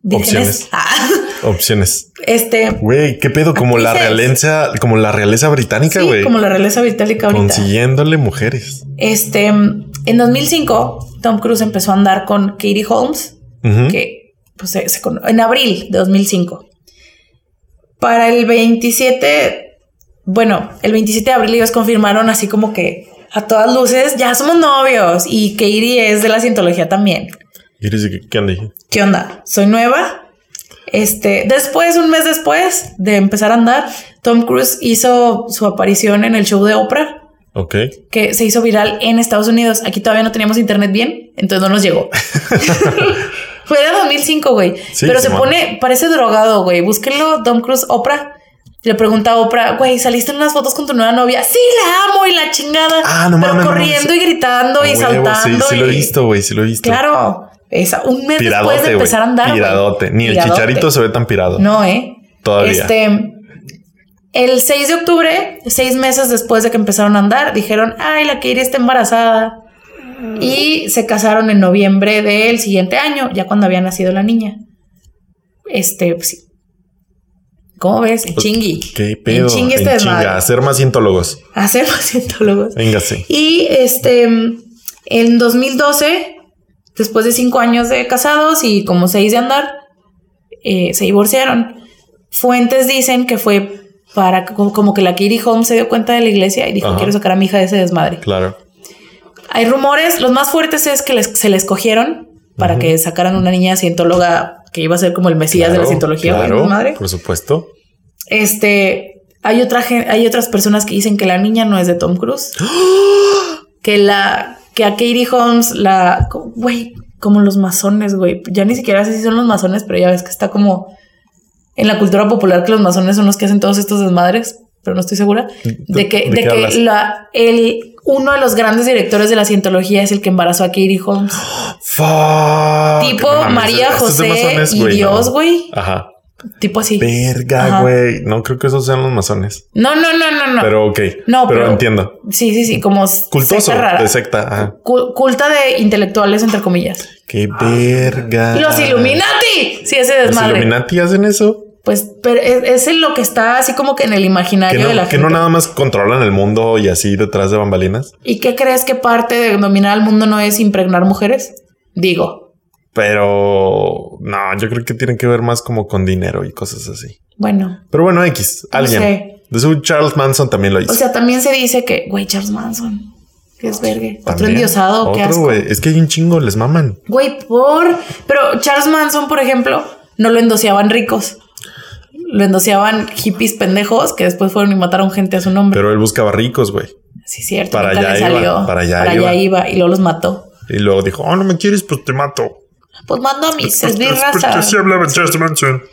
Speaker 2: vírgenes.
Speaker 1: Opciones.
Speaker 2: Ah,
Speaker 1: Opciones.
Speaker 2: este,
Speaker 1: Güey, qué pedo. Como la
Speaker 2: Actrices.
Speaker 1: realeza, como la realeza británica,
Speaker 2: sí,
Speaker 1: güey.
Speaker 2: como la realeza británica ahorita.
Speaker 1: Consiguiéndole mujeres.
Speaker 2: Este, en 2005, Tom Cruise empezó a andar con Katie Holmes,
Speaker 1: Ujú.
Speaker 2: que pues, se- se cono- en abril de 2005. Para el 27, bueno, el 27 de abril ellos confirmaron así como que a todas luces ya somos novios y Katie es de la cientología también.
Speaker 1: Iris y Candy.
Speaker 2: ¿Qué onda? Soy nueva. Este, después, un mes después de empezar a andar, Tom Cruise hizo su aparición en el show de Oprah
Speaker 1: Ok.
Speaker 2: que se hizo viral en Estados Unidos. Aquí todavía no teníamos internet bien, entonces no nos llegó. Fue de 2005, güey.
Speaker 1: Sí,
Speaker 2: Pero se
Speaker 1: Simón.
Speaker 2: pone, parece drogado, güey. Búsquenlo, Tom Cruise, Oprah. Le pregunta a Oprah, güey, saliste en unas fotos con tu nueva novia. Sí, la amo y la chingada.
Speaker 1: Ah, no
Speaker 2: Pero
Speaker 1: mames, no
Speaker 2: corriendo
Speaker 1: mames.
Speaker 2: y gritando y
Speaker 1: Huevo,
Speaker 2: saltando.
Speaker 1: Sí, sí lo he
Speaker 2: y-
Speaker 1: visto, güey. Sí lo he visto.
Speaker 2: Claro. Esa, un mes
Speaker 1: Piradote,
Speaker 2: después de
Speaker 1: güey.
Speaker 2: empezar a andar. güey.
Speaker 1: Piradote. Ni el
Speaker 2: Piradote.
Speaker 1: chicharito se ve tan pirado.
Speaker 2: No, ¿eh?
Speaker 1: Todavía.
Speaker 2: Este, el 6 de octubre, seis meses después de que empezaron a andar, dijeron, ay, la Katie está embarazada. Y se casaron en noviembre del siguiente año, ya cuando había nacido la niña. Este, pues sí. ¿Cómo ves? En chingui.
Speaker 1: Pues, Qué
Speaker 2: En
Speaker 1: pedo.
Speaker 2: chingui este
Speaker 1: en
Speaker 2: desmadre.
Speaker 1: chinga. Hacer más cientólogos.
Speaker 2: Hacer pacientólogos.
Speaker 1: Véngase.
Speaker 2: Y este, en 2012, después de cinco años de casados y como seis de andar, eh, se divorciaron. Fuentes dicen que fue para como, como que la Katie Holmes se dio cuenta de la iglesia y dijo
Speaker 1: Ajá.
Speaker 2: quiero sacar a mi hija de ese desmadre.
Speaker 1: Claro.
Speaker 2: Hay rumores, los más fuertes es que les- se les cogieron para que sacaran una niña cientóloga que iba a ser como el mesías de la
Speaker 1: Claro,
Speaker 2: cientología, güey,
Speaker 1: Claro,
Speaker 2: desmadre.
Speaker 1: por supuesto.
Speaker 2: Este, hay otra gen- hay otras personas que dicen que la niña no es de Tom Cruise. que la que a Katie Holmes la co- güey, como los masones, güey. Ya ni siquiera sé si son los masones, pero ya ves que está como en la cultura popular que los masones son los que hacen todos estos desmadres, pero no estoy segura de que
Speaker 1: ¿De
Speaker 2: de,
Speaker 1: qué hablas?
Speaker 2: que la el uno de los grandes directores de la cientología es el que embarazó a Katie Holmes,
Speaker 1: Fuck.
Speaker 2: tipo
Speaker 1: Ah, No mames,
Speaker 2: María
Speaker 1: estos
Speaker 2: José
Speaker 1: son masones,
Speaker 2: y
Speaker 1: güey, no.
Speaker 2: Dios, güey,
Speaker 1: Ajá.
Speaker 2: tipo así. Ajá.
Speaker 1: Verga, güey. No creo que esos sean los masones.
Speaker 2: No, no, no, no, no.
Speaker 1: Pero ok.
Speaker 2: No,
Speaker 1: pero,
Speaker 2: pero-
Speaker 1: entiendo.
Speaker 2: Sí, sí, sí, como
Speaker 1: Cultoso
Speaker 2: secta rara.
Speaker 1: de secta. Ajá.
Speaker 2: Cu- culta de intelectuales, entre comillas.
Speaker 1: Qué verga.
Speaker 2: Ah. Los Illuminati. Sí, ese
Speaker 1: Ah. Los
Speaker 2: desmadre.
Speaker 1: Illuminati hacen eso.
Speaker 2: pues, pero es, es en lo que está así como que en el
Speaker 1: Que
Speaker 2: imaginario
Speaker 1: no,
Speaker 2: de la
Speaker 1: que
Speaker 2: gente.
Speaker 1: no nada más controlan el mundo y así detrás de bambalinas.
Speaker 2: ¿Y qué crees que parte de dominar al mundo no es impregnar mujeres? Digo,
Speaker 1: Pero no, yo creo que tienen que ver más como con dinero y cosas así.
Speaker 2: bueno.
Speaker 1: Pero bueno, X,
Speaker 2: No
Speaker 1: alguien.
Speaker 2: sé.
Speaker 1: De su Charles Manson también lo hizo.
Speaker 2: O sea, también se dice que, güey, Charles Manson, que es vergue. Otro
Speaker 1: También.
Speaker 2: endiosado, qué
Speaker 1: Otro,
Speaker 2: asco.
Speaker 1: güey. Es que hay un chingo, les maman.
Speaker 2: Güey, por. Pero Charles Manson, por ejemplo, no lo endoseaban ricos. Lo endoseaban hippies pendejos que después fueron y mataron gente a su nombre.
Speaker 1: Pero él buscaba ricos, güey.
Speaker 2: Sí, cierto.
Speaker 1: Para allá
Speaker 2: nunca le
Speaker 1: iba,
Speaker 2: salió.
Speaker 1: para allá
Speaker 2: iba. Y luego los mató.
Speaker 1: Y luego dijo, oh, no me quieres, pues te mato.
Speaker 2: Pues mando a mis
Speaker 1: Pues, pues,
Speaker 2: esbirras
Speaker 1: pues,
Speaker 2: a-
Speaker 1: que así hablaba Charles Manson.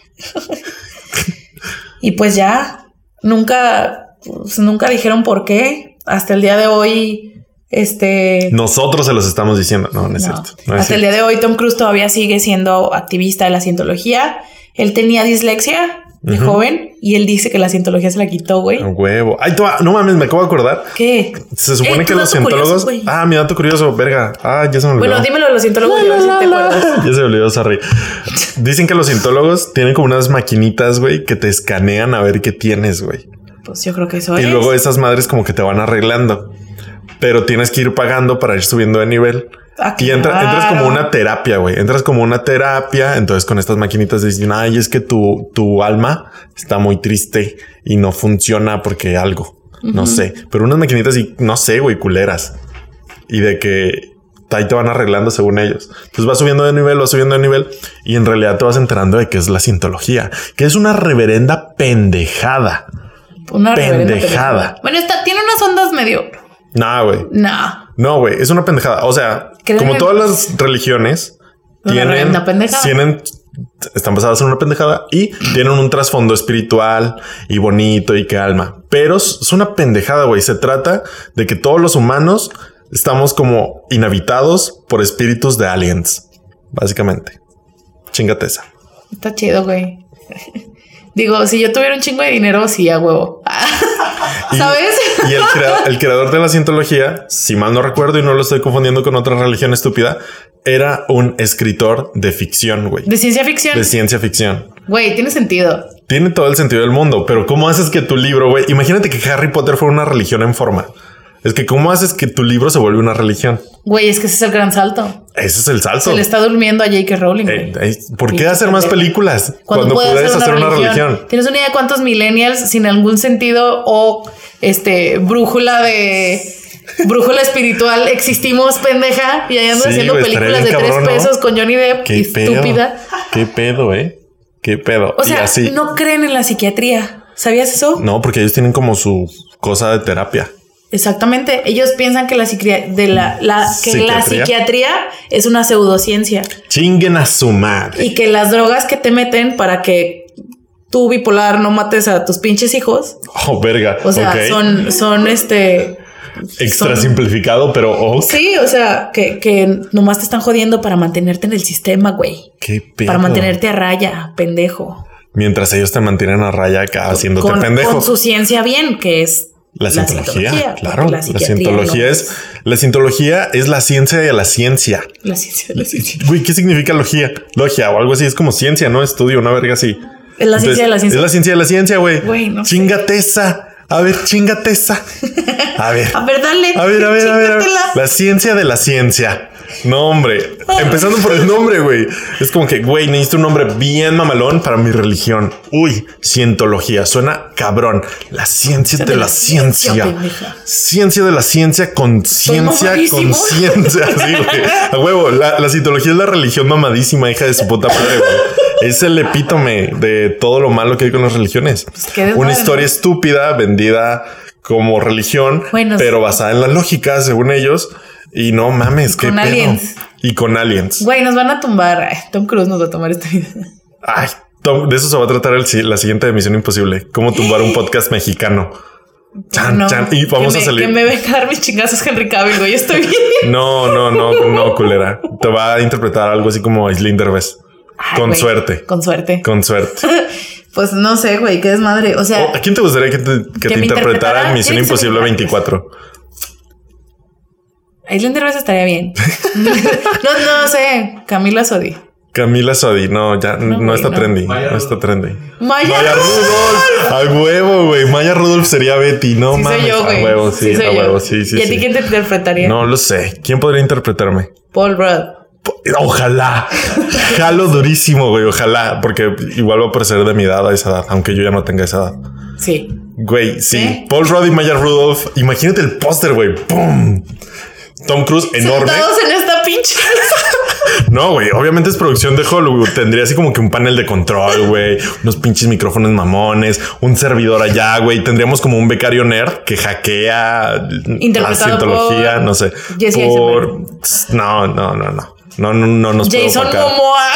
Speaker 2: Y pues ya, nunca, pues, nunca dijeron por qué. Hasta el día de hoy, este...
Speaker 1: Nosotros se los estamos diciendo. No, no es
Speaker 2: no.
Speaker 1: cierto. No es
Speaker 2: Hasta el
Speaker 1: cierto.
Speaker 2: día de hoy Tom Cruise todavía sigue siendo activista de la cientología. Él tenía dislexia de
Speaker 1: Ujú.
Speaker 2: joven y él dice que la cientología se la quitó, güey.
Speaker 1: A huevo. Ay, tú, ah, no mames, me acabo de acordar.
Speaker 2: ¿Qué?
Speaker 1: Se supone
Speaker 2: Eh,
Speaker 1: que
Speaker 2: tu
Speaker 1: los
Speaker 2: dato curioso,
Speaker 1: cientólogos.
Speaker 2: güey.
Speaker 1: ah, mi dato curioso, verga. Ah, ya se me olvidó.
Speaker 2: Bueno, dímelo de los cientólogos. yo a ver si te acuerdas.
Speaker 1: Ya se me olvidó, sorry. Dicen que los cientólogos tienen como unas maquinitas, güey, que te escanean a ver qué tienes, güey.
Speaker 2: Pues yo creo que eso
Speaker 1: Y
Speaker 2: es.
Speaker 1: luego esas madres como que te van arreglando. Pero tienes que ir pagando para ir subiendo de nivel.
Speaker 2: Ah,
Speaker 1: Y entra-
Speaker 2: claro.
Speaker 1: entras como una terapia, güey. Entras como una terapia. Entonces con estas maquinitas dicen, ay, es que tu, tu alma está muy triste y no funciona porque algo. No sé. Pero unas maquinitas y no sé, güey, culeras. Y de que ahí te van arreglando según ellos. Entonces vas subiendo de nivel, vas subiendo de nivel y en realidad te vas enterando de que es la cientología, que es una reverenda pendejada.
Speaker 2: Una reverenda
Speaker 1: pendejada.
Speaker 2: Bueno, está, tiene unas ondas medio.
Speaker 1: Nah, güey.
Speaker 2: Nah.
Speaker 1: No, güey, es una pendejada. O sea,
Speaker 2: Creo
Speaker 1: como
Speaker 2: que-
Speaker 1: todas las religiones
Speaker 2: Una
Speaker 1: tienen,
Speaker 2: reverenda pendejada.
Speaker 1: tienen, están basadas en una pendejada y tienen un trasfondo espiritual y bonito y que alma. Pero es es una pendejada, güey. Se trata de que todos los humanos estamos como inhabitados por espíritus de aliens, básicamente. Chingate esa.
Speaker 2: Está chido, güey. Digo, si yo tuviera un chingo de dinero, sí, a huevo.
Speaker 1: Y-
Speaker 2: ¿Sabes?
Speaker 1: Y el, crea- el creador de la cientología, si mal no recuerdo y no lo estoy confundiendo con otra religión estúpida, era un escritor de ficción, güey.
Speaker 2: De ciencia ficción.
Speaker 1: de ciencia ficción.
Speaker 2: Güey, tiene sentido.
Speaker 1: Tiene todo el sentido del mundo, pero ¿cómo haces que tu libro, güey? Imagínate que Harry Potter fuera una religión en forma. Es que ¿cómo haces que tu libro se vuelva una religión?
Speaker 2: Güey, es que ese es el gran salto.
Speaker 1: Ese es el salto.
Speaker 2: Se le está durmiendo a J.K. Rowling. güey.
Speaker 1: Eh, eh, ¿Por qué
Speaker 2: Pinche
Speaker 1: hacer más
Speaker 2: pendeja.
Speaker 1: películas cuando
Speaker 2: Cuando puedes
Speaker 1: puedes hacer una religión?
Speaker 2: ¿Tienes una idea de cuántos millennials sin algún sentido o este brújula de brújula espiritual existimos, pendeja? Y ahí andas
Speaker 1: Sí,
Speaker 2: haciendo
Speaker 1: güey, estaría
Speaker 2: películas de
Speaker 1: bien
Speaker 2: tres
Speaker 1: cabrón, ¿no?
Speaker 2: pesos con Johnny Depp,
Speaker 1: ¿Qué
Speaker 2: estúpida.
Speaker 1: pedo? ¿Qué pedo, eh? ¿Qué pedo?
Speaker 2: O
Speaker 1: y
Speaker 2: sea,
Speaker 1: así. Mm. No...
Speaker 2: no creen en la psiquiatría. ¿Sabías eso?
Speaker 1: porque ellos tienen como su cosa de terapia.
Speaker 2: Exactamente. Ellos piensan que la psiquiatría, de la, la- que la
Speaker 1: ¿Psiquiatría?
Speaker 2: psiquiatría es una pseudociencia
Speaker 1: Chinguen a su madre.
Speaker 2: y que las drogas que te meten para que tú bipolar no mates a tus pinches hijos,
Speaker 1: Oh, verga.
Speaker 2: o sea,
Speaker 1: Ok.
Speaker 2: son, son este.
Speaker 1: Extra
Speaker 2: son-
Speaker 1: simplificado, pero oh,
Speaker 2: Sí, o sea, que, que nomás te están jodiendo para mantenerte en el sistema, güey.
Speaker 1: qué pedo.
Speaker 2: Para mantenerte a raya, pendejo.
Speaker 1: Mientras ellos te mantienen a raya acá haciéndote
Speaker 2: Con,
Speaker 1: pendejo.
Speaker 2: con su ciencia bien, que es
Speaker 1: La cientología,
Speaker 2: cientología,
Speaker 1: claro.
Speaker 2: porque
Speaker 1: La,
Speaker 2: psiquiatría
Speaker 1: cientología
Speaker 2: no-
Speaker 1: es la cientología es la ciencia de la ciencia.
Speaker 2: La ciencia, la ciencia.
Speaker 1: Güey, ¿qué significa logía? Logia o algo así, es como ciencia, no estudio, una verga así.
Speaker 2: Es la ciencia de la ciencia.
Speaker 1: Es la ciencia de la ciencia, güey.
Speaker 2: Güey, no sé.
Speaker 1: Chingate esa. A ver, chingate esa. A ver.
Speaker 2: A ver, dale.
Speaker 1: A ver, a ver, a ver, a ver.
Speaker 2: Chíngatela.
Speaker 1: La ciencia de la ciencia. No, hombre. Empezando por el nombre, güey. Es como que, güey, necesito un nombre bien mamalón para mi religión. Uy, cientología. Suena cabrón. La ciencia de la ciencia.
Speaker 2: pendeja.
Speaker 1: Ciencia de la ciencia, conciencia,
Speaker 2: mamadísimo.
Speaker 1: conciencia. Así, güey. A huevo. La, la cientología es la religión mamadísima, hija de su puta madre, güey. Es el epítome de todo lo malo que hay con las religiones.
Speaker 2: qué desmadre,
Speaker 1: Una historia
Speaker 2: ¿no?
Speaker 1: estúpida vendida como religión,
Speaker 2: Bueno,
Speaker 1: pero
Speaker 2: sí.
Speaker 1: basada en la lógica, según ellos. Y no mames, qué
Speaker 2: con
Speaker 1: pedo.
Speaker 2: aliens.
Speaker 1: Y con aliens.
Speaker 2: Güey, nos van a tumbar. Ay, Tom Cruise nos va a tomar este video.
Speaker 1: Ay, Tom, de eso se va a tratar el si- la siguiente de Misión Imposible. Cómo tumbar un podcast mexicano. Chan,
Speaker 2: No,
Speaker 1: chan. Y vamos
Speaker 2: que
Speaker 1: a
Speaker 2: me-
Speaker 1: salir.
Speaker 2: Que me venga a dar mis chingazos Henry Cavill, güey. Estoy bien.
Speaker 1: No, no, no, no, culera. Te va a interpretar algo así como Aislinn Derbez.
Speaker 2: Ay,
Speaker 1: Con
Speaker 2: güey,
Speaker 1: suerte.
Speaker 2: Con suerte.
Speaker 1: Con suerte.
Speaker 2: Pues no sé, güey, qué desmadre. O sea,
Speaker 1: ¿O ¿A quién te gustaría que te, que
Speaker 2: Que
Speaker 1: te interpretara
Speaker 2: me interpretara,
Speaker 1: en Misión
Speaker 2: tiene que ser
Speaker 1: Imposible
Speaker 2: un-
Speaker 1: 24?
Speaker 2: Aislander Derbez estaría bien. no, no sé. Camila Sodi.
Speaker 1: Camila Sodi, no, ya no,
Speaker 2: güey,
Speaker 1: está
Speaker 2: no.
Speaker 1: trendy.
Speaker 4: Maya
Speaker 1: No está trendy.
Speaker 2: Maya,
Speaker 1: Maya Rudolph, a huevo, güey. Maya Rudolph sería Betty, no
Speaker 2: Sí,
Speaker 1: mames.
Speaker 2: soy yo,
Speaker 1: a
Speaker 2: güey.
Speaker 1: huevo, sí,
Speaker 2: soy
Speaker 1: a
Speaker 2: yo.
Speaker 1: huevo, sí, sí.
Speaker 2: ¿Y a
Speaker 1: sí.
Speaker 2: ti quién te interpretaría?
Speaker 1: No lo sé. ¿Quién podría interpretarme?
Speaker 2: Paul Rudd.
Speaker 1: Ojalá. Jalo durísimo, güey. Ojalá, porque igual va a parecer de mi edad a esa edad, aunque yo ya no tenga esa edad.
Speaker 2: Sí.
Speaker 1: Güey, sí.
Speaker 2: ¿Eh?
Speaker 1: Paul Rudd y Maya Rudolph. Imagínate el póster, güey. ¡Pum! Tom Cruise enorme.
Speaker 2: Sentados en esta pinche.
Speaker 1: No, güey. Obviamente es producción de Hollywood. Tendría así como que un panel de control, güey. Unos pinches micrófonos mamones. Un servidor allá, güey. Tendríamos como un becario nerd que hackea la
Speaker 2: Interpretado
Speaker 1: cientología.
Speaker 2: por
Speaker 1: No sé.
Speaker 2: Jesse
Speaker 1: por... pues, No, no, no, no. No, no, no nos puede
Speaker 2: Jason
Speaker 1: opacar.
Speaker 2: Momoa.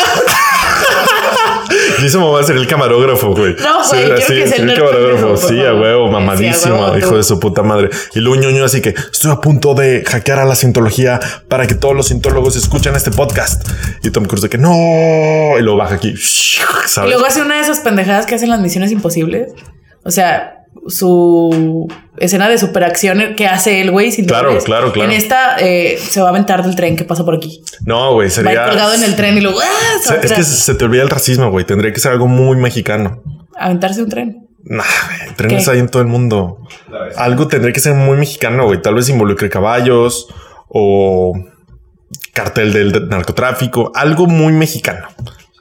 Speaker 1: Yo hice mamá ser el camarógrafo, güey.
Speaker 2: No, güey, quiero
Speaker 1: así,
Speaker 2: que sea
Speaker 1: ser
Speaker 2: el
Speaker 1: el
Speaker 2: nerd pendejo,
Speaker 1: camarógrafo.
Speaker 2: por
Speaker 1: Sí, a
Speaker 2: favor.
Speaker 1: huevo,
Speaker 2: Sí, a
Speaker 1: mamadísimo,
Speaker 2: huevo, tú.
Speaker 1: hijo de su puta madre. Y luego ñoño, así que estoy a punto de hackear a la cientología para que todos los cientólogos escuchen este podcast. Y Tom Cruise de que no, y lo baja aquí.
Speaker 2: Y
Speaker 1: ¿sabes?
Speaker 2: luego hace una de esas pendejadas que hacen las misiones imposibles. O sea, su escena de superacción que hace el güey sin
Speaker 1: Claro,
Speaker 2: dobles.
Speaker 1: claro, claro.
Speaker 2: En esta eh, se va a aventar del tren que pasa por aquí.
Speaker 1: No, güey,
Speaker 2: Va a ir
Speaker 1: sería.
Speaker 2: colgado en el tren y luego ¡ah! se va a
Speaker 1: Es que
Speaker 2: tirar.
Speaker 1: se, se te olvida el racismo, güey. Tendría que ser algo muy mexicano.
Speaker 2: aventarse un tren.
Speaker 1: Nah, güey, trenes
Speaker 2: ¿Qué?
Speaker 1: hay en todo el mundo. Algo tendría que ser muy mexicano, güey. Tal vez involucre caballos o cartel del narcotráfico. Algo muy mexicano.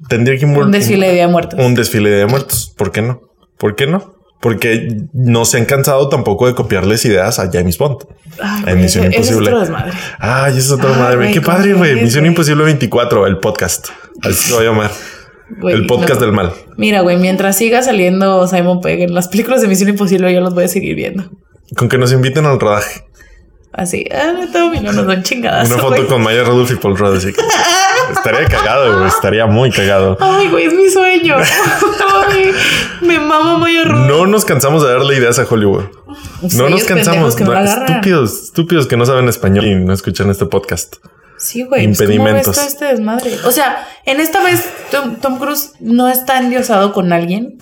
Speaker 1: Tendría que involucrar
Speaker 2: Un desfile de día de muertos.
Speaker 1: un desfile de muertos. ¿Por qué no? ¿Por qué no? Porque no se han cansado tampoco de copiarles ideas a James Bond.
Speaker 2: Ay,
Speaker 1: en
Speaker 2: güey,
Speaker 1: Misión
Speaker 2: ese- ese
Speaker 1: Imposible.
Speaker 2: Es otro desmadre.
Speaker 1: Ay, eso es todo
Speaker 2: Ay,
Speaker 1: madre.
Speaker 2: Ah, güey,
Speaker 1: Qué
Speaker 2: ¿cómo
Speaker 1: padre, güey.
Speaker 2: crees,
Speaker 1: Misión
Speaker 2: güey?
Speaker 1: Imposible 24, el podcast. Así se va a llamar.
Speaker 2: Güey,
Speaker 1: el podcast
Speaker 2: no.
Speaker 1: del mal.
Speaker 2: Mira, güey, mientras siga saliendo Simon Pegg en las películas de Misión Imposible, yo los voy a seguir viendo.
Speaker 1: Con que nos inviten al rodaje.
Speaker 2: Así, ah, no, todo, no nos dan chingadas.
Speaker 1: Una foto
Speaker 2: güey.
Speaker 1: con Maya Rudolph y Paul Rudd. así que- Estaría cagado, güey. Estaría muy cagado.
Speaker 2: Ay, güey, es mi sueño. Ay, me mama Maya Rudolph.
Speaker 1: No nos cansamos de darle ideas a Hollywood.
Speaker 2: Sí,
Speaker 1: No nos
Speaker 2: ellos pendejos
Speaker 1: cansamos.
Speaker 2: que no
Speaker 1: No,
Speaker 2: la agarran.
Speaker 1: estúpidos, estúpidos que no saben español y no escuchan este podcast.
Speaker 2: Sí, güey. pues, ¿Cómo
Speaker 1: Impedimentos.
Speaker 2: ves todo este desmadre? O sea, en esta vez Tom, Tom Cruise no está endiosado con alguien,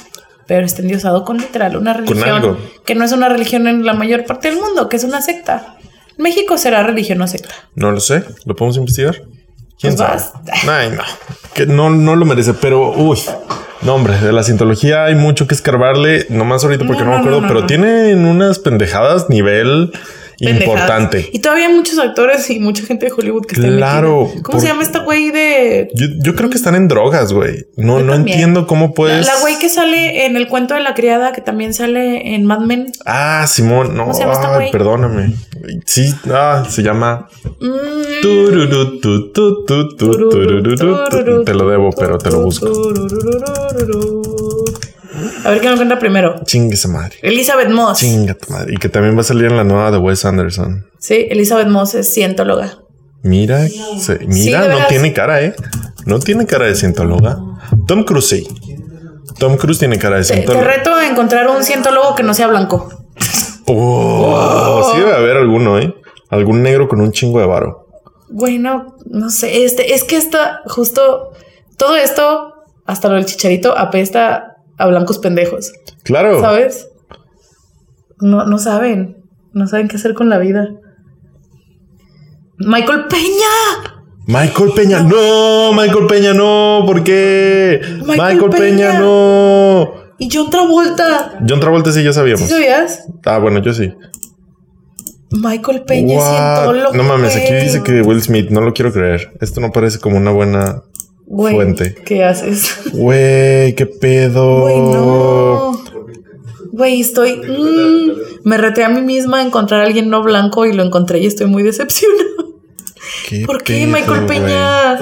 Speaker 2: pero está endiosado con literal una religión
Speaker 1: algo.
Speaker 2: que no es una religión en la mayor parte del mundo, que es una secta. México será religión o secta.
Speaker 1: No lo sé. ¿Lo podemos investigar? ¿Quién
Speaker 2: Pues
Speaker 1: sabe?
Speaker 2: vas.
Speaker 1: Ay, no. Que no, no lo merece, pero uy. No, hombre, de la cientología hay mucho que escarbarle, nomás ahorita porque
Speaker 2: No,
Speaker 1: no, me
Speaker 2: no,
Speaker 1: acuerdo,
Speaker 2: no, no,
Speaker 1: pero
Speaker 2: no.
Speaker 1: tienen unas pendejadas nivel
Speaker 2: Pendejadas.
Speaker 1: importante.
Speaker 2: Y todavía hay muchos actores y mucha gente de Hollywood que está
Speaker 1: Claro,
Speaker 2: metida. ¿Cómo
Speaker 1: por-
Speaker 2: se llama esta güey de
Speaker 1: Yo, yo creo que están en drogas, güey. No,
Speaker 2: Yo
Speaker 1: no
Speaker 2: también.
Speaker 1: entiendo cómo puedes.
Speaker 2: la güey que sale en el cuento de la criada que también sale en Mad Men?
Speaker 1: Ah, Simón, no,
Speaker 2: ¿Cómo se llama esta
Speaker 1: ay,
Speaker 2: güey?
Speaker 1: perdóname. Sí, ah, se llama.
Speaker 2: Mm.
Speaker 1: Tururú, tu, tu, tu, tu, tururú, tu. Te lo debo, pero te lo busco.
Speaker 2: A ver qué me encuentra primero.
Speaker 1: Chingue esa madre.
Speaker 2: Elizabeth Moss.
Speaker 1: Chinga tu madre. Y que también va a salir en la nueva de Wes Anderson.
Speaker 2: Sí, Elizabeth Moss es cientóloga.
Speaker 1: Mira, se- mira,
Speaker 2: de
Speaker 1: no
Speaker 2: veras.
Speaker 1: tiene cara, eh. No tiene cara de cientóloga. Tom Cruise sí. Tom Cruise tiene cara de
Speaker 2: Te, te
Speaker 1: cientóloga.
Speaker 2: reto a encontrar un cientólogo que no sea blanco.
Speaker 1: Oh, sí debe haber alguno, eh. Algún negro con un chingo de varo.
Speaker 2: Bueno, no sé, este, es que está justo todo esto, hasta lo del chicharito, apesta a blancos pendejos.
Speaker 1: Claro.
Speaker 2: ¿Sabes? No, no saben. No saben qué hacer con la vida. Michael Peña.
Speaker 1: Michael Peña, no, Michael Peña, no, ¿por qué?
Speaker 2: Michael
Speaker 1: Michael, Peña.
Speaker 2: Peña.
Speaker 1: no.
Speaker 2: Y John Travolta.
Speaker 1: John Travolta sí, ya
Speaker 2: ¿Sí
Speaker 1: sabíamos.
Speaker 2: sabías?
Speaker 1: Ah, bueno, yo sí.
Speaker 2: Michael Peña es
Speaker 1: What?
Speaker 2: cientólogo.
Speaker 1: no mames, aquí
Speaker 2: güey.
Speaker 1: dice que Will Smith, no lo quiero creer. Esto no parece como una buena...
Speaker 2: Güey,
Speaker 1: fuente. Oh.
Speaker 2: ¿Qué haces?
Speaker 1: Güey, qué pedo.
Speaker 2: Güey, no. Güey, estoy. mm, me reté a mí misma a encontrar a alguien no blanco y lo encontré y estoy muy decepcionada. ¿Por qué,
Speaker 1: pedo,
Speaker 2: Michael
Speaker 1: güey?
Speaker 2: Peña?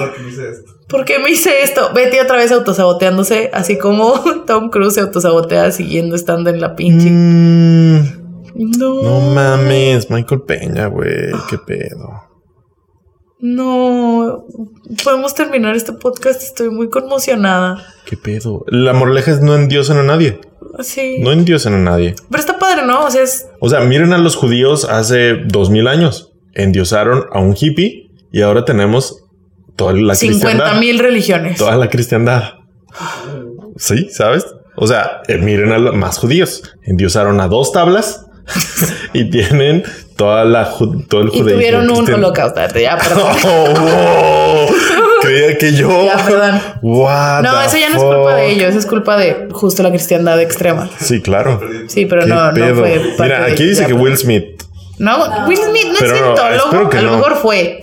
Speaker 2: ¿Por qué me hice esto? Betty otra vez autosaboteándose, así como Tom Cruise se autosabotea siguiendo estando en la pinche.
Speaker 1: Mm,
Speaker 2: No.
Speaker 1: no mames, Michael Peña, güey, qué pedo.
Speaker 2: No. Podemos terminar este podcast, estoy muy conmocionada.
Speaker 1: Qué pedo. La moraleja es no endiosen a nadie.
Speaker 2: Sí.
Speaker 1: No endiosen a nadie.
Speaker 2: Pero está padre, ¿no? O sea, es.
Speaker 1: O sea, miren a los judíos hace dos mil años. Endiosaron a un hippie y ahora tenemos toda la
Speaker 2: 50
Speaker 1: cristiandad.
Speaker 2: mil religiones.
Speaker 1: Toda la cristiandad. Sí, ¿sabes? O sea, eh, miren a los más judíos. Endiosaron a dos tablas y tienen toda la, ju- todo el
Speaker 2: Y
Speaker 1: judaísmo.
Speaker 2: tuvieron un
Speaker 1: cristian-
Speaker 2: holocausto. Ah, Ya, perdón.
Speaker 1: Oh, wow. Creía que yo.
Speaker 2: Ya, perdón.
Speaker 1: What
Speaker 2: No,
Speaker 1: the
Speaker 2: eso ya no es culpa de
Speaker 1: fuck.
Speaker 2: ellos, es culpa de justo la cristiandad extrema.
Speaker 1: Sí, claro.
Speaker 2: Sí, pero
Speaker 1: Qué
Speaker 2: no, no
Speaker 1: pedo.
Speaker 2: fue parte
Speaker 1: Mira,
Speaker 2: de-
Speaker 1: aquí dice
Speaker 2: ya,
Speaker 1: que
Speaker 2: perdón.
Speaker 1: Will Smith,
Speaker 2: No, Will Smith no
Speaker 1: Pero
Speaker 2: es
Speaker 1: no,
Speaker 2: cientólogo,
Speaker 1: espero que
Speaker 2: a lo
Speaker 1: no.
Speaker 2: mejor fue.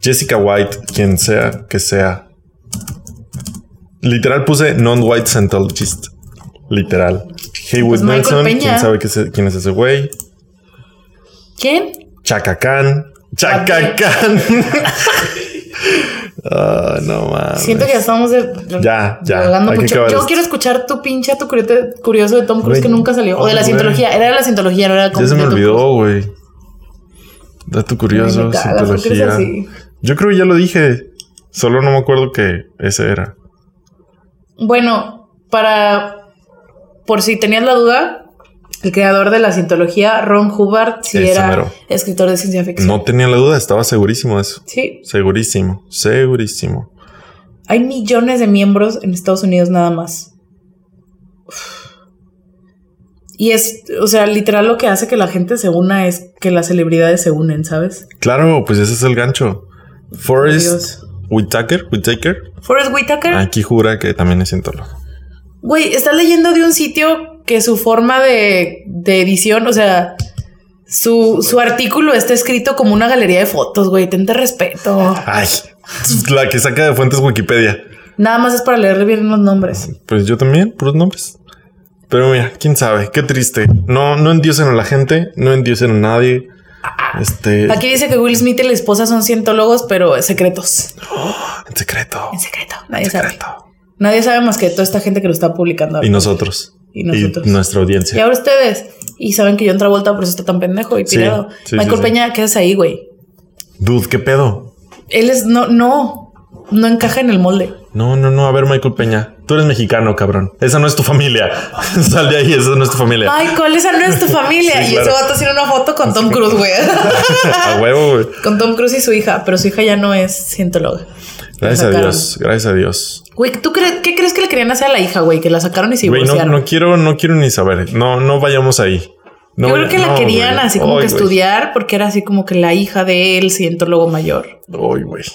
Speaker 1: Jessica White, quien sea que sea. Literal puse non-white Scientologist. Literal. Haywood
Speaker 2: Pues Michael
Speaker 1: Nelson,
Speaker 2: Peña.
Speaker 1: quién sabe qué se- quién es ese güey.
Speaker 2: ¿Quién?
Speaker 1: Chaka Khan. Chaka
Speaker 2: Papi.
Speaker 1: Khan. Ah, no mames.
Speaker 2: Siento que ya estamos de,
Speaker 1: Ya, ya,
Speaker 2: divagando
Speaker 1: hay que
Speaker 2: mucho.
Speaker 1: acabar
Speaker 2: Yo
Speaker 1: esto.
Speaker 2: quiero escuchar tu pinche tu curiote- curioso de Tom Cruise
Speaker 1: Güey,
Speaker 2: que nunca salió. O de la
Speaker 1: güey.
Speaker 2: cientología. Era de la cientología, no era como.
Speaker 1: Ya se me
Speaker 2: de Tom
Speaker 1: olvidó, güey. Dato
Speaker 2: Cruise. Ay,
Speaker 1: curioso,
Speaker 2: me cagas, ¿por qué eres
Speaker 1: cientología.
Speaker 2: así?
Speaker 1: Yo creo que ya lo dije. Solo no me acuerdo que ese era.
Speaker 2: Bueno, para. Por si tenías la duda, el creador de la cientología, Ron Hubbard, si
Speaker 1: Ese
Speaker 2: era
Speaker 1: mero.
Speaker 2: escritor de ciencia ficción.
Speaker 1: No tenía la duda, estaba segurísimo de eso.
Speaker 2: Sí,
Speaker 1: Segurísimo, segurísimo.
Speaker 2: hay millones de miembros en Estados Unidos nada más. Uf. Y es, o sea, literal lo que hace que la gente se una es que las celebridades se unen, ¿sabes?
Speaker 1: Claro, pues ese es el gancho. Forrest
Speaker 2: Dios.
Speaker 1: Whitaker, Whitaker.
Speaker 2: Forrest Whitaker.
Speaker 1: Aquí jura que también es cientólogo.
Speaker 2: Güey, estás leyendo de un sitio que su forma de, de edición, o sea, su, su artículo está escrito como una galería de fotos, güey. Tente respeto.
Speaker 1: Ay, la que saca de fuentes Wikipedia.
Speaker 2: Nada más es para leerle bien los nombres.
Speaker 1: Pues yo también, puros nombres. Pero mira, quién sabe, qué triste. No, no endiosen a la gente, no endiosen a nadie. Este,
Speaker 2: Aquí dice que Will Smith y la esposa son cientólogos, pero secretos.
Speaker 1: en secreto,
Speaker 2: En secreto.
Speaker 1: en
Speaker 2: Nadie sabe.
Speaker 1: secreto.
Speaker 2: Nadie sabe más que toda esta gente que lo está publicando. ahora.
Speaker 1: Y nosotros.
Speaker 2: Y nosotros.
Speaker 1: nuestra audiencia.
Speaker 2: Y ahora ustedes. Y saben que yo otra vuelta, por eso está tan pendejo y
Speaker 1: Sí,
Speaker 2: pirado.
Speaker 1: sí,
Speaker 2: Michael
Speaker 1: sí, sí.
Speaker 2: Peña, ¿qué haces ahí, güey?
Speaker 1: Dude, ¿qué pedo?
Speaker 2: Él es. No, no. No encaja en el molde.
Speaker 1: No, no, no. A ver, Michael Peña, tú eres mexicano, cabrón. Esa no es tu familia. Sal de ahí, esa no es tu familia.
Speaker 2: Michael, esa no es tu familia.
Speaker 1: Sí,
Speaker 2: y ese
Speaker 1: claro.
Speaker 2: vato tiene una foto con Tom Cruise, güey.
Speaker 1: a huevo, güey.
Speaker 2: con Tom Cruise y su hija, pero su hija ya no es cientóloga.
Speaker 1: Gracias a
Speaker 2: sacaron.
Speaker 1: Dios, gracias a Dios.
Speaker 2: Güey, ¿tú cre- qué crees que le querían hacer a la hija, güey? Que la sacaron y se
Speaker 1: Güey, no,
Speaker 2: divorciaron.
Speaker 1: no quiero, no quiero ni saber. No, no vayamos ahí. No
Speaker 2: Yo
Speaker 1: vaya-
Speaker 2: creo que la
Speaker 1: no,
Speaker 2: querían
Speaker 1: güey.
Speaker 2: así como
Speaker 1: Ay,
Speaker 2: que
Speaker 1: güey.
Speaker 2: estudiar porque era así como que la hija de él, cientólogo mayor.
Speaker 1: Ay, güey.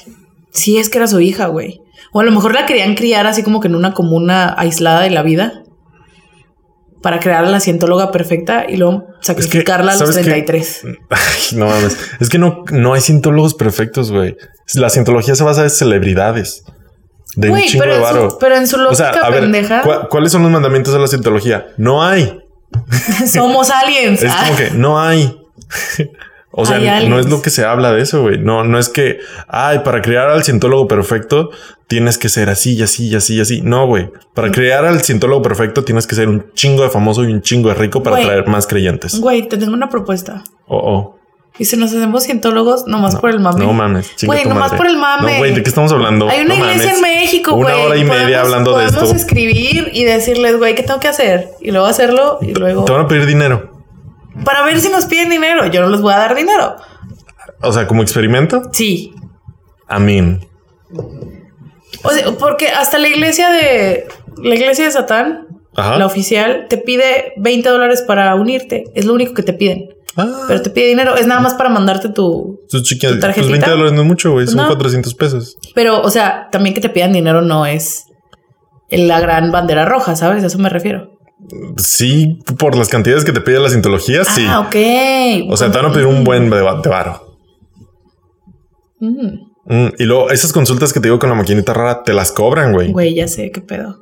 Speaker 2: Sí, es que era su hija, güey. O a lo mejor la querían criar así como que en una comuna aislada de la vida para crear a la cientóloga perfecta y luego sacrificarla a los
Speaker 1: ¿sabes qué?
Speaker 2: 33.
Speaker 1: Ay, no mames. Es que no, no hay cientólogos perfectos, güey. La cientología se basa en celebridades. De un
Speaker 2: Güey,
Speaker 1: chingo
Speaker 2: pero,
Speaker 1: de
Speaker 2: en su-
Speaker 1: varo.
Speaker 2: pero en su
Speaker 1: O sea,
Speaker 2: lógica
Speaker 1: a ver,
Speaker 2: pendeja,
Speaker 1: ¿cuá- ¿cuáles son los mandamientos de la cientología? No hay.
Speaker 2: somos aliens.
Speaker 1: Es
Speaker 2: Ah.
Speaker 1: como que no hay. O sea,
Speaker 2: Hay aliens.
Speaker 1: no es lo que se habla de eso, güey. No, no es que, ay, para crear al cientólogo perfecto tienes que ser así y así y así y así. No, güey. Para crear al cientólogo perfecto tienes que ser un chingo de famoso y un chingo de rico para
Speaker 2: Güey.
Speaker 1: traer más creyentes.
Speaker 2: Güey, te tengo una propuesta.
Speaker 1: Oh, oh.
Speaker 2: Y si nos hacemos cientólogos, nomás
Speaker 1: No,
Speaker 2: por el mame.
Speaker 1: No mames. chinga
Speaker 2: Güey,
Speaker 1: tu
Speaker 2: nomás
Speaker 1: madre.
Speaker 2: por el mame.
Speaker 1: No, güey, ¿de qué estamos hablando?
Speaker 2: Hay una
Speaker 1: No
Speaker 2: iglesia
Speaker 1: mames.
Speaker 2: en México, güey.
Speaker 1: Una hora y media
Speaker 2: Podemos-
Speaker 1: hablando de esto.
Speaker 2: Podemos escribir y decirles, güey, ¿qué tengo que hacer? Y luego hacerlo y luego...
Speaker 1: Te van a pedir dinero.
Speaker 2: Para ver si nos piden dinero. Yo no les voy a dar dinero.
Speaker 1: O sea, como experimento.
Speaker 2: Sí.
Speaker 1: Amén.
Speaker 2: O sea, porque hasta la iglesia de... La iglesia de Satán,
Speaker 1: Ajá.
Speaker 2: la oficial, te pide 20 dólares para unirte. Es lo único que te piden.
Speaker 1: Ah,
Speaker 2: Pero te pide dinero. Es nada más para mandarte tu...
Speaker 1: tus chiquillas-
Speaker 2: ¿tu
Speaker 1: Pues
Speaker 2: tarjetita? Pues
Speaker 1: 20 dólares no es mucho, güey. Son
Speaker 2: No.
Speaker 1: 400 pesos.
Speaker 2: Pero, o sea, también que te pidan dinero no es la gran bandera roja, ¿sabes? A eso me refiero.
Speaker 1: Sí, por las cantidades que te pide la sintología, sí.
Speaker 2: Ah, ok.
Speaker 1: O sea, te van a pedir un buen de, de varo.
Speaker 2: Mm,
Speaker 1: Mm, y luego esas consultas que te digo con la maquinita rara te las cobran, güey.
Speaker 2: Güey, ya sé qué pedo.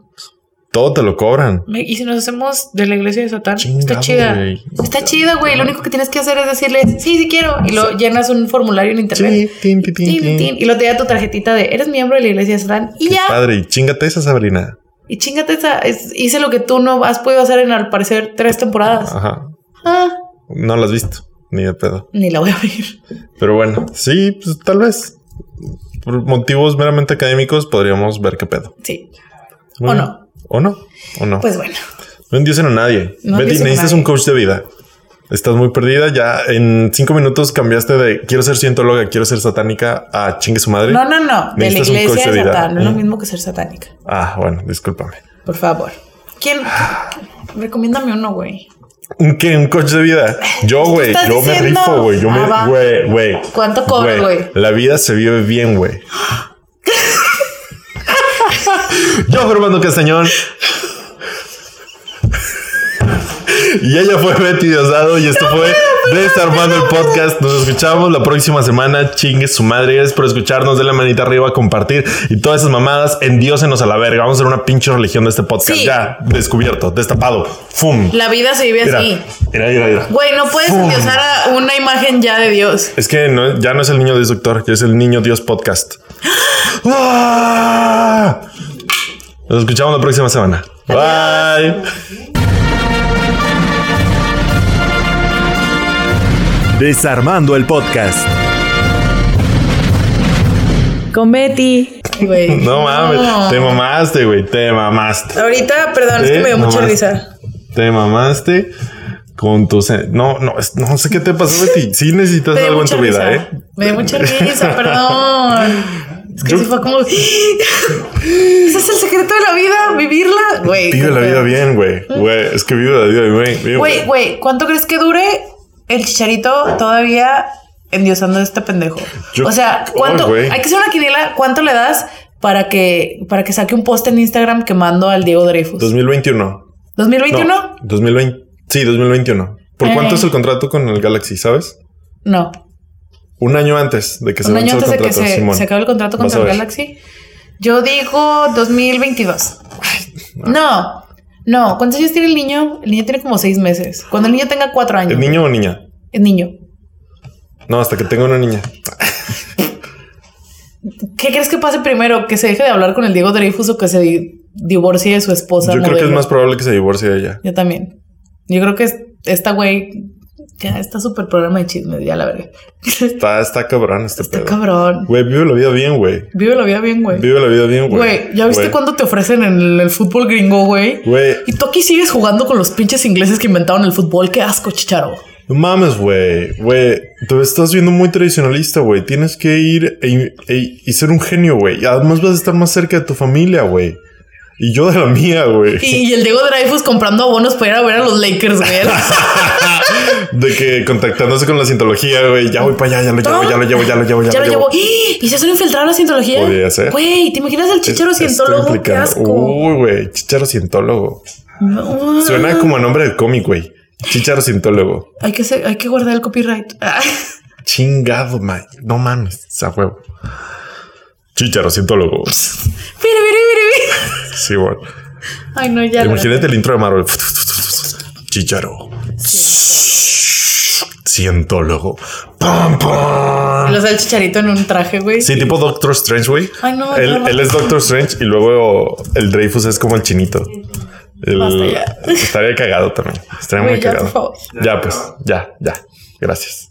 Speaker 1: Todo te lo cobran.
Speaker 2: Me- Y si nos hacemos de la iglesia de Satán,
Speaker 1: Chingado,
Speaker 2: está chida.
Speaker 1: güey.
Speaker 2: Está chida, güey. Lo único que tienes que hacer es decirle, sí, sí quiero. Y lo llenas un formulario en internet.
Speaker 1: Sí, tin, tin, tin,
Speaker 2: Tin,
Speaker 1: tin.
Speaker 2: tin, y lo te da tu tarjetita de eres miembro de la iglesia de Satán. Y
Speaker 1: Qué
Speaker 2: ya.
Speaker 1: Padre, y chingate esa Sabrina.
Speaker 2: Y chingate esa. es- hice lo que tú no has podido hacer en al parecer tres temporadas.
Speaker 1: Ajá.
Speaker 2: Ah,
Speaker 1: No las has visto, ni de pedo.
Speaker 2: ni la voy a abrir.
Speaker 1: Pero bueno, sí, pues tal vez. Por motivos meramente académicos podríamos ver qué pedo.
Speaker 2: Sí.
Speaker 1: Bueno,
Speaker 2: no.
Speaker 1: O no. O no.
Speaker 2: Pues bueno.
Speaker 1: No endiosen a nadie.
Speaker 2: No
Speaker 1: Betty,
Speaker 2: endiosen a
Speaker 1: necesitas
Speaker 2: nadie.
Speaker 1: un coach de vida. Estás muy perdida. Ya en cinco minutos cambiaste de quiero ser cientóloga, quiero ser satánica a chingue su madre.
Speaker 2: No, no, no. De la
Speaker 1: Necesitas un
Speaker 2: iglesia
Speaker 1: coche
Speaker 2: de
Speaker 1: de vida.
Speaker 2: Satán. No es lo
Speaker 1: Mm.
Speaker 2: mismo que ser satánica.
Speaker 1: Ah, bueno, discúlpame.
Speaker 2: Por favor. ¿Quién?
Speaker 1: Ah.
Speaker 2: Recomiéndame uno, güey.
Speaker 1: ¿Un qué? ¿Un coach de vida? Yo, güey.
Speaker 2: estás
Speaker 1: Yo me
Speaker 2: diciendo?
Speaker 1: rifo, güey. Yo
Speaker 2: Ah, va.
Speaker 1: me. Güey, güey.
Speaker 2: ¿Cuánto cobra, güey?
Speaker 1: La vida se vive bien, güey. Yo, Fernando Castañón. Y ella fue Betty Diosdado y esto fue Desarmando el Podcast. Nos escuchamos la próxima semana. Chingue su madre. Gracias por escucharnos. De la manita arriba, compartir y todas esas mamadas. Endiósenos a la verga. Vamos a hacer una pinche religión de este podcast.
Speaker 2: Sí.
Speaker 1: Ya, descubierto, destapado. Fum.
Speaker 2: La vida se vive
Speaker 1: Mira,
Speaker 2: así.
Speaker 1: mira, mira, mira.
Speaker 2: Güey, no puedes
Speaker 1: Fum.
Speaker 2: endiosar a una imagen ya de Dios.
Speaker 1: Es que no, ya no es el niño Dios doctor, ya es el niño Dios podcast. ¡Ah! Nos escuchamos la próxima semana. Bye.
Speaker 3: Desarmando el podcast.
Speaker 2: Con Betty. güey.
Speaker 1: No mames,
Speaker 2: No.
Speaker 1: te mamaste, güey, te mamaste.
Speaker 2: Ahorita, perdón, es
Speaker 1: Te
Speaker 2: que me dio mucha
Speaker 1: mamaste.
Speaker 2: risa.
Speaker 1: Te mamaste con tu... se- No, no, es- no sé qué te pasó de ti. Sí necesitas
Speaker 2: Me dio
Speaker 1: algo en
Speaker 2: mucha
Speaker 1: tu vida,
Speaker 2: risa.
Speaker 1: ¿eh?
Speaker 2: Me dio mucha risa, perdón. Es que
Speaker 1: Yo-
Speaker 2: sí fue como. Ese es el secreto de la vida, vivirla. Güey.
Speaker 1: Vive la vida bien, güey. Güey, es que vive la vida bien, bien,
Speaker 2: Güey,
Speaker 1: güey.
Speaker 2: güey, ¿cuánto crees que dure el chicharito todavía endiosando a este pendejo?
Speaker 1: Yo-
Speaker 2: o sea,
Speaker 1: Ay,
Speaker 2: ¿cuánto?
Speaker 1: güey.
Speaker 2: hay que hacer una quiniela. ¿Cuánto le das para que, para que saque un post en Instagram quemando al Diego Dreyfus?
Speaker 1: 2021.
Speaker 2: ¿2021?
Speaker 1: No, 2020. Sí, 2021. ¿Por
Speaker 2: Eh.
Speaker 1: cuánto es el contrato con el Galaxy, sabes?
Speaker 2: No.
Speaker 1: Un año antes de que se
Speaker 2: Un año
Speaker 1: venza el
Speaker 2: antes de que
Speaker 1: contrato,
Speaker 2: se,
Speaker 1: Simón.
Speaker 2: se acabe el contrato
Speaker 1: Vas a
Speaker 2: contra el
Speaker 1: ver.
Speaker 2: Galaxy. Yo digo 2022. No. No, ¿cuántos años tiene el niño? El niño tiene como seis meses. Cuando el niño tenga cuatro años.
Speaker 1: ¿Es niño o niña?
Speaker 2: El niño.
Speaker 1: No, hasta que tenga una niña.
Speaker 2: ¿Qué crees que pase primero? ¿Que se deje de hablar con el Diego Dreyfus o que se di- divorcie de su esposa?
Speaker 1: Yo creo que es
Speaker 2: modelo?
Speaker 1: más probable que se divorcie de ella.
Speaker 2: Yo también. Yo creo que es- esta güey ya está súper programa de chismes, ya la verga.
Speaker 1: Está, está cabrón este
Speaker 2: Está
Speaker 1: pedo.
Speaker 2: cabrón.
Speaker 1: Güey, vive la vida bien, güey.
Speaker 2: Vive la vida bien, güey.
Speaker 1: Vive la vida bien, güey.
Speaker 2: Güey, ¿ya viste
Speaker 1: Güey.
Speaker 2: cuándo te ofrecen en el, el fútbol gringo, güey?
Speaker 1: Güey,
Speaker 2: Y tú aquí sigues jugando con los pinches ingleses que inventaron el fútbol. Qué asco, chicharo.
Speaker 1: no mames, güey. Güey, te estás viendo muy tradicionalista, güey. Tienes que ir e- e- y ser un genio, güey. Y Además vas a estar más cerca de tu familia, güey. Y yo de la mía, güey.
Speaker 2: Y, y el Diego Dreyfus comprando abonos para ir a ver a los Lakers, güey.
Speaker 1: De que contactándose con la sintología, güey. Ya voy para allá, ya lo llevo, ya lo llevo, ya lo llevo, ya,
Speaker 2: ya lo llevo. ¡Ah! ¿Y se hace un infiltrado a la cientología?
Speaker 1: Podría ser.
Speaker 2: Güey, ¿te imaginas el chicharo
Speaker 1: Estoy
Speaker 2: cientólogo? Qué
Speaker 1: implicando.
Speaker 2: asco.
Speaker 1: Uy, güey, chicharo cientólogo.
Speaker 2: No.
Speaker 1: Suena como a nombre de cómic, güey. Chicharo cientólogo.
Speaker 2: Hay que, ser- hay que guardar el copyright. Ah.
Speaker 1: Chingado, man. No mames, a huevo. Chicharo cientólogo.
Speaker 2: Mire, mire, mire, mire.
Speaker 1: Sí, bueno.
Speaker 2: Ay, no, ya. la
Speaker 1: Imagínate el intro de Marvel. Chicharo. Cientólogo. Pam, pam.
Speaker 2: verdad. Los del chicharito en un traje, güey.
Speaker 1: Sí, tipo Doctor Strange, güey.
Speaker 2: Ay, no,
Speaker 1: Él,
Speaker 2: no, no.
Speaker 1: él es Doctor Strange y luego el Dreyfus es como el chinito. El-
Speaker 2: Basta ya.
Speaker 1: estaría cagado también. Estaría
Speaker 2: Güey,
Speaker 1: muy
Speaker 2: ya, por
Speaker 1: cagado.
Speaker 2: favor.
Speaker 1: Ya, pues, ya, ya. Gracias.